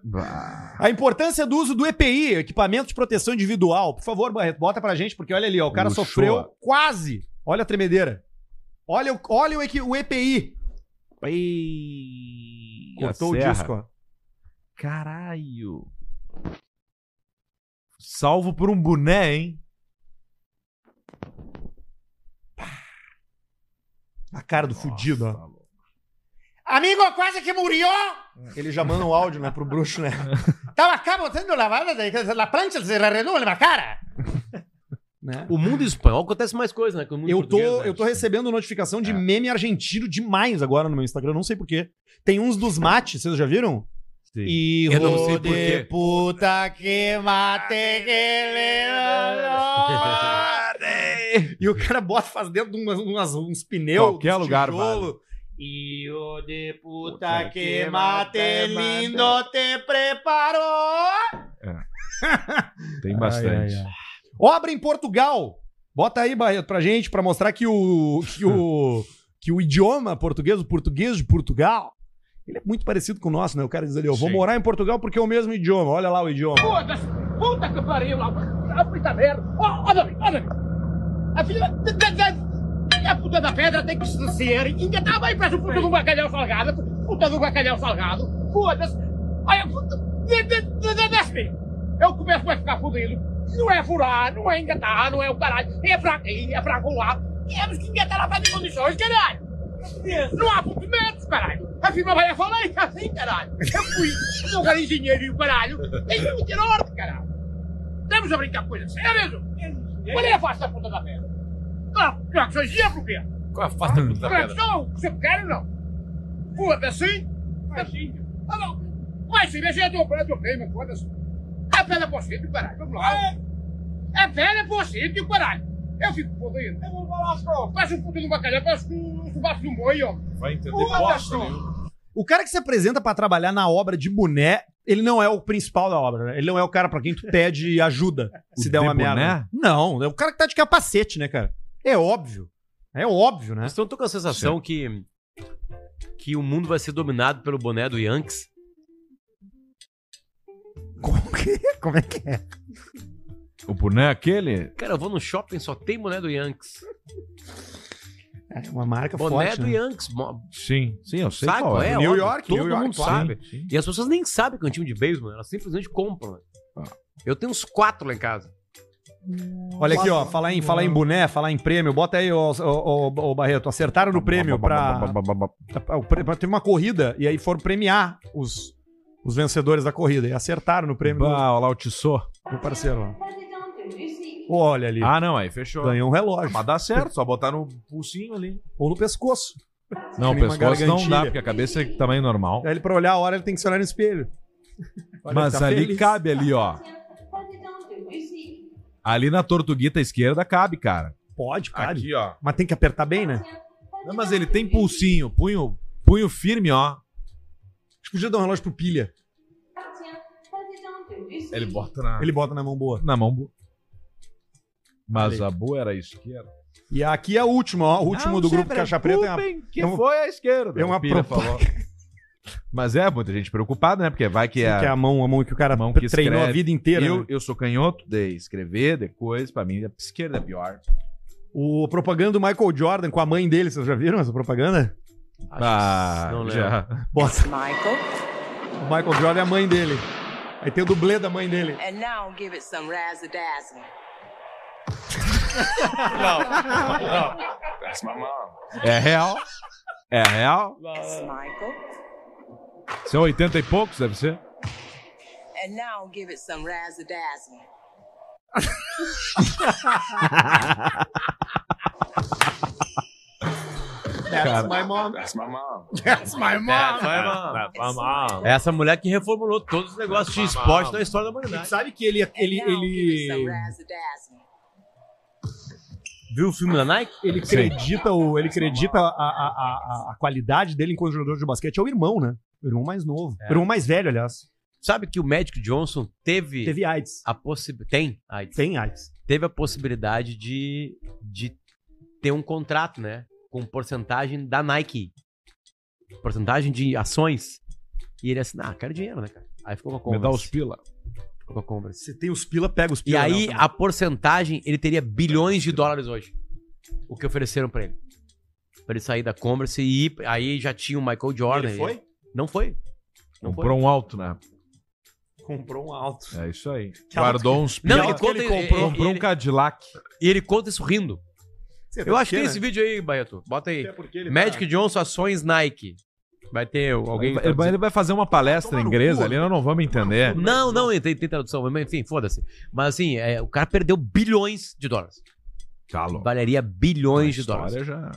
A: A importância do uso do EPI, equipamento de proteção individual. Por favor, Barreto, bota pra gente, porque olha ali, ó, o cara
B: Luxou.
A: sofreu quase. Olha a tremedeira. Olha, o- olha o, equi- o EPI. Cortou o disco, ó.
B: Caralho. Salvo por um boné, hein?
A: A cara do fudido, ó.
B: Nossa,
A: Amigo, quase que murió! Ele já manda um áudio, né, pro bruxo, né? Tava cá botando la vara da plancha, se arredou na cara! Né?
C: O mundo espanhol acontece mais coisas, né? Que o mundo
A: Eu tô,
C: português, né?
A: eu tô recebendo notificação de
B: É.
A: meme argentino demais agora no meu Instagram, não sei porquê. Tem uns dos mate, vocês já viram?
B: Sim.
A: Hijo
C: Eu não sei por
A: de
C: quê.
A: puta que mate que le... E o cara bota, faz dentro de umas, umas- uns pneus.
B: Qualquer
A: uns
B: lugar
A: tijolo. Hijo de puta, que mate lindo te preparou.
B: Tem bastante.
A: Obra em Portugal. Bota aí, Barreto, pra gente, pra mostrar que o, que o, que o idioma português, o português de Portugal, ele é muito parecido com o nosso, né? O cara diz ali, eu vou
B: Sim.
A: morar em Portugal porque é o mesmo idioma. Olha lá o idioma.
E: Foda-se! Puta que pariu! A puta merda! Ó, olha ali, olha ali! A filha da- da- da- A puta da pedra tem que se descer! E Ainda tava aí para o puta do bacalhau salgado! Puta do bacalhau salgado! Foda-se! Olha, puta- de- de- de- de- desce! Eu começo a ficar fodido! Não é furar, não é engatar, não é o caralho! É pra aqui, é pra colar! Temos que engatar a fazer condições, caralho! Não há fundamentos, caralho! A firma vai à falência assim, caralho! Eu fui, não ganhei dinheiro e o caralho! Tem que me ter ordem, caralho! Estamos a brincar com coisa séria, mesmo? Qual é a face da puta da merda? Ah, claro que sou exemplo, o quê?
C: Qual é a face do mundo
B: Tá
C: da
E: Claro que
C: pedra?
E: sou, você quer ou não? Foda-se! assim? Ah, não! Vai sim, deixa eu dobrar, dobrei, mas foda-se! É pedra por sítio, caralho, vamos lá! É pedra por sítio, caralho! Eu fico fodido! Eu vou falar as provas! Faz um puto no bacalhau, faz um subaço de um boi, ó!
B: Vai entender
E: Foda-se!
A: O cara que se apresenta pra trabalhar na obra de boné, ele não é o principal da obra, né? Ele não é o cara pra quem tu pede ajuda se
B: O
A: der
B: de
A: uma merda.
B: boné?
A: Não, é o cara que tá de capacete, né, cara? É óbvio. É óbvio, né?
C: Vocês estão com a sensação que, que o mundo vai ser dominado pelo boné do Yankees?
A: Como que, como é que é?
B: O boné é aquele?
C: Cara, eu vou no shopping, só tem boné do Yankees.
A: É uma marca
C: boné
A: forte,
C: do
A: né?
C: Yankees. mo-
B: Sim, sim, eu sei
C: Sabe
B: qual
C: qual
B: é.
C: é?
A: New
C: óbvio,
A: York,
C: todo
A: New York,
C: mundo
A: claro.
C: sabe.
B: Sim, sim.
C: E as pessoas nem sabem que é um time de beisebol, elas simplesmente compram. né?
B: Ah.
C: Eu tenho uns quatro lá em casa.
A: Olha aqui, ó, falar em, falar em boné, falar em prêmio, bota aí, ô, ô, ô, ô, Barreto, acertaram no prêmio pra, pra- pra- pra- Teve uma corrida e aí foram premiar os, os vencedores da corrida e acertaram no prêmio do,
B: Bah, olha lá o Tissot.
A: do parceiro. ó. Olha ali,
B: Ah, não, aí fechou.
A: ganhou um relógio,
B: Mas dá certo, só botar no pulsinho ali.
A: ou no pescoço.
B: Não, o
A: Tem uma
B: pescoço não
A: gargantilha.
B: dá, porque a cabeça é tamanho normal.
A: Aí ele pra olhar a hora ele tem que se olhar no espelho. Olha,
B: Mas
A: tá
B: ali
A: feliz.
B: cabe ali, ó. Ali na tortuguita esquerda cabe, cara.
A: Pode, cara.
B: ó.
A: Mas tem que apertar bem, né?
B: Não, mas ele tem pulsinho, punho, punho firme, ó.
A: Acho que podia dar um relógio pro pilha.
B: Ele bota na,
A: Ele bota na mão boa.
B: na mão. bu- Mas a boa era a esquerda.
A: E aqui é a última, ó. O último do grupo Caixa Preta é uma
B: que
A: é uma-
B: foi a esquerda.
A: é uma
B: O Pira falou. Mas é, muita gente preocupada, né? Porque vai que é.
A: que é a mão, a mão que o cara
B: A mão que
A: treinou a
B: escreve.
A: vida inteira. né?
B: Eu, eu sou canhoto de escrever, de coisa. Pra mim, a esquerda é pior.
A: O propaganda do Michael Jordan com a mãe dele, vocês já viram essa propaganda?
C: Acho que não lembro.
B: Ah, já.
A: Bota
J: Michael,
A: o Michael Jordan e a mãe dele. Aí tem o dublê da mãe dele.
J: and now give it some razzle dazzle.
B: É real. É real.
J: That's Michael,
B: São 80 e poucos, deve ser.
J: and now give it some razzle dazzle.
A: That's my mom. That's my mom.
C: É, Essa mulher que reformulou todos os negócios de esporte na história da
A: Tu
E: É
C: humanidade.
A: sabe que ele.
J: And
A: ele,
J: now give it some
A: ele...
J: razzle dazzle.
C: Viu o filme da Nike?
A: Ele
C: Sim.
A: acredita, o, ele acredita a, a, a, a- a qualidade dele enquanto jogador de basquete. É o irmão, né? O irmão mais novo.
C: É.
A: O irmão mais velho, aliás.
C: Sabe que o Magic Johnson teve.
A: Teve AIDS.
C: A possi... Tem AIDS.
A: Tem AIDS.
C: Teve a possibilidade de, de ter um contrato, né? Com porcentagem da Nike. Porcentagem de ações. E ele assim, ah, quero dinheiro, né, cara? Aí ficou com a
B: Me dá os
C: Converse.
B: pila. né?
C: Ficou com a Converse.
A: Você tem os pila, pega os
C: E
A: pila.
C: aí,
A: não, tá
C: a porcentagem, ele teria bilhões de dólares hoje. O que ofereceram pra ele. Pra ele sair da Converse e ir, aí já tinha o Michael
A: bom.
C: Jordan.
A: Ele foi?
C: Não foi. Não foi.
B: Comprou um alto, né?
A: Comprou um alto.
B: É isso aí.
A: Que
B: Guardou uns
C: Não,
B: pila.
C: ele
A: ele
C: conta, ele,
A: comprou,
B: Comprou um
C: ele-
B: Cadillac.
C: E ele conta isso rindo.
A: Você
C: Eu
A: vê
C: acho que
A: por
C: tem
A: quê,
C: esse
A: né?
C: vídeo aí, Baeto. Bota aí.
A: Até porque ele tá-
C: Magic Johnson, ações Nike. Vai ter o- alguém.
B: Ele, vai- ele vai- ele vai fazer uma palestra
A: Tomar no
B: inglesa
A: cu,
B: ali, nós não vamos entender.
C: Não, não, tem, tem tradução, mas enfim, foda-se. Mas assim, é, o cara perdeu bilhões de dólares.
B: Tá louco.
C: Valeria bilhões de
B: história
C: dólares.
B: já.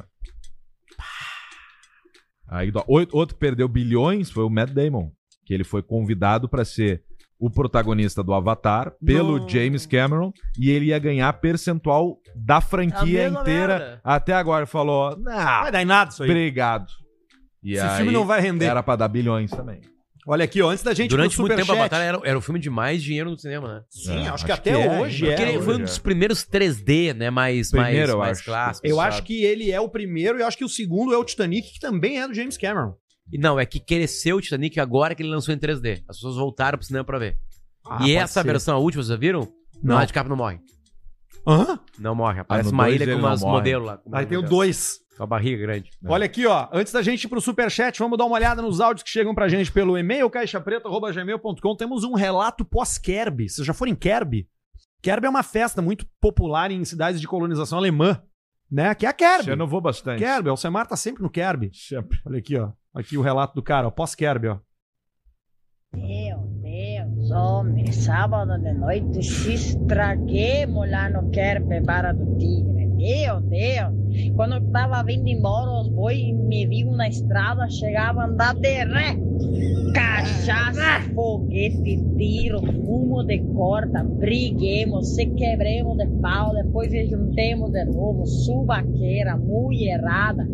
B: Aí, dó- oito- outro que perdeu bilhões foi o Matt Damon, que ele foi convidado pra ser o protagonista do Avatar pelo
C: Não.
B: James Cameron e ele ia ganhar percentual da
A: É
B: franquia
C: A mesma
B: inteira.
C: Tá merda.
B: Até agora ele falou,
A: Ah, Não
B: nah,
A: vai dar em nada isso aí.
B: obrigado. E
A: esse
B: aí,
A: filme não vai render.
B: era pra dar bilhões também.
A: Olha aqui, ó, antes da gente
C: Durante
A: pro
C: muito tempo, a
A: superchat-
C: batalha era, era o filme de mais dinheiro no cinema, né?
A: Sim,
B: É,
A: acho que
B: acho
A: até
B: que é,
A: hoje
B: hein?
A: é.
C: Porque ele
B: hoje
C: foi um
B: é.
C: dos primeiros 3D, né? Mais, mais,
B: Primeiro, eu
C: mais
B: acho.
C: clássicos.
A: Eu
C: sabe?
A: acho que ele é o primeiro e eu acho que o segundo é o Titanic, que também é do James Cameron.
C: E Não, é que cresceu o Titanic agora que ele lançou em 3D. As pessoas voltaram pro cinema pra ver.
B: Ah,
A: Ah,
C: e essa versão, a última, vocês já viram?
A: Não.
C: Não. O Cap não morre.
A: Hã?
C: Não morre. Aparece
B: Ah, no
C: uma
B: dois
C: ilha
B: ele
C: com
B: não
C: umas
B: morre.
C: modelos lá.
A: Aí tem o dois.
C: Com a barriga grande.
B: É.
A: Olha aqui, ó. Antes da gente ir pro superchat, vamos dar uma olhada nos áudios que chegam pra gente pelo e-mail caixapreta.gmail.com. Temos um relato pós-Kerb. Vocês já foram em Kerb? Kerb é uma festa muito popular em cidades de colonização alemã, né? Que é a Kerb.
B: Esse ano eu vou bastante.
A: Kerb, o Alcemar tá sempre no Kerb.
B: Sempre.
A: Olha aqui, ó. Aqui o relato do cara, ó. Pós-Kerb, ó.
K: Meu Deus, homem, sábado de noite se estraguemos lá no Kerbe Barra do Tigre. Meu Deus, quando eu tava vindo embora, os bois me viam na estrada, chegavam a andar de ré. Cachaça, foguete, tiro, fumo de corda, briguemos, se quebremos de pau, depois se juntemos de novo, subaqueira, mulherada,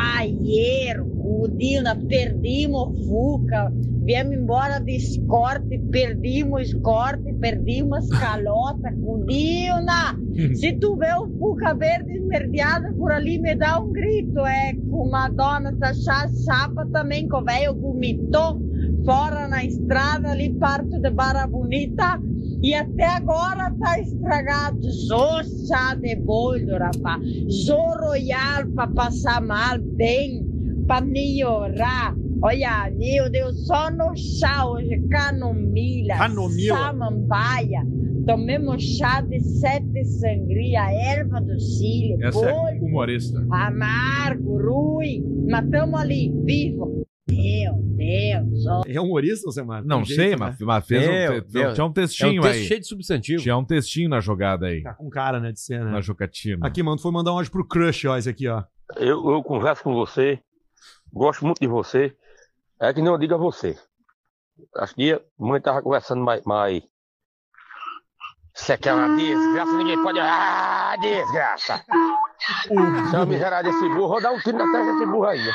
K: paieiro, Udina, perdimos Fuca, viemos embora de escorte, perdimos escorte, perdimos calota, Udina, se tu vê o Fuca verde esmerdeado por ali, me dá um grito, é, com Madonna, essa chá- chapa também, com o velho vomitou, fora na estrada, ali perto de Barra Bonita, e até agora tá estragado. Só chá de bolho, rapaz. Só royal pra passar mal bem, pra melhorar. Olha, meu Deus, só no chá hoje, canomila,
A: Canomila.
K: samambaia. Tomemos chá de sete sangria, erva do Chile,
B: Essa
K: bolho,
B: é humorista.
K: amargo, ruim. Mas tamo ali, vivo. Meu Deus, ó.
A: É humorista, Alcemar?
B: Não
A: Tem
B: sei,
A: jeito,
B: mas,
A: né?
B: mas fez
C: Meu
B: um, te-
C: Deus.
B: tinha um
C: É um
B: textinho
C: texto
B: aí.
C: cheio de substantivo.
B: Tinha um textinho na jogada aí.
A: Tá com cara, né, de cena.
B: Na jocatina.
A: Aqui, mano, tu foi mandar um áudio pro Crush, ó, esse aqui, ó.
L: Eu, eu converso com você, gosto muito de você. É que não diga você. Acho que a mãe tava conversando mais. mais... Isso aqui é uma desgraça, ninguém pode. Ah, desgraça! Se eu me gerar desse burro, vou dar um tiro na testa desse burro ainda.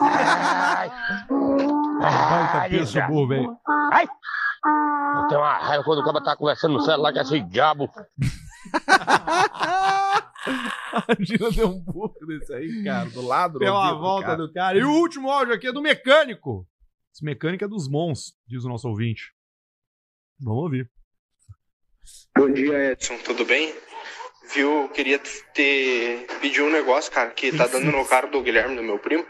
L: Ai, ai,
B: Isso,
L: desgraça.
B: burro, velho.
L: Tem uma raiva quando o cara tá conversando no celular com esse diabo.
B: Imagina deu um burro desse aí, cara, do lado.
A: Deu a volta do cara. E o último áudio aqui é do mecânico. Esse mecânico é dos mons, diz o nosso ouvinte. Vamos ouvir.
M: Bom dia, Edson, tudo bem? Viu, eu queria te pedir um negócio, cara, que tá dando no carro do Guilherme, do meu primo.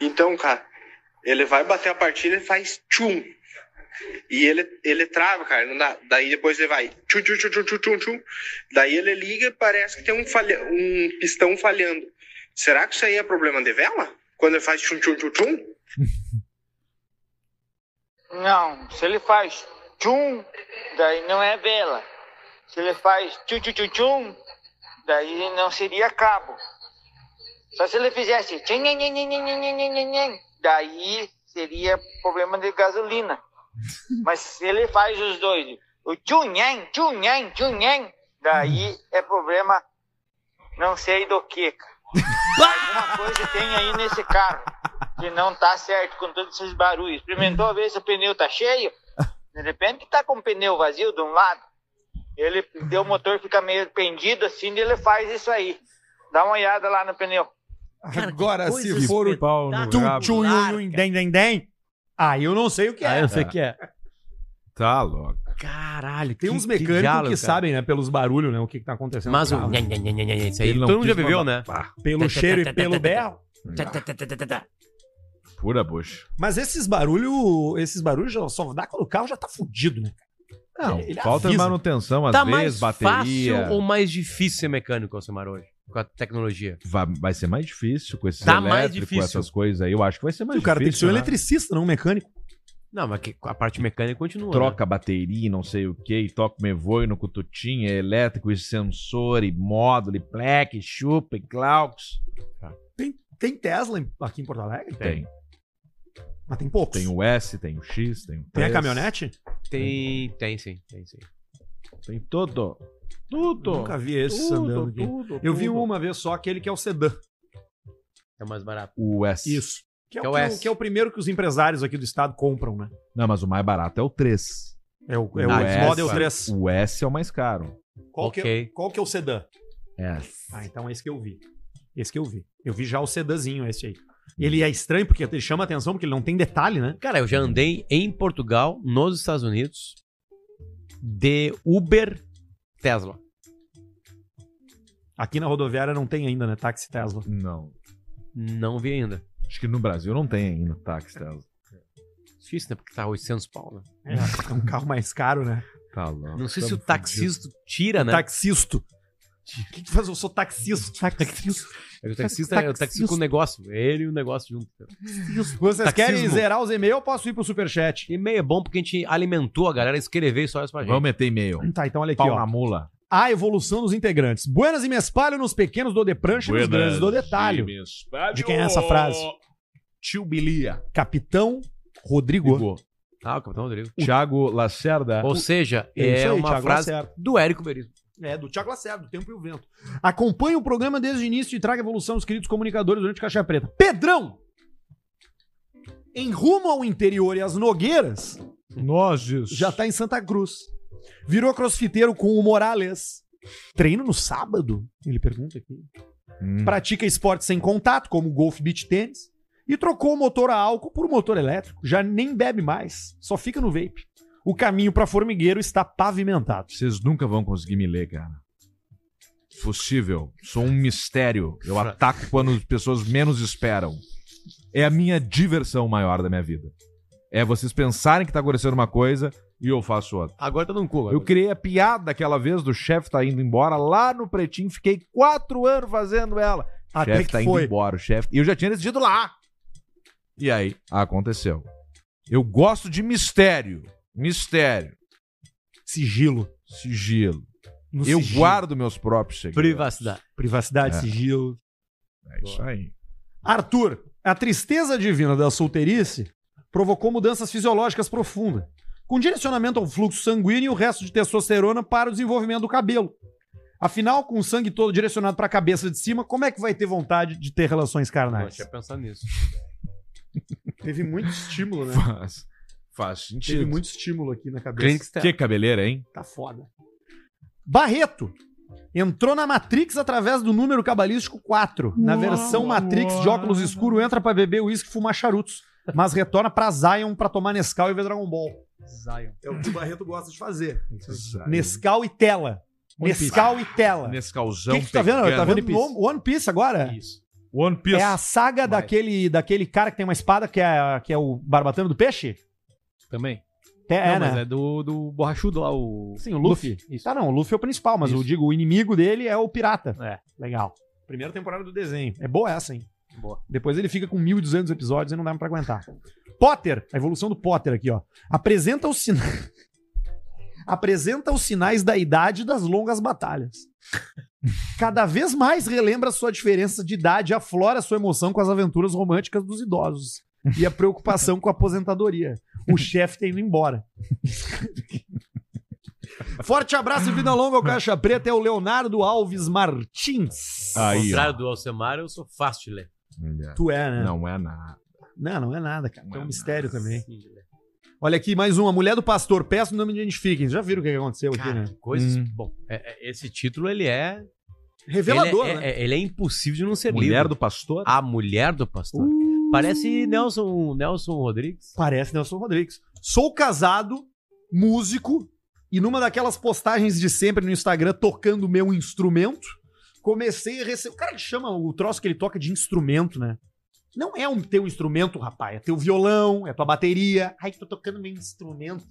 M: Então, cara, ele vai bater a partida e faz tchum. E ele, ele trava, cara, não dá. Daí depois ele vai tchum, tchum, tchum, tchum, tchum, tchum, tchum. Daí ele liga e parece que tem um, falha, um pistão falhando. Será que isso aí é problema de vela? Quando ele faz tchum, tchum, tchum, tchum?
N: Não, se ele faz tchum, daí não é vela. Se ele faz tchum tchum tchum tchum, daí não seria cabo. Só se ele fizesse tchim, nhim, nhim, nhim, nhim, nhim, nhim, nhim, nhim, daí seria problema de gasolina. Mas se ele faz os dois, o tchum, nhim, tchum, nhim, tchum, nhim, Daí é problema não sei do que, cara. Alguma coisa tem aí nesse carro que não tá certo com todos esses barulhos. Experimentou a ver se o pneu tá cheio? De repente tá com o pneu vazio de um lado. Ele deu o motor, fica meio pendido assim, e ele faz isso aí. Dá uma olhada lá no pneu.
A: Agora,
C: coisa
A: se for o
B: pau
N: no
A: tchum
N: rabo.
A: tchum yun, yun, den, den, den,
B: Ah,
A: aí eu não sei o que é.
C: Aí eu não sei o que é.
B: Tá louco.
C: Caralho,
A: Tem
C: que-
A: uns
C: que
A: mecânicos que,
C: diálogo, cara.
A: sabem, né, pelos barulhos, né, o que, que tá acontecendo.
C: Mas
A: no
C: o.
A: carro.
C: Nhan, nhan, nhan, nhan, nhan, Isso aí
A: Ele não
C: todo mundo já
A: quis
C: viveu, Tá, né?
A: mandar. Pelo cheiro e pelo berro.
B: Pura bucha.
A: Mas esses barulhos, esses barulhos já só dá quando o carro já tá fudido, né? cara?
B: Não,
A: Ele- ele
B: falta
A: avisa.
B: manutenção, às
C: Tá
B: vezes,
C: mais
B: bateria.
C: fácil ou mais difícil ser mecânico, Alcimar, hoje? Com a tecnologia.
B: Vai, vai ser mais difícil com esses
C: Tá mais
B: elétricos, com
C: difícil.
B: essas coisas aí. Eu acho que vai ser mais
A: O cara tem que ser
B: difícil.
A: um
B: né?
A: eletricista, não um mecânico.
C: Não, mas que- a parte mecânica
A: né?
C: continua. né?
B: Troca bateria, não sei o que, toca o mevoi no cututinha, elétrico, e sensor, e módulo, e pleque, chupa, e claux.
A: Tem, tem Tesla em- aqui em Porto Alegre?
B: Tem.
A: Mas tem um poucos.
B: Tem o S, tem o X, tem o
A: Tem a
B: 3.
A: caminhonete?
C: Tem, tem sim, tem sim.
B: Tem todo. Tudo.
A: Nunca vi esses
B: Tudo,
A: andando aqui.
B: tudo,
A: Eu vi
B: tudo.
A: uma vez só, aquele que é o sedã.
C: É mais barato.
B: O S.
A: Isso. Que é,
C: Que é
A: o
C: o
A: que,
C: S.
A: o- que é o primeiro que os empresários aqui do estado compram, né?
B: Não, mas o mais barato é o 3.
A: É o, é o
B: Ah,
A: Model
B: S.
A: 3.
B: O S é o mais caro.
A: Qual, que é,
C: Ok.
A: qual que é o sedã?
B: S.
A: Ah, então é esse que eu vi. Esse que eu vi. Eu vi já o sedazinho, esse aí. Ele é estranho porque ele chama atenção porque ele não tem detalhe, né?
C: Cara, eu já andei em Portugal, nos Estados Unidos, de Uber Tesla.
A: Aqui na rodoviária não tem ainda, né? Táxi Tesla.
B: Não.
C: Não vi ainda.
B: Acho que no Brasil não tem ainda táxi tá? Tesla.
C: Difícil, né? Porque tá 800 pau, né?
A: É, é um carro mais caro, né?
B: Tá louco.
C: Não sei se o
B: Tamo
C: taxista tira, né?
A: Taxisto. O que, que faz? Eu sou taxista. Taxista.
C: É que O taxista é o taxista com o negócio. Ele e o negócio junto.
A: Vocês
C: Taxismo.
A: querem zerar os e-mails ou posso ir pro superchat?
C: E-mail é bom porque a gente alimentou a galera a escrever histórias é pra
B: fudido.
C: gente.
B: Vamos meter e-mail.
A: Tá, então olha aqui,
B: Pau
A: ó.
B: na mula.
A: A evolução dos integrantes. Buenas e me espalho nos pequenos do de prancha e nos grandes do detalhe. De quem é essa frase?
B: Tio Bilia.
A: Capitão Rodrigo.
B: Ligou.
C: Ah, o Capitão Rodrigo.
B: Tiago Lacerda.
C: Ou seja,
A: É
C: é,
A: isso aí,
C: uma
A: Thiago
C: frase
A: Lacerda.
C: do Érico Veríssimo.
A: É, do Thiago Lacerda, do Tempo e o Vento. Acompanhe o programa desde o início e traga evolução dos queridos comunicadores durante o Caixa Preta. Pedrão! Em rumo ao interior e às Nogueiras,
B: Nozes.
A: já tá em Santa Cruz. Virou crossfiteiro com o Morales. Treino no sábado? Ele pergunta aqui.
B: Hum.
A: Pratica esportes sem contato, como golfe, beach tênis. E trocou o motor a álcool por um motor elétrico. Já nem bebe mais, só fica no vape. O caminho pra formigueiro está pavimentado.
B: Vocês nunca vão conseguir me ler, cara. Possível. Sou um mistério. Eu
C: Fra-
B: ataco quando as pessoas menos esperam. É a minha diversão maior da minha vida. É vocês pensarem que tá acontecendo uma coisa e eu faço outra.
C: Agora tá num cu. agora.
B: Eu criei a piada aquela vez do chefe tá indo embora lá no Pretinho. Fiquei quatro anos fazendo ela. O
A: Até
B: chefe
A: que
B: tá indo
A: foi.
B: embora, o chefe. E eu já tinha decidido lá. E aí, aconteceu. Eu gosto de mistério. Mistério.
A: Sigilo.
B: Sigilo.
A: No
B: eu
A: Um sigilo.
B: guardo meus próprios segredos.
C: Privacidade.
A: Privacidade,
B: É.
A: sigilo.
B: É isso aí.
A: Arthur, a tristeza divina da solteirice provocou mudanças fisiológicas profundas, com direcionamento ao fluxo sanguíneo e o resto de testosterona para o desenvolvimento do cabelo. Afinal, com o sangue todo direcionado para a cabeça de cima, como é que vai ter vontade de ter relações
C: Não
A: carnais?
C: tinha pensado nisso.
A: Teve muito estímulo, né?
B: Faz, faz
A: Teve
B: sentido.
A: muito estímulo aqui na cabeça.
C: Clínica externa.
B: Que cabeleira, hein?
A: Tá foda. Barreto entrou na Matrix através do número cabalístico 4. Na versão Matrix de óculos escuro, entra pra beber uísque e fumar charutos. Mas retorna pra Zion pra tomar Nescau e ver Dragon Ball.
C: Zion.
A: É o que o Barreto gosta de fazer. Nescau e tela.
B: One
A: Nescau e tela. O
B: Nescauzão.
A: que, que tu tá vendo? Tá
B: pegando.
A: vendo One Piece, One Piece agora?
C: Isso.
B: One Piece.
A: É a saga daquele, daquele cara que tem uma espada que é, que é o barbatano do peixe?
O: Também.
A: É, é,
O: não, mas
A: né?
O: é do, do borrachudo lá, o.
A: Sim, o Luffy.
O: Isso.
A: Tá, não, o Luffy é o principal, mas
O: Isso.
A: eu digo, o inimigo dele é o pirata.
O: É.
A: Legal. Primeira temporada do desenho. É boa essa, hein?
O: Boa.
A: Depois ele fica com 1.200 episódios e não dá pra aguentar. Potter, a evolução do Potter aqui, ó. Apresenta os sinais. Apresenta os sinais da idade das longas batalhas. Cada vez mais relembra sua diferença de idade e aflora sua emoção com as aventuras românticas dos idosos e a preocupação com a aposentadoria. O chefe tá indo embora. Forte abraço e vida longa ao Caixa Preta. É o Leonardo Alves Martins.
C: Ao contrário do Alcemar, eu sou fácil de ler.
A: Tu é, né?
B: Não é nada.
A: Não, não é nada, cara. é um mistério também. Olha aqui, mais uma. Mulher do pastor. Peço não me identifiquem. Já viram o que aconteceu aqui,
C: Cara,
A: né?
C: coisas. Bom, é- é- esse título ele é.
A: Revelador,
C: ele é,
A: né?
C: é- ele é impossível de não ser lido.
B: Mulher do pastor?
A: Ah,
C: A mulher do pastor.
A: Uh.
C: Parece Nelson, Nelson Rodrigues.
A: Parece Nelson Rodrigues. Sou casado, músico, e numa daquelas postagens de sempre no Instagram, tocando o meu instrumento, comecei a receber. O cara que chama o troço que ele toca de instrumento, né? Não é um teu instrumento, rapaz. É teu violão, é tua bateria. Ai, tô tocando meu instrumento.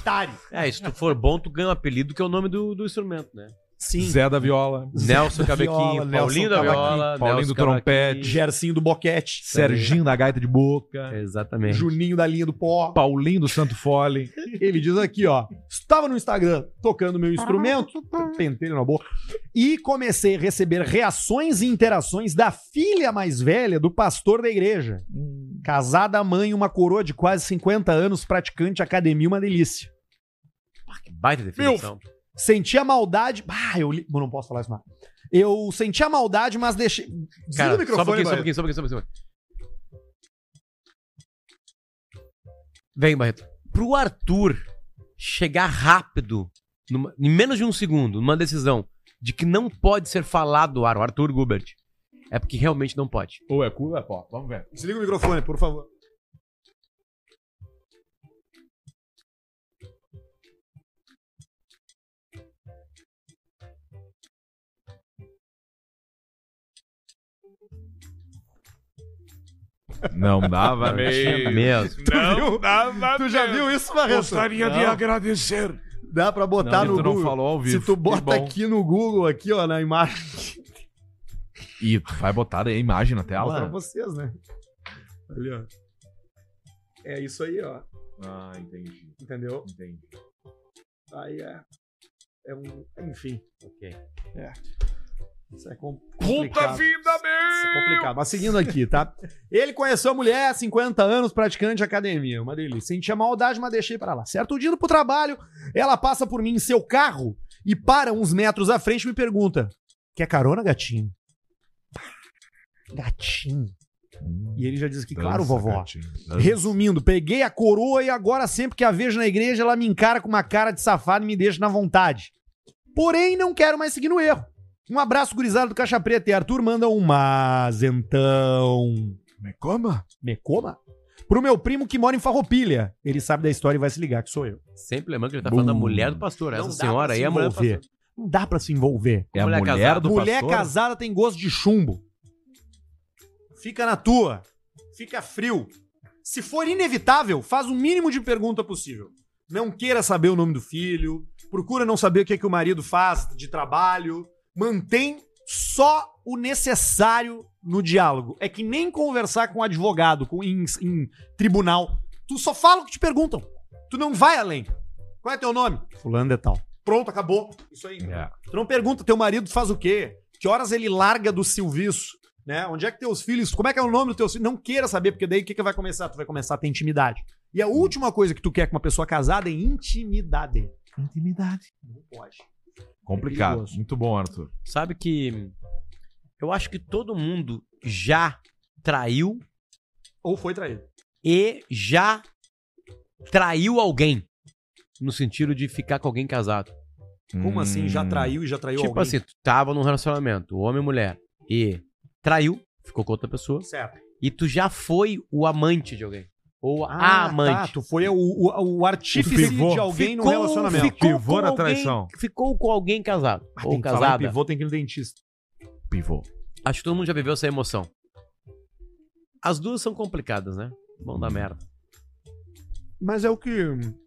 A: Otário.
C: É, se tu for bom, tu ganha um apelido que é o nome do, do instrumento, né?
A: Sim.
B: Zé da Viola.
C: Nelson
A: da
C: Cabequinho,
A: Viola, Nelson
C: Paulinho da
A: Cavaquinho,
C: Viola,
B: Paulinho
C: Nelson
B: do trompete.
C: Cavaquinho.
A: Gercinho do Boquete.
B: Serginho da Gaita de Boca.
C: Exatamente.
A: Juninho da linha do pó.
B: Paulinho do Santo Fole.
A: Ele diz aqui, ó. Estava no Instagram tocando meu instrumento, tentei na boa, e comecei a receber reações e interações da filha mais velha do pastor da igreja. Casada mãe, uma coroa de quase 50 anos, praticante academia, uma delícia.
C: Que baita definição.
A: Senti a maldade. Ah, eu li... Bom, não posso falar isso mais. Eu senti a maldade, mas deixei.
C: Cara,
A: Desliga
C: só um pouquinho, só um
A: Barreto.
C: pouquinho, só um pouquinho, só um pouquinho. Vem, Barreto. Pro Arthur chegar rápido, numa- em menos de um segundo, numa decisão de que não pode ser falado ar, o Arthur Gubert, é porque realmente não pode.
B: Ou é cu, ou é pó. Vamos ver.
A: Desliga o microfone, por favor.
B: Não dava
C: Tinha
B: mesmo.
C: é mesmo.
A: Tu viu? Tu já viu isso, Barreto?
P: Gostaria de
A: Não.
P: agradecer.
A: Dá pra botar
B: Não,
A: no
B: tu não
A: Google.
B: falou ao vivo.
A: Se tu
B: Que
A: bota
B: bom.
A: aqui no Google, aqui, ó, na imagem.
B: E tu vai botar aí a imagem na
A: Fala pra
B: tela.
A: vocês, né? Ali, ó. É isso aí, ó.
B: Ah, entendi.
A: Entendeu?
B: Entendi.
A: Aí é. É um. Enfim.
C: Ok.
A: É. Isso é com-
P: Puta
A: complicado.
P: vida,
A: Isso é
P: meu!
A: complicado. Mas seguindo aqui, tá? Ele conheceu a mulher, 50 anos, praticante de academia. Uma delícia. Sentia maldade, mas deixei pra lá. Certo dia indo pro trabalho, ela passa por mim em seu carro e para uns metros à frente e me pergunta: Quer carona, gatinho? Gatinho. E ele já diz que, claro, vovó. Resumindo, peguei a coroa e agora sempre que a vejo na igreja, ela me encara com uma cara de safado e me deixa na vontade. Porém, não quero mais seguir no erro. Um abraço gurizado do Caixa Preta e Arthur manda um mas então.
B: Me coma?
A: Me coma? Pro meu primo que mora em Farroupilha. Ele sabe da história e vai se ligar que sou eu.
C: Sempre lembrando que ele tá falando da mulher do pastor. Essa senhora aí é a mulher do pastor.
A: Não dá pra se envolver.
B: É a
C: Mulher
B: mulher,
C: casada.
B: do
A: Mulher
B: pastor?
A: casada tem gosto de chumbo. Fica na tua. Fica frio. Se for inevitável, faz o mínimo de pergunta possível. Não queira saber o nome do filho, procura não saber o que, é que o marido faz de trabalho. Mantém só o necessário no diálogo. É que nem conversar com um advogado com, em, em tribunal. Tu só fala o que te perguntam. Tu não vai além. Qual é teu nome? Fulano de tal. Pronto, acabou. Isso
B: É.
A: aí.
C: É.
A: Tu não pergunta, teu marido faz o quê? Que horas ele larga do serviço? Né? Onde é que teus filhos. Como é que é o nome dos teus filhos? Não queira saber, porque daí o que, que vai começar? Tu vai começar a ter intimidade. E a última coisa que tu quer com uma pessoa casada é intimidade. Intimidade. Não pode.
B: Complicado. Muito bom, Arthur.
C: Sabe que eu acho que todo mundo já traiu
A: Ou foi traído.
C: e já traiu alguém. No sentido de ficar com alguém casado.
A: Como assim?
B: Hum,
A: Já traiu e já traiu
C: Hum. tipo assim, tu tava num relacionamento, homem e mulher, e traiu, ficou com outra pessoa.
A: Certo.
C: E tu já foi o amante de alguém. Ou
A: Ah,
C: a
A: tá,
C: amante.
A: tu foi o, o, o artífice
B: Pivô.
A: de alguém
C: Ficou-
A: num relacionamento.
C: Ficou
B: Pivô
C: com
B: na
C: alguém-
B: traição.
C: Ficou com alguém casado.
A: Ah,
C: ou
A: tem que falar em
C: casada.
A: pivô, tem que ir no dentista.
B: Pivô.
C: Acho que todo mundo já viveu essa emoção. As duas são complicadas, né? Vão dar merda.
A: Mas é o que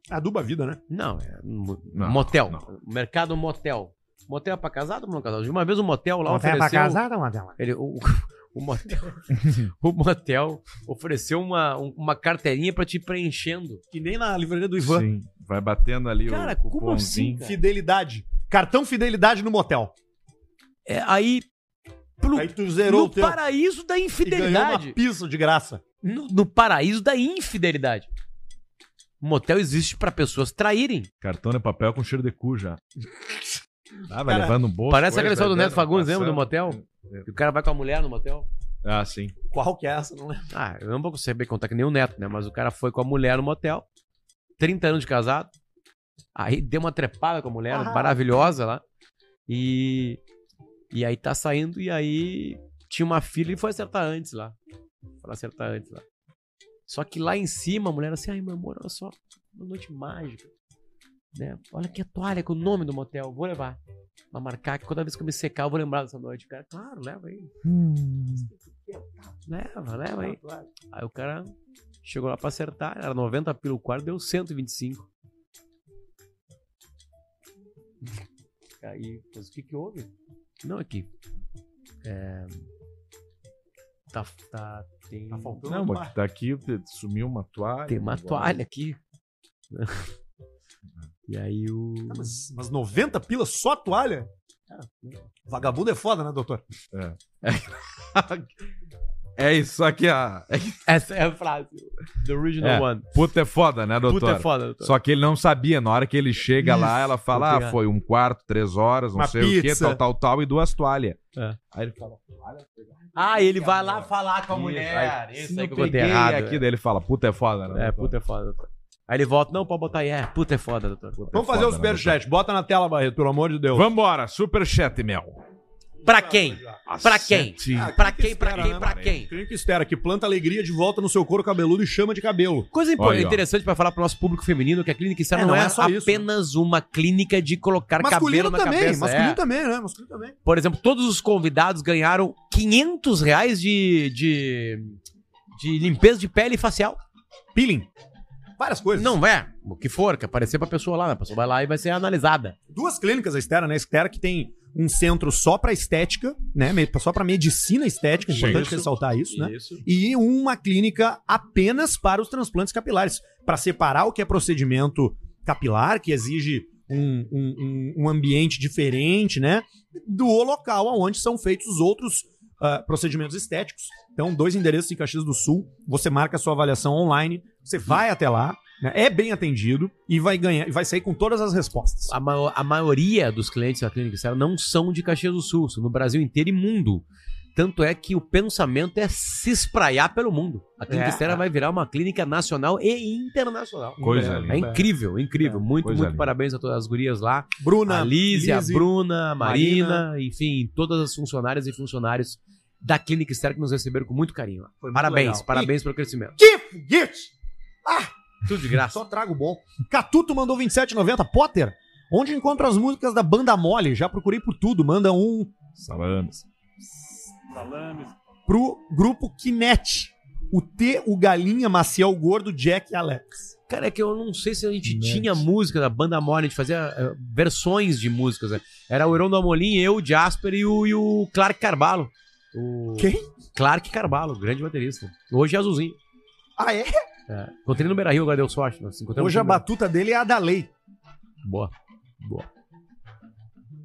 A: aduba a vida, né?
C: Não, é mo-
B: Não,
C: motel. Mercado motel. Motel é pra casado ou não casado? De uma vez o motel lá
A: Motel é pra
C: ofereceu...
A: casado ou motel?
C: Ele, o, o motel... o motel ofereceu uma, um- uma carteirinha pra te ir preenchendo.
A: Que nem na livraria do Ivan.
B: Sim. Vai batendo ali
C: Cara,
B: o
C: como assim,
B: cupomzinho.
C: cara?
A: É. Fidelidade. Cartão fidelidade no motel.
C: É, aí.
A: aí tu zerou
C: no
A: o teu.
C: paraíso da
A: E ganhou uma
C: infidelidade.
A: pizza de graça.
C: No, no paraíso da infidelidade. Motel existe pra pessoas traírem.
B: Cartão é papel com cheiro de cu já. Ah, vai
C: Cara,
B: levando um bolso.
C: Parece aquela
B: coisa,
C: história do
B: vai
C: Neto
B: dando, um
C: Fagundes, lembra do
B: né? passando. É.
C: motel? Que o cara vai com a mulher no motel.
B: Ah, sim.
A: Qual que é essa? Não lembro.
C: Ah, eu não vou saber contar que nem o Neto, né? Mas o cara foi com a mulher no motel, 30 anos de casado. Aí deu uma trepada com a mulher,
A: Ah.
C: maravilhosa lá. E. E aí tá saindo, e aí tinha uma filha e foi acertar antes lá. Foi acertar antes lá. Só que lá em cima a mulher assim, ai meu amor, olha só, uma noite mágica. Né? Olha que a toalha com o nome do motel, vou levar. Pra marcar que toda vez que eu me secar, eu vou lembrar dessa noite. O cara, claro, leva aí. Leva, leva aí. Aí o cara chegou lá pra acertar, era 90 pelo quarto, deu 125. Aí, mas o que que houve? Não, aqui. É... Tá, tá, tem... tá faltando
B: Não, mas tá aqui, sumiu uma toalha.
C: Tem uma
B: agora-
C: toalha aqui. Uhum. E aí o.
A: mas, mas 90 pilas só toalha? Cara, Vagabundo é foda, né, doutor?
B: É. É isso aqui, a.
C: Essa é a frase. The original
B: É,
C: one.
B: Puta é foda, né, doutor?
C: Puta é foda, doutor.
B: Só que ele não sabia. Na hora que ele chega lá,
C: Isso,
B: ela
C: tô
B: fala: ah,
A: é
C: ligado.
B: foi um quarto, três horas, não
C: Uma
B: sei o quê,
C: pizza.
B: tal, tal, tal, e duas toalhas.
C: É.
B: Aí ele fala:
C: Ah, ele vai lá falar com a mulher. Isso aí que eu botei errado.
B: aqui, daí ele fala: puta é foda, né?
C: É,
B: doutor?
C: puta é foda, doutor. Aí ele volta, não, pode botar aí. É, puta é foda, doutor.
A: Vamos fazer o superchat. Bota na tela, Barreto, pelo amor de Deus.
B: Vambora, superchat, Mel.
C: Pra quem? Pra quem?
A: Sete. Ah,
C: Pra
A: quem
C: quem? Pra
A: espera,
C: quem?
A: né,
C: Pra
A: Maria?
C: quem?
A: Quem que espera que planta alegria de volta no seu couro cabeludo e chama de cabelo.
C: Coisa impo-
A: Olha aí, ó.
C: interessante pra falar pro nosso público feminino que a clínica Estela
A: É,
C: não,
A: não
C: é,
A: é só isso,
C: apenas uma clínica de colocar
A: Masculino
C: cabelo na
A: também,
C: cabeça.
A: masculino
C: é.
A: também, né? Masculino também.
C: Por exemplo, todos os convidados ganharam 500 reais de, de, de limpeza de pele e facial.
A: Peeling. Várias coisas.
C: Não, é. O que for, que aparecer pra pessoa lá, né? A pessoa vai lá e vai ser analisada.
A: Duas clínicas a Estera, né? A Estera que tem um centro só pra estética, né? Me- Só pra medicina estética, é
B: Sim.
A: importante
B: Isso.
A: ressaltar isso, né?
B: Isso.
A: E uma clínica apenas para os transplantes capilares, pra separar o que é procedimento capilar, que exige um, um- um- um ambiente diferente, né? Do local onde são feitos os outros ah, procedimentos estéticos. Então, dois endereços em Caxias do Sul. Você marca a sua avaliação online, você vai até lá, né? é bem atendido e vai ganhar, e vai sair com todas as respostas.
C: A, maior- a maioria dos clientes da Clínica Estela não são de Caxias do Sul, são no Brasil inteiro e mundo. Tanto é que o pensamento é se espraiar pelo mundo. A
B: É.
C: Clínica Estela vai virar uma clínica nacional e internacional.
B: Coisa
C: é,
B: linda. É.
C: É incrível, incrível. Muito,
B: Coisa
C: muito
B: linda.
C: parabéns a todas as gurias lá.
A: Bruna,
C: a Lise, a
A: Lise,
C: Bruna, a Marina, enfim, todas as funcionárias e funcionários da Clínica Estela que nos receberam com muito carinho.
A: muito
C: parabéns,
A: legal.
C: parabéns pelo crescimento.
A: Que foguete!
C: Tudo de graça.
A: Só trago bom. Catuto mandou 27,90. Potter, onde encontro as músicas da banda mole? Já procurei por tudo. Manda um
B: Salames.
A: pro grupo Kinet. O T, o Galinha, Maciel Gordo, Jack e Alex.
C: Cara, é que eu não sei se a gente tinha música da banda mole, a gente fazia eh, versões de músicas. Né? Era o Heron do Amolim, eu, o Jasper e o, e o Clark Carvalho. O...
A: Quem?
C: Clark Carvalho, grande baterista. Hoje é azulzinho.
A: Ah, é?
C: É. Encontrei no Beira Rio, agora deu sorte. Nós encontramos
A: Hoje a
C: no Beira-
A: batuta dele é a da lei.
C: Boa. Boa.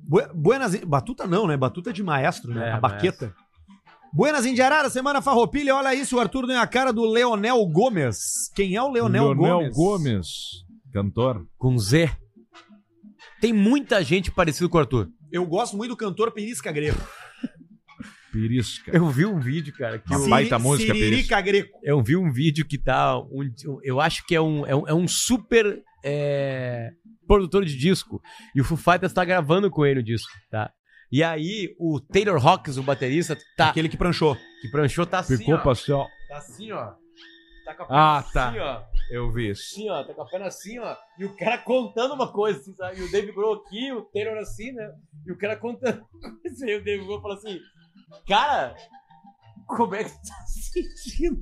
A: Bu- Buenas... Batuta não, né? Batuta de maestro, né?
C: É,
A: a baqueta. Buenas Indiarara, Semana Farroupilha. Olha isso, o Arthur deu a cara do Leonel Gomes. Quem é o Leonel,
B: Leonel
A: Gomes?
B: Gomes. Cantor.
C: Com Z. Tem muita gente parecida com o Arthur.
A: Eu gosto muito do cantor Perisca Greco.
B: Pirisca.
C: Eu vi um vídeo, cara, que
B: Uma
C: o-
B: baita música,
A: Siririca Greco.
C: Eu vi um vídeo que tá. Um, eu acho que é um, é um, é um super é, produtor de disco. E o Foo Fighters tá gravando com ele o disco, tá? E aí o Taylor Hawkins, o baterista, tá.
A: Aquele que pranchou.
C: Que pranchou tá assim.
B: Ficou
C: ó.
B: pastel.
C: Tá assim, ó. Tá com a
B: Ah,
C: assim, ó.
B: tá. Eu vi isso.
C: Assim, ó. Tá com a perna assim, ó. E o cara contando uma coisa, assim, sabe? E o Dave Grohl aqui, o Taylor assim, né? E o cara contando uma coisa. E o Dave Grohl fala assim: Cara, como é que tu tá se sentindo?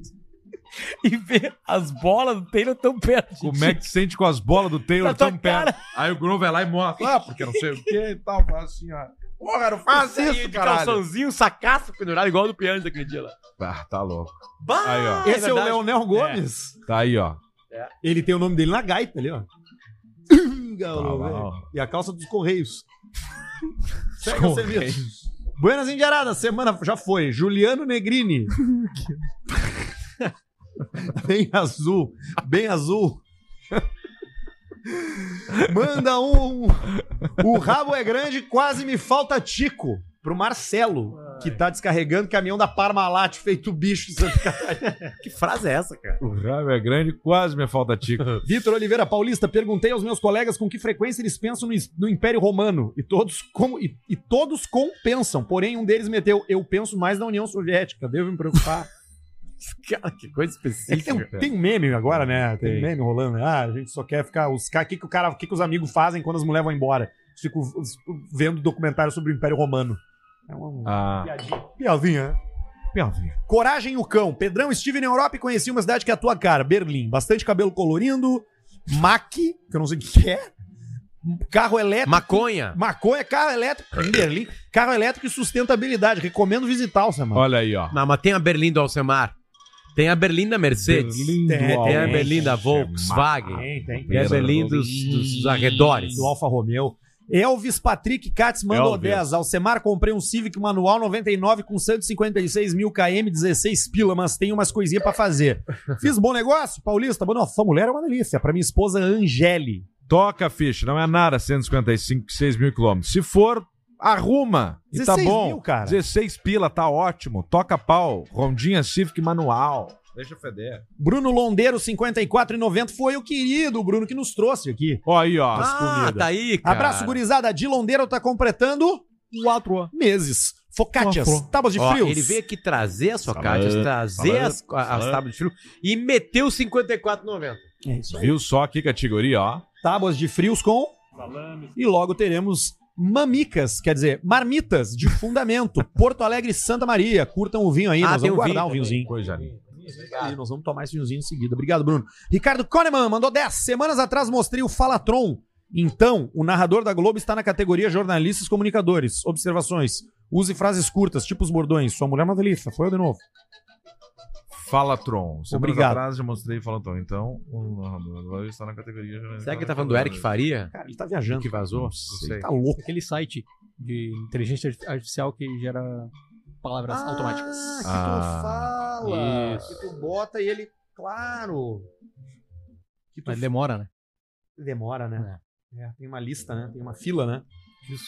C: E vê as bolas do Taylor tão perto.
B: Como é que tu sente com as bolas do Taylor
C: Na tua
B: tão perto?
C: cara.
B: Aí o Grohl vai lá e mostra. Ah, porque não sei o que e tal. Faz assim, ó. Porra, não faz isso,
C: de
B: caralho.
C: calçãozinho, sacaço pendurado igual do piano daquele dia lá.
B: Ah, tá louco.
C: Bah,
B: aí, ó.
A: Esse é, o
C: verdade.
A: Leonel Gomes.
B: Tá aí, ó.
A: Ele tem o nome dele na gaita ali, ó. Galo,
B: Tá lá,
A: velho.
B: ó.
A: e a calça dos Correios. Segue o serviço. Buenas Indiaradas, semana já foi. Juliano Negrini. bem azul, bem azul. Manda um. O rabo é grande, quase me falta tico. Pro Marcelo, que tá descarregando caminhão da Parmalat feito bicho em Santa Catarina. que frase é essa, cara?
B: O rabo é grande, quase me falta tico.
A: Vitor Oliveira Paulista, perguntei aos meus colegas com que frequência eles pensam no, is- no Império Romano. E todos, como, e, e todos compensam. Porém, um deles meteu: Eu penso mais na União Soviética, devo me preocupar.
C: Cara, que coisa
A: É que tem, um,
C: específica.
A: tem um meme agora, né? Tem,
C: Tem.
A: meme rolando. né? Ah, a gente só quer ficar. Os caras, que que o cara, o que, que os amigos fazem quando as mulheres vão embora? Eles Ficam os- vendo documentário sobre o Império Romano. É uma
B: Ah.
A: piadinha, né?
B: Piauzinho.
A: Coragem e o Cão. Pedrão, estive na Europa e conheci uma cidade que é a tua cara, Berlim. Bastante cabelo colorindo, Mac, que eu não sei o que é. Carro elétrico.
C: Maconha.
A: Maconha, carro elétrico. Em Berlim. Carro elétrico e sustentabilidade. Recomendo visitar o Samar.
B: Olha aí, ó.
C: Não, mas tem a Berlim do Alcemar. Tem a Berlim da Mercedes.
B: Berlim
C: tem,
B: do
C: É, tem a
B: Alcemar.
C: Berlim da Volkswagen.
A: Tem, tem.
C: Tem a Berlim dos, dos arredores.
A: Do Alfa Romeo. Elvis Patrick Katz mandou
B: Elvis.
A: 10. Alcemar, comprei um Civic manual 99 com 156 mil km, 16 pila, mas tem umas coisinhas pra fazer. Fiz bom negócio, Paulista? Bom, nossa, sua mulher é uma delícia. Pra minha esposa, Angele.
B: Toca a ficha, não é nada 155, 6 mil quilômetros. Se for, arruma. E tá
A: 16
B: bom.
A: mil, cara.
B: 16 pila, tá ótimo. Toca pau. Rondinha Civic manual. Deixa feder.
A: Bruno Londeiro, 54,90. Foi o querido Bruno que nos trouxe aqui.
B: Ó aí, ó.
A: as comidas.
C: tá aí, cara.
A: Abraço, gurizada. De Londeiro tá completando
O: quatro
A: meses. Focaccias,
B: Quatro.
A: tábuas de
C: Ó,
A: frios.
C: Ele veio aqui trazer a sua
B: Salame,
C: caixa, trazer
B: salame,
C: as, a- as
B: salame.
C: tábuas de frio e meteu 54,90.
A: É isso aí.
B: Viu só que categoria, ó.
A: Tábuas de frios com E logo teremos mamicas, quer dizer, marmitas de fundamento. Porto Alegre e Santa Maria. Curtam o vinho aí,
C: Ah,
A: nós
C: tem
A: vamos
C: o vinho
A: guardar um
C: também.
A: vinhozinho.
B: Coisa linda.
A: E nós vamos tomar esse vinhozinho em seguida. Obrigado, Bruno. Ricardo Coneman mandou 10. Semanas atrás mostrei o Falatron. Então, o narrador da Globo está na categoria jornalistas e comunicadores. Observações. Use frases curtas, tipo os bordões. Sua mulher é uma delícia. Foi eu de novo.
B: Fala Tron. Semanas
A: Obrigado.
B: atrás já mostrei Fala Tron. Então, o narrador está na categoria.
C: Será que ele tá falando do Eric Faria?
A: Cara, ele tá viajando.
C: Que vazou?
B: Não
C: Não
B: sei.
C: sei.
A: Tá louco.
O: Aquele site de inteligência arti- artificial que gera palavras automáticas.
B: Ah,
A: Ah, fala.
O: isso.
A: Que tu bota e ele... Claro. Que tu
O: Mas demora, né?
A: Demora, né? É, tem uma lista, né? Tem uma fila, né?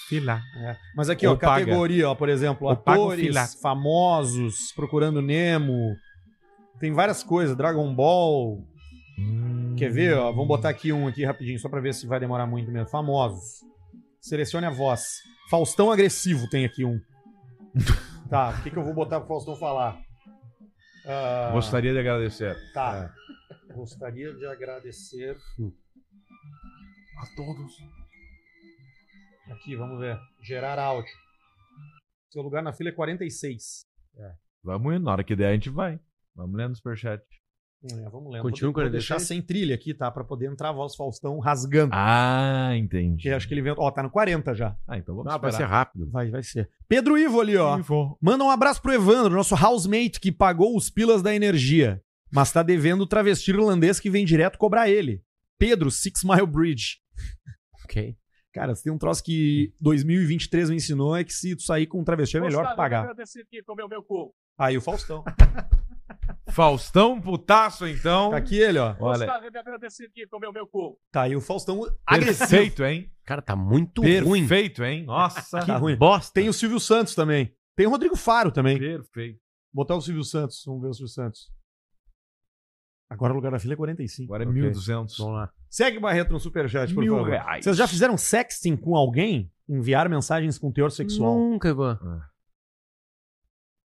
O: Fila.
A: É. Mas aqui,
B: Ou
A: ó,
B: paga.
A: categoria, ó, por exemplo,
B: Ou paga um ou fila.
A: atores, famosos, procurando Nemo. Tem várias coisas, Dragon Ball. Quer
B: Hum.
A: ver, ó? Vamos botar aqui um aqui rapidinho, só pra ver se vai demorar muito mesmo. Famosos. Selecione a voz. Faustão agressivo tem aqui um. tá, o que, que eu vou botar pro Faustão falar? Ah,
B: Gostaria de agradecer.
A: Tá. Gostaria de agradecer
B: A todos.
A: Aqui, vamos ver. Gerar áudio. Seu lugar na fila é 46.
B: Vamos indo. Na hora que der, a gente vai. Vamos lendo o superchat.
A: É, vamos lembrar.
C: Continua
A: Vou- vou
C: 46?
A: deixar sem trilha aqui, tá? Pra poder entrar a voz Faustão rasgando.
B: Ah, entendi.
A: Porque acho que ele vem. Ó, tá no 40 já.
B: Ah, então vamos
C: Ah, vai ser
B: esperar.
C: rápido.
A: Vai, vai ser. Pedro Ivo ali, ó.
B: Info.
A: Manda um abraço pro Evandro, nosso housemate que pagou os pilas da energia. Mas tá devendo o travesti irlandês que vem direto cobrar ele. Pedro, Six Mile Bridge.
C: Ok.
A: Cara, se tem um troço que 2023 me ensinou é que se tu sair com um travesti é melhor tu pagar.
N: que comeu meu cu.
A: Aí o Faustão.
B: Faustão, putaço, então.
A: Tá aqui ele, ó.
B: Olha,
N: de agradecer que comeu meu cu.
A: Tá aí o Faustão agressivo.
B: perfeito, hein?
C: Cara, tá muito ruim.
B: Perfeito, hein? Nossa.
A: Tá ruim.
C: Bosta.
A: Tem o Silvio Santos também. Tem o Rodrigo Faro também.
B: Perfeito.
A: Botar o Silvio Santos. Vamos ver o Silvio Santos. Agora o lugar da fila é 45.
B: Agora é
A: Ok.
B: 1.200.
C: Vamos lá.
A: Segue Barreto no superchat, por
B: Mil
A: favor.
B: reais.
A: Vocês já fizeram sexting com alguém? Enviar mensagens com teor sexual.
B: Hum.
C: Nunca, Ivan.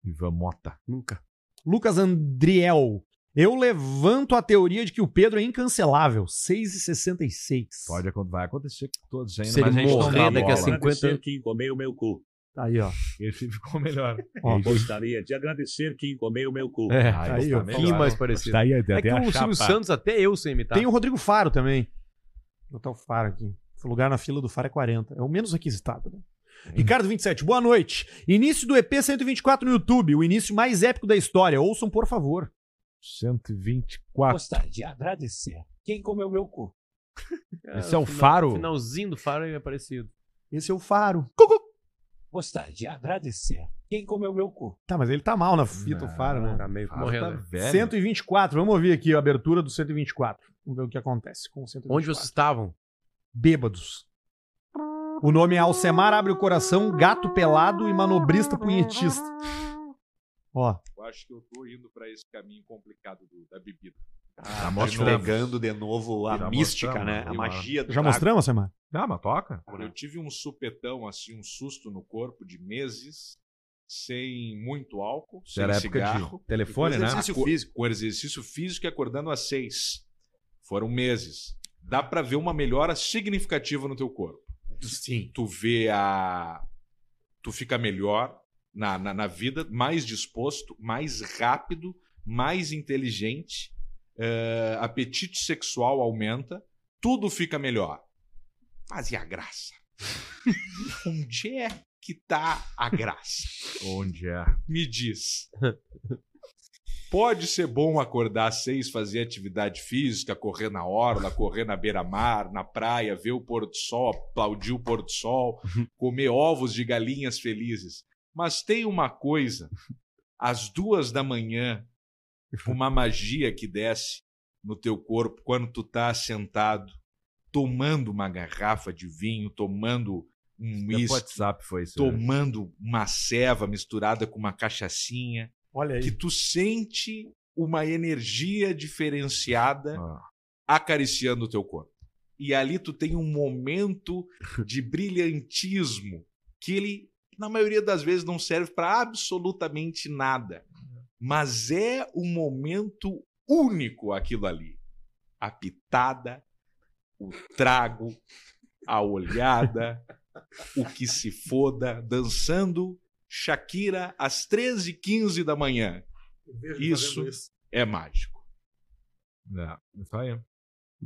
B: Ivan Mota.
C: Nunca.
A: Lucas Andriel. Eu levanto a teoria de que o Pedro é incancelável. 6,66.
B: Pode acon- vai acontecer com todos ainda,
C: Se ele
B: mas a gente não
C: morrer
B: dá
P: é
C: daqui a
B: bola.
C: 50 anos.
N: que comeu meu cu.
A: Tá aí, ó.
B: Ele ficou melhor.
A: Ó,
N: Gostaria de agradecer que comeu meu cu.
C: É,
B: Ah,
A: aí,
B: isso
A: ó.
B: tá melhor.
C: um pouquinho mais parecido.
B: Tá aí, até,
C: É que
B: até a
C: o Silvio
B: chapa.
C: Santos, até eu sei imitar.
A: Tem o Rodrigo Faro também. Vou botar o Faro aqui. O lugar na fila do Faro é 40. É o menos requisitado, né? Ricardo 27, boa noite. Início do EP 124 no YouTube, o início mais épico da história. Ouçam, por favor.
B: 124.
N: Gostaria de agradecer quem comeu meu cu.
B: Esse é o Faro?
C: Finalzinho do Faro é parecido.
A: Esse é o Faro.
P: Gostaria de agradecer quem comeu meu cu.
A: Tá, mas ele tá mal na fita, o Faro, né?
C: Tá meio que
A: Faro
C: morrendo,
A: tá
C: né? velho.
A: 124, vamos ouvir aqui a abertura do 124. Vamos ver o que acontece com o 124.
C: Onde vocês estavam?
A: Bêbados. O nome é Alcemar Abre o Coração, Gato Pelado e Manobrista Punhetista. Ó,
B: Eu acho que eu tô indo pra esse caminho complicado do- da bebida.
A: tá
B: Ah,
Q: tá entregando de novo a
B: Já
Q: mística,
B: mostramos,
Q: né? A
B: eu
Q: magia
B: acho.
Q: do
A: já
Q: trago.
A: mostramos, Alcemar?
B: Ah. Não, mas toca. Eu tive um supetão, assim, um susto no corpo de meses, sem muito álcool, sem Era época de cigarro. telefone, com né? Exercício
Q: Com-
B: físico. Com exercício físico e acordando às seis. Foram meses. Dá pra ver uma melhora significativa no teu corpo. Sim. Tu vê a. Tu fica melhor na, na, na vida, mais disposto, mais rápido, mais inteligente, eh, apetite sexual aumenta, tudo fica melhor. Mas e a graça? Onde é que tá a graça? Onde é? Me diz. Pode ser bom acordar às seis, fazer atividade física, correr na orla, correr na beira-mar, na praia, ver o pôr do sol, aplaudir o pôr do sol, comer ovos de galinhas felizes. Mas tem uma coisa: às duas da manhã, uma magia que desce no teu corpo quando tu tá sentado, tomando uma garrafa de vinho, tomando um
A: Até pro
B: uísque,
A: WhatsApp foi isso, né?
B: tomando uma ceva misturada com uma cachaçinha,
A: Olha aí.
B: que tu sente uma energia diferenciada acariciando o teu corpo. E ali tu tem um momento de brilhantismo que ele, na maioria das vezes, não serve para absolutamente nada. Mas é um momento único aquilo ali. A pitada, o trago, a olhada, o que se foda, dançando Shakira às 13h15 da manhã. Isso, é mágico.
C: É, isso aí.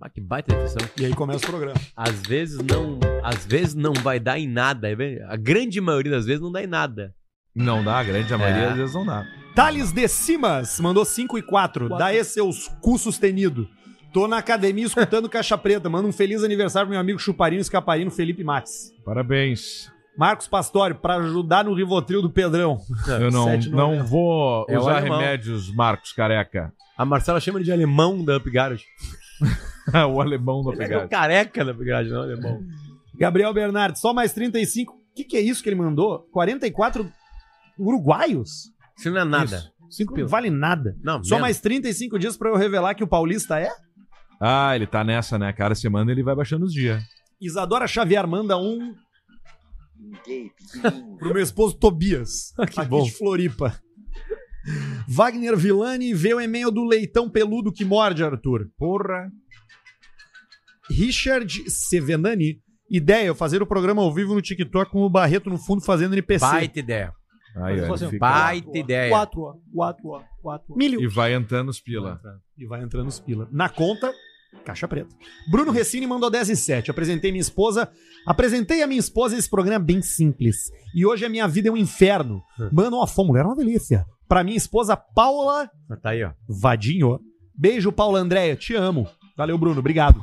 C: Ah, que baita definição.
A: E aí começa o programa.
C: Às vezes não, às vezes não vai dar em nada. é bem- A grande maioria das vezes não dá em nada.
B: Não dá, a grande
A: maioria
B: das vezes não dá.
A: Thales de Simas mandou 5 e 4. Dá esse seus cu sustenido. Tô na academia escutando Caixa Preta. Manda um feliz aniversário pro meu amigo Chuparino Escaparino Felipe Mates.
B: Parabéns.
A: Marcos Pastório, pra ajudar no Rivotril do Pedrão.
B: Eu não,
A: 7,90.
B: não vou
A: É o
B: usar
A: alemão.
B: remédios, Marcos Careca.
C: A Marcela chama ele de alemão da Up Garage.
B: o alemão da
C: Ele
B: Up
C: é
B: Garage.
C: o careca da Up Garage, não alemão.
A: Gabriel Bernardes, só mais 35. O que, que é isso que ele mandou? 44 uruguaios?
C: Isso não é nada.
A: Cinco não vale nada.
C: Não,
A: Só
B: menos.
A: mais 35 dias pra eu revelar que o paulista é?
B: Ah, ele tá nessa, né? Cada semana ele vai baixando os dias.
A: Isadora Xavier manda um. Pro meu esposo Tobias. aqui
B: bom.
A: de Floripa. Wagner Villani vê o e-mail do leitão peludo que morde, Arthur.
B: Porra.
A: Richard Sevenani. Ideia, fazer o programa ao vivo no TikTok com o Barreto no fundo fazendo NPC.
C: Baita ideia.
B: Aí, ó,
A: um
B: ele fica-
C: Baita ideia.
A: 4, ó. 4, ó. 4, ó. Milho.
B: E vai entrando os pila.
A: E vai entrando os pila. Na conta, caixa preta. Bruno Recine mandou 10 e 7. Apresentei minha esposa. Apresentei a minha esposa esse programa é bem simples. E hoje a minha vida é um inferno. Mano, ó, fomos, era uma delícia. Pra minha esposa, Paula
C: Tá aí, ó.
A: Vadinho. Beijo, Paula Andréia. Te amo. Valeu, Bruno. Obrigado.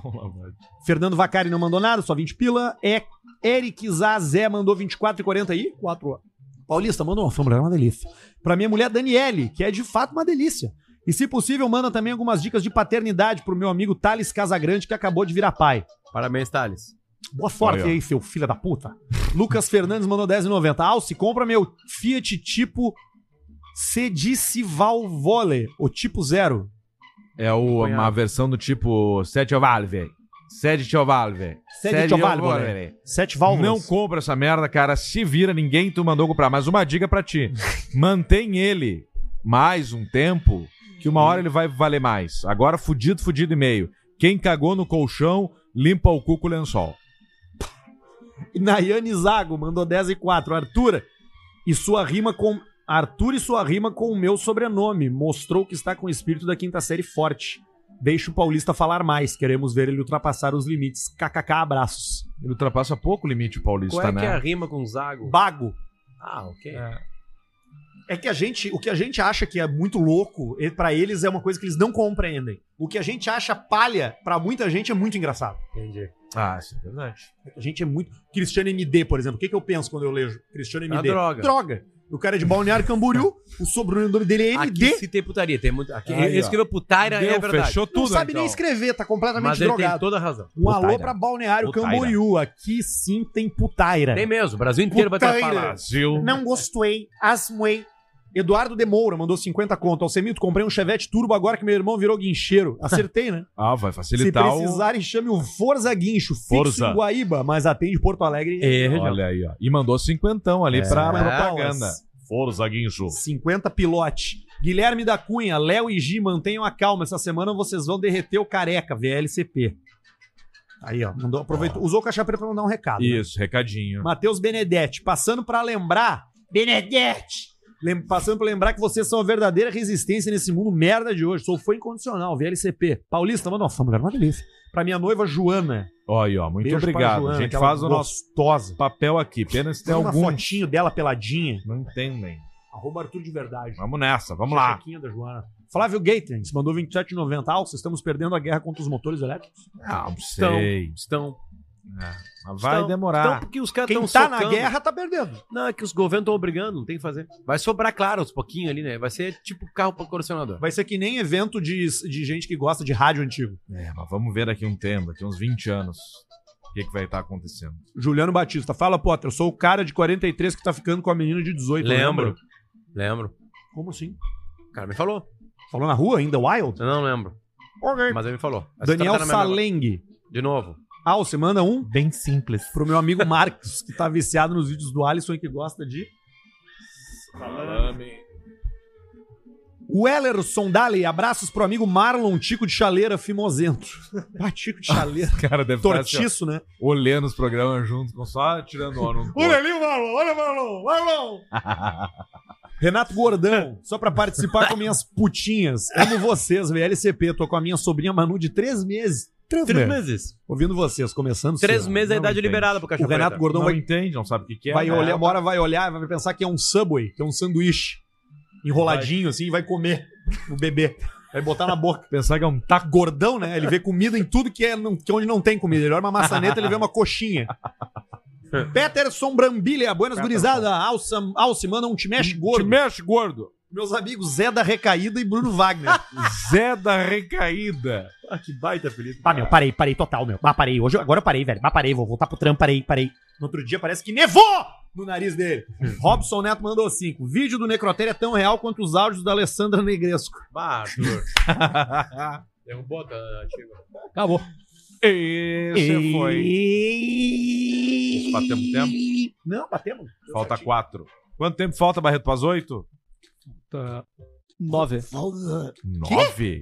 A: Fernando Vacari não mandou nada, só 20 pila. É Eric Zazé mandou 24 e 40 aí. 4 Paulista, manda uma fama, é uma delícia. Pra minha mulher Daniele, que é de fato uma delícia. E se possível, manda também algumas dicas de paternidade pro meu amigo Thales Casagrande, que acabou de virar pai.
C: Parabéns, Thales.
A: Boa sorte
C: Aí, ó.
A: aí, seu filho da puta. Lucas Fernandes mandou 10,90. Alce, compra meu Fiat tipo Sedicival Vole, o tipo zero.
B: É o- uma versão do tipo Sete Valve. Sete Valve.
A: Sete né? válvulas.
B: né?
A: Sete válvulas.
B: Não compra essa merda, cara. Se vira, ninguém tu mandou comprar. Mas uma dica pra ti: mantém ele mais um tempo, que uma hora ele vai valer mais. Agora, fudido, fudido e meio. Quem cagou no colchão, limpa o cu com o lençol.
A: E Nayane Zago mandou 10 e 4. Arthur e sua rima com. Arthur e sua rima com o meu sobrenome. Mostrou que está com o espírito da quinta série forte. Deixa o Paulista falar mais. Queremos ver ele ultrapassar os limites. KKK, abraços.
B: Ele ultrapassa pouco o limite, o Paulista,
C: Qual é que
B: né?
C: é a rima com Zago?
A: Bago.
C: Ah, ok.
A: É que a gente, o que a gente acha que é muito louco, e pra eles é uma coisa que eles não compreendem. O que a gente acha palha, pra muita gente é muito engraçado.
C: Entendi. Ah, isso é verdade.
A: A gente é muito. Cristiano MD, por exemplo. O que, que eu penso quando eu leio Cristiano MD?
C: É uma droga.
A: Droga. O cara é de Balneário Camboriú, o sobrenome dele é MD.
C: Aqui se tem putaria. Tem muito... aqui,
A: Aí,
C: ele
A: ó.
C: escreveu putaria,
A: Deu,
C: é verdade.
A: fechou tudo, Não sabe então. nem escrever, tá completamente
C: Mas ele
A: drogado.
C: tem toda a razão.
A: Um alô pra Balneário
C: Putaira.
A: Camboriú. Aqui sim tem putaira.
C: Tem mesmo, o Brasil inteiro vai ter
A: Putaira.
C: falar.
A: Não gostei, asmoei. Eduardo de Moura mandou 50 conto. Alcemito, comprei um Chevette Turbo agora que meu irmão virou guincheiro. Acertei, né?
B: Ah, vai
A: Se
C: tá
B: facilitar o...
A: precisarem, chame o Forza Guincho. Fixo
B: Forza.
A: em Guaíba, mas atende Porto Alegre.
C: É,
B: Olha aí, ó. E mandou cinquentão ali
A: É.
B: pra
A: Cinquentão,
B: propaganda.
A: mas-
B: Forza Guincho.
A: 50 pilote. Guilherme da Cunha, Léo e Gi, mantenham a calma. Essa semana vocês vão derreter o careca, VLCP. Aí, ó, mandou, aproveitou, usou o caixa preta pra mandar um recado. né?
B: Isso, recadinho.
A: Matheus Benedetti, passando pra lembrar. Benedetti! lem- passando pra lembrar que vocês são a verdadeira resistência nesse mundo merda de hoje. Sou fã incondicional, VLCP. Paulista, manda uma fã, mulher, uma delícia. Pra minha noiva Joana.
B: Ó, aí, ó. Muito
A: Beijo pra
B: obrigado.
A: Joana,
B: a gente
A: aquela
B: faz o nosso papel aqui. Pena se tem
A: Tem uma
B: algum.
A: fotinho dela peladinha.
B: Não entendem.
A: Arroba Arthur de verdade.
B: Vamos nessa, vamos lá.
A: Chequinha da Joana. Flávio Gatens mandou 27,90. Alça, Ah, estamos perdendo a guerra contra os motores elétricos?
B: Ah, não
A: Estão.
B: sei. É,
C: Estão.
B: mas vai
C: Estão-
B: demorar.
C: estão porque os caras
A: Quem
C: tão
A: tá na
C: socando.
A: guerra tá perdendo.
C: Não, é que os governos estão obrigando, não tem o que fazer. Vai sobrar, claro, uns pouquinho ali, né? Vai ser tipo carro para colecionador.
A: Vai ser que nem evento de, de gente que gosta de rádio antigo.
B: É, mas vamos ver daqui um tempo, daqui uns 20 anos, o que, que vai estar acontecendo.
A: Juliano Batista, fala, Potter, eu sou o cara de 43 que tá ficando com a menina de 18.
C: Lembro.
A: lembra?
C: Lembro.
A: Como assim?
C: O cara me falou.
A: Falou na rua ainda, Wild?
C: Eu não lembro.
A: Ok.
C: Mas ele me falou. Essa
A: Daniel
C: história tá na minha
A: Saleng.
C: memória. De novo.
A: Ah, você manda um?
B: Bem simples.
A: Pro meu amigo Marcos, que tá viciado nos vídeos do Alisson e que gosta de... Wellerson Dali, abraços pro amigo Marlon Tico de Chaleira Fimosento. Ah, Tico de Chaleira.
B: cara deve estar assim, ó,
A: Tortiço, né?
B: Olhando os programas juntos, com- só tirando o no
A: Olha ali o Marlon, olha o Marlon, Marlon! Renato Gordão, só pra participar com minhas putinhas. Amo vocês, VLCP. Tô com a minha sobrinha Manu de três meses. Três,
C: Três
A: meses.
C: meses.
A: Ouvindo vocês, começando.
C: Três
A: cedo.
C: meses é a idade liberada pro cachorro.
A: O Renato Gordão
B: não
A: vai,
B: entende, não sabe o que, que é.
A: vai
B: né?
A: olhar, uma hora vai olhar e vai pensar que é um subway, que é um sanduíche. Enroladinho assim e vai comer o bebê. Vai botar na boca.
B: Pensar que é um taco.
A: Gordão, né? Ele vê comida em tudo que, é, não- que onde não tem comida. Ele olha uma maçaneta, ele vê uma coxinha. Peterson Brambilha, buenas gurizada. Alce, Alce, manda um te mexe gordo.
B: Te mexe, gordo.
A: Meus amigos Zé da Recaída e Bruno Wagner.
B: Zé da Recaída.
A: ah, que baita feliz. Ah, meu, parei, parei total, meu. Ah, parei. Hoje, agora eu parei, velho. Ah, parei, vou voltar pro trampo, parei, parei. No outro dia parece que nevou no nariz dele. Robson Neto mandou cinco. Vídeo do Necrotério é tão real quanto os áudios da Alessandra Negresco.
C: Baixo. Derrubou a da antiga.
A: Acabou.
B: Esse foi. Batemos tempo?
A: Não, batemos.
B: Falta quatro. Quanto tempo falta, Barreto? Para as oito?
O: Tá. Nove.
B: Nove?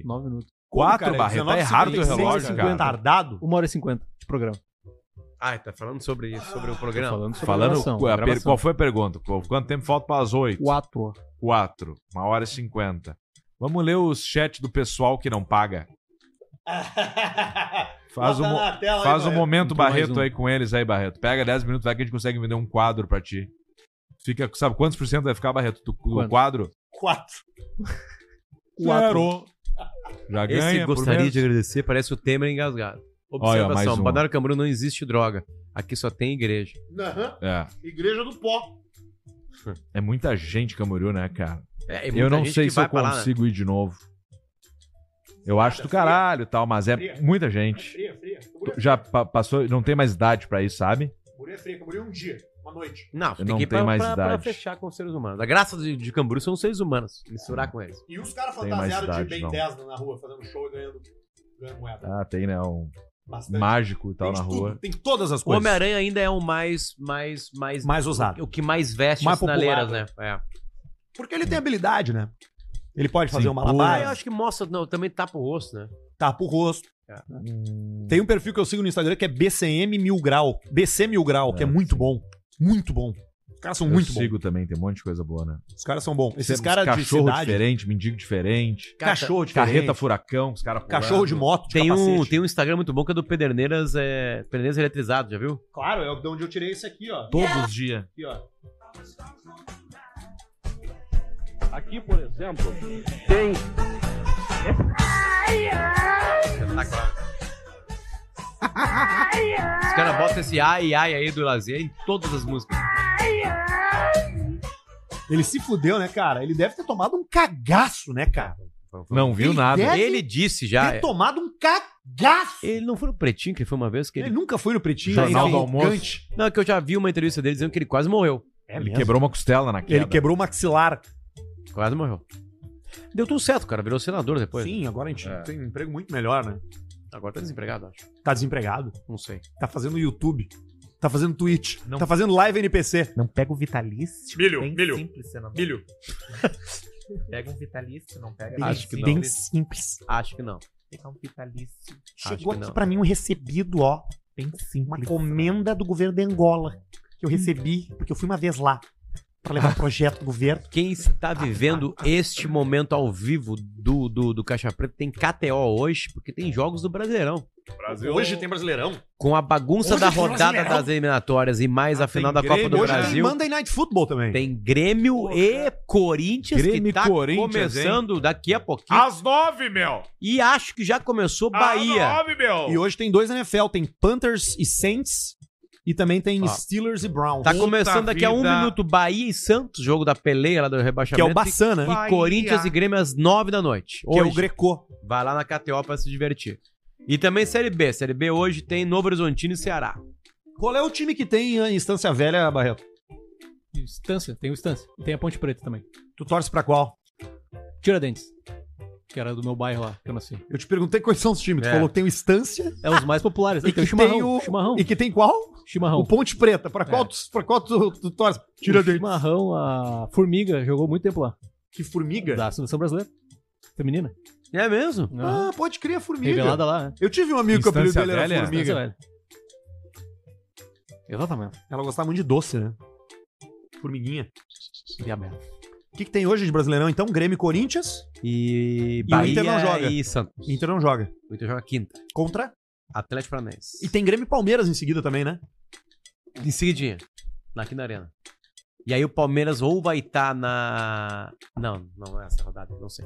O: Nove minutos.
B: Quatro,
O: Como, cara?
B: Barreto. Tá
O: 19,
B: errado o
O: 56,
B: relógio, cara.
O: 50.
A: Tardado?
O: Uma hora e cinquenta de programa.
C: Ah, tá falando sobre isso, sobre o programa.
O: Tô falando sobre
B: Falando,
O: gravação,
B: qu- a per-
O: gravação.
B: qual foi a pergunta? Qu- Quanto tempo falta para as oito?
O: Quatro.
B: Quatro. Uma hora e cinquenta. Vamos ler os chats do pessoal que não paga. Faz um,
A: Bota
B: mo-
A: na tela aí,
B: faz um
A: Barreto.
B: momento,
A: Então, mais
B: Barreto,
A: um.
B: aí com eles aí, Barreto. Pega 10 minutos, vai que a gente consegue vender um quadro pra ti. Fica, sabe quantos por cento vai ficar, Barreto, do, do
O: Quanto?
B: quadro?
A: Quatro.
B: Zero. Já
C: Esse
B: ganha por
C: gostaria
B: mês.
C: de agradecer, parece o Temer engasgado.
B: Olha, mais um.
C: Observação,
B: uma.
C: Banara Camboriú não existe droga. Aqui só tem igreja.
A: Aham.
B: É.
A: Igreja do Pó.
B: É muita gente, Camboriú, né, cara?
C: É, é muita
B: eu não
C: gente
B: sei
C: que
B: se
C: vai
B: eu
C: pra lá, né?
B: consigo ir de novo. Eu acho do caralho e tal, mas é muita gente.
A: Fria, fria.
B: Tu Já pa- passou, não tem mais idade pra isso, sabe?
A: Camboriú é fria, Camboriú é um dia, uma noite.
C: Não, tem
B: não
C: que ir
B: tenho
C: pra,
B: mais
C: pra- pra
B: idade.
C: fechar com os seres humanos. A graça de, de Camboriú são os seres humanos. Misturar
B: Hum.
C: com eles.
A: E os caras
B: Tem mais
A: fantasiados de
B: idade,
A: Ben
B: não.
A: 10 na rua, fazendo show e ganhando, ganhando moeda.
B: Ah, tem, né? Um
A: Bastante.
B: mágico e tal
A: Tem
B: tá na
A: de tudo,
B: rua.
A: Tem todas as
C: O
A: coisas.
C: Homem-Aranha ainda é o mais, mais, mais,
A: Mais usado.
C: O que mais veste
A: Mais
C: as sinaleiras,
A: popular.
C: né? É.
A: Porque ele tem habilidade, né? Ele pode fazer
O: um
B: Sim,
A: uma
C: Ah, eu
A: malabar,
C: acho que mostra, não, também tapa o rosto, né?
A: tapa o rosto.
C: É.
A: Tem um perfil que eu sigo no Instagram que é BCM Mil Grau. BC Mil Grau, que é muito bom. Muito bom. Os caras são
B: Eu
A: muito bons.
B: sigo também, tem um monte de coisa boa, né?
A: Os caras são bons. Esses
B: Uns
A: caras de
B: cachorro
A: cidade.
B: diferente, mendigo diferente.
A: Cachorro diferente.
B: Carreta furacão, os caras
A: Cachorro
B: pulando.
A: de moto, de
C: Tem um,
A: capacete.
C: tem um Instagram muito bom que é do Pederneiras, é, Pederneiras Eletrizado, já viu?
A: Claro, é de onde eu tirei esse aqui, ó.
B: Todos os dias.
A: Aqui, ó.
L: Aqui, por exemplo, tem
C: Espetacular. Os caras botam esse ai ai aí do lazer em todas as músicas.
A: Ele se fudeu, né, cara? Ele deve ter tomado um cagaço, né, cara?
B: Não viu
A: Ele
B: nada.
A: deve
C: Ele disse já.
A: ter tomado um cagaço.
C: É. Ele não foi no Pretinho que ele foi uma vez que ele.
A: Ele nunca foi no Pretinho.
B: Jornal
A: ele
B: do
A: é
B: Almoço.
A: gigante.
C: Não, é que eu já vi uma entrevista dele dizendo que ele quase morreu.
A: É
B: Ele quebrou uma costela na queda.
A: Ele quebrou o maxilar.
C: Quase morreu. Deu tudo certo, cara. Virou senador depois.
A: Sim, agora a gente
C: É.
A: tem um emprego muito melhor, né?
C: Agora tá desempregado, acho.
A: Tá desempregado.
C: Não sei.
A: Tá fazendo YouTube. Tá fazendo Twitch. Tá fazendo live NPC.
R: Não pega o vitalício.
A: Milho,
R: Bem
A: milho,
R: Simples, senador.
A: milho.
R: Pega um vitalício, não pega.
A: Bem
R: Acho que
A: Bem
R: não.
A: simples.
C: Acho que não.
R: Pegar um vitalício.
A: Chegou
R: Acho que
A: aqui
R: não.
A: pra mim um recebido, ó.
R: Bem simples.
A: Uma comenda do governo de Angola. Que eu recebi, porque eu fui uma vez lá. Pra levar projeto do governo.
C: Quem está vivendo este momento ao vivo do, do, do Caixa Preta tem KTO hoje, porque tem jogos do Brasileirão.
A: Brasil. Hoje tem Brasileirão.
C: Com a bagunça
A: Hoje
C: da
A: tem
C: rodada
A: Brasileirão?
C: das eliminatórias e mais a final da Copa do
A: Hoje tem
C: Brasil.
A: Monday Night Football também.
C: Tem Grêmio e Corinthians
B: Grêmio e
C: que tá
B: Corinthians,
C: começando daqui a pouquinho.
A: Ah.
B: Às nove, meu!
C: E acho que já começou
B: Às
C: Bahia.
B: nove, meu!
A: E hoje tem dois NFL. Tem Panthers e Saints. E também tem
C: Ó.
A: Steelers e Browns. Hum.
C: Tá começando daqui a um
B: vida.
C: minuto Bahia e Santos, jogo da peleia lá do rebaixamento.
A: Que é o Baçã, né?
C: E
A: Bahia.
C: Corinthians e Grêmio às nove da noite.
A: Que é o
C: Hoje.
A: Greco.
C: Vai lá na KTO pra se divertir. E também Série B. Série B hoje tem Novo Horizontino e Ceará.
A: Qual é o time que tem em Instância Velha, Barreto?
O: Estância, tem o Estância. E tem a Ponte Preta também.
A: Tu torce pra qual?
O: Tiradentes. Que era do meu bairro lá, que eu nasci.
A: Eu te perguntei quais são os times.
O: É.
A: Tu falou que tem o Instância.
O: É os mais
C: né?
O: populares. tem
A: E
O: o
A: que tem
O: chimarrão.
A: o-
O: chimarrão.
A: E que tem qual?
O: Chimarrão.
A: O Ponte Preta. Pra qual, tu, pra qual tu, tu torce?
O: o
A: Tiradentes.
O: chimarrão, a formiga, jogou muito tempo lá.
A: Que formiga?
O: Da seleção brasileira. Feminina.
C: É mesmo?
A: Ah, pode crer, formiga.
O: Revelada lá, né?
A: Eu tive um amigo que o apelido
B: Instância
A: dele era
B: Velha?
A: formiga.
O: Essa, velho. Exatamente.
A: Ela gostava muito de doce, né? Formiguinha.
O: E aberto.
A: O que, que tem hoje de Brasileirão, então? Grêmio e Corinthians.
C: E
A: E o
C: Bahia
A: Inter não joga.
C: e Santos.
A: Inter não joga.
C: O Inter joga quinta.
A: Contra.
C: Atlético Paranaense.
A: E tem Grêmio e Palmeiras em seguida também, né?
C: Em seguidinha. Na aqui na Arena. E aí o Palmeiras ou vai estar na... Não, não é essa rodada. Não sei.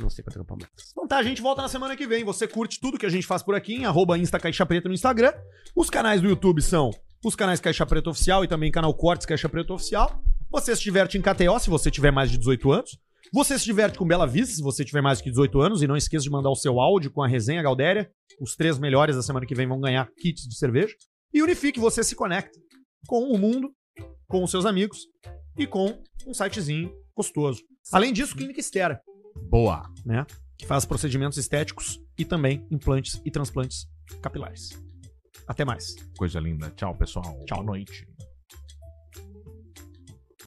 C: Não sei quanto é que é o Palmeiras.
A: Então tá, a gente volta na semana que vem. Você curte tudo que a gente faz por aqui em arroba Insta Caixa Preta no Instagram. Os canais do YouTube são os canais Caixa Preta Oficial e também canal Cortes Caixa Preta Oficial. Você se diverte em KTO se você tiver mais de 18 anos. Você se diverte com Bela Vista se você tiver mais de 18 anos. E não esqueça de mandar o seu áudio com a resenha Galdéria. Os três melhores da semana que vem vão ganhar kits de cerveja. E Unifique, você se conecta com o mundo, com os seus amigos e com um sitezinho gostoso. Além disso, Clínica Estera
B: Boa.
A: né? Que faz procedimentos estéticos e também implantes e transplantes capilares. Até mais.
B: Coisa linda. Tchau, pessoal.
A: Tchau.
B: Boa noite.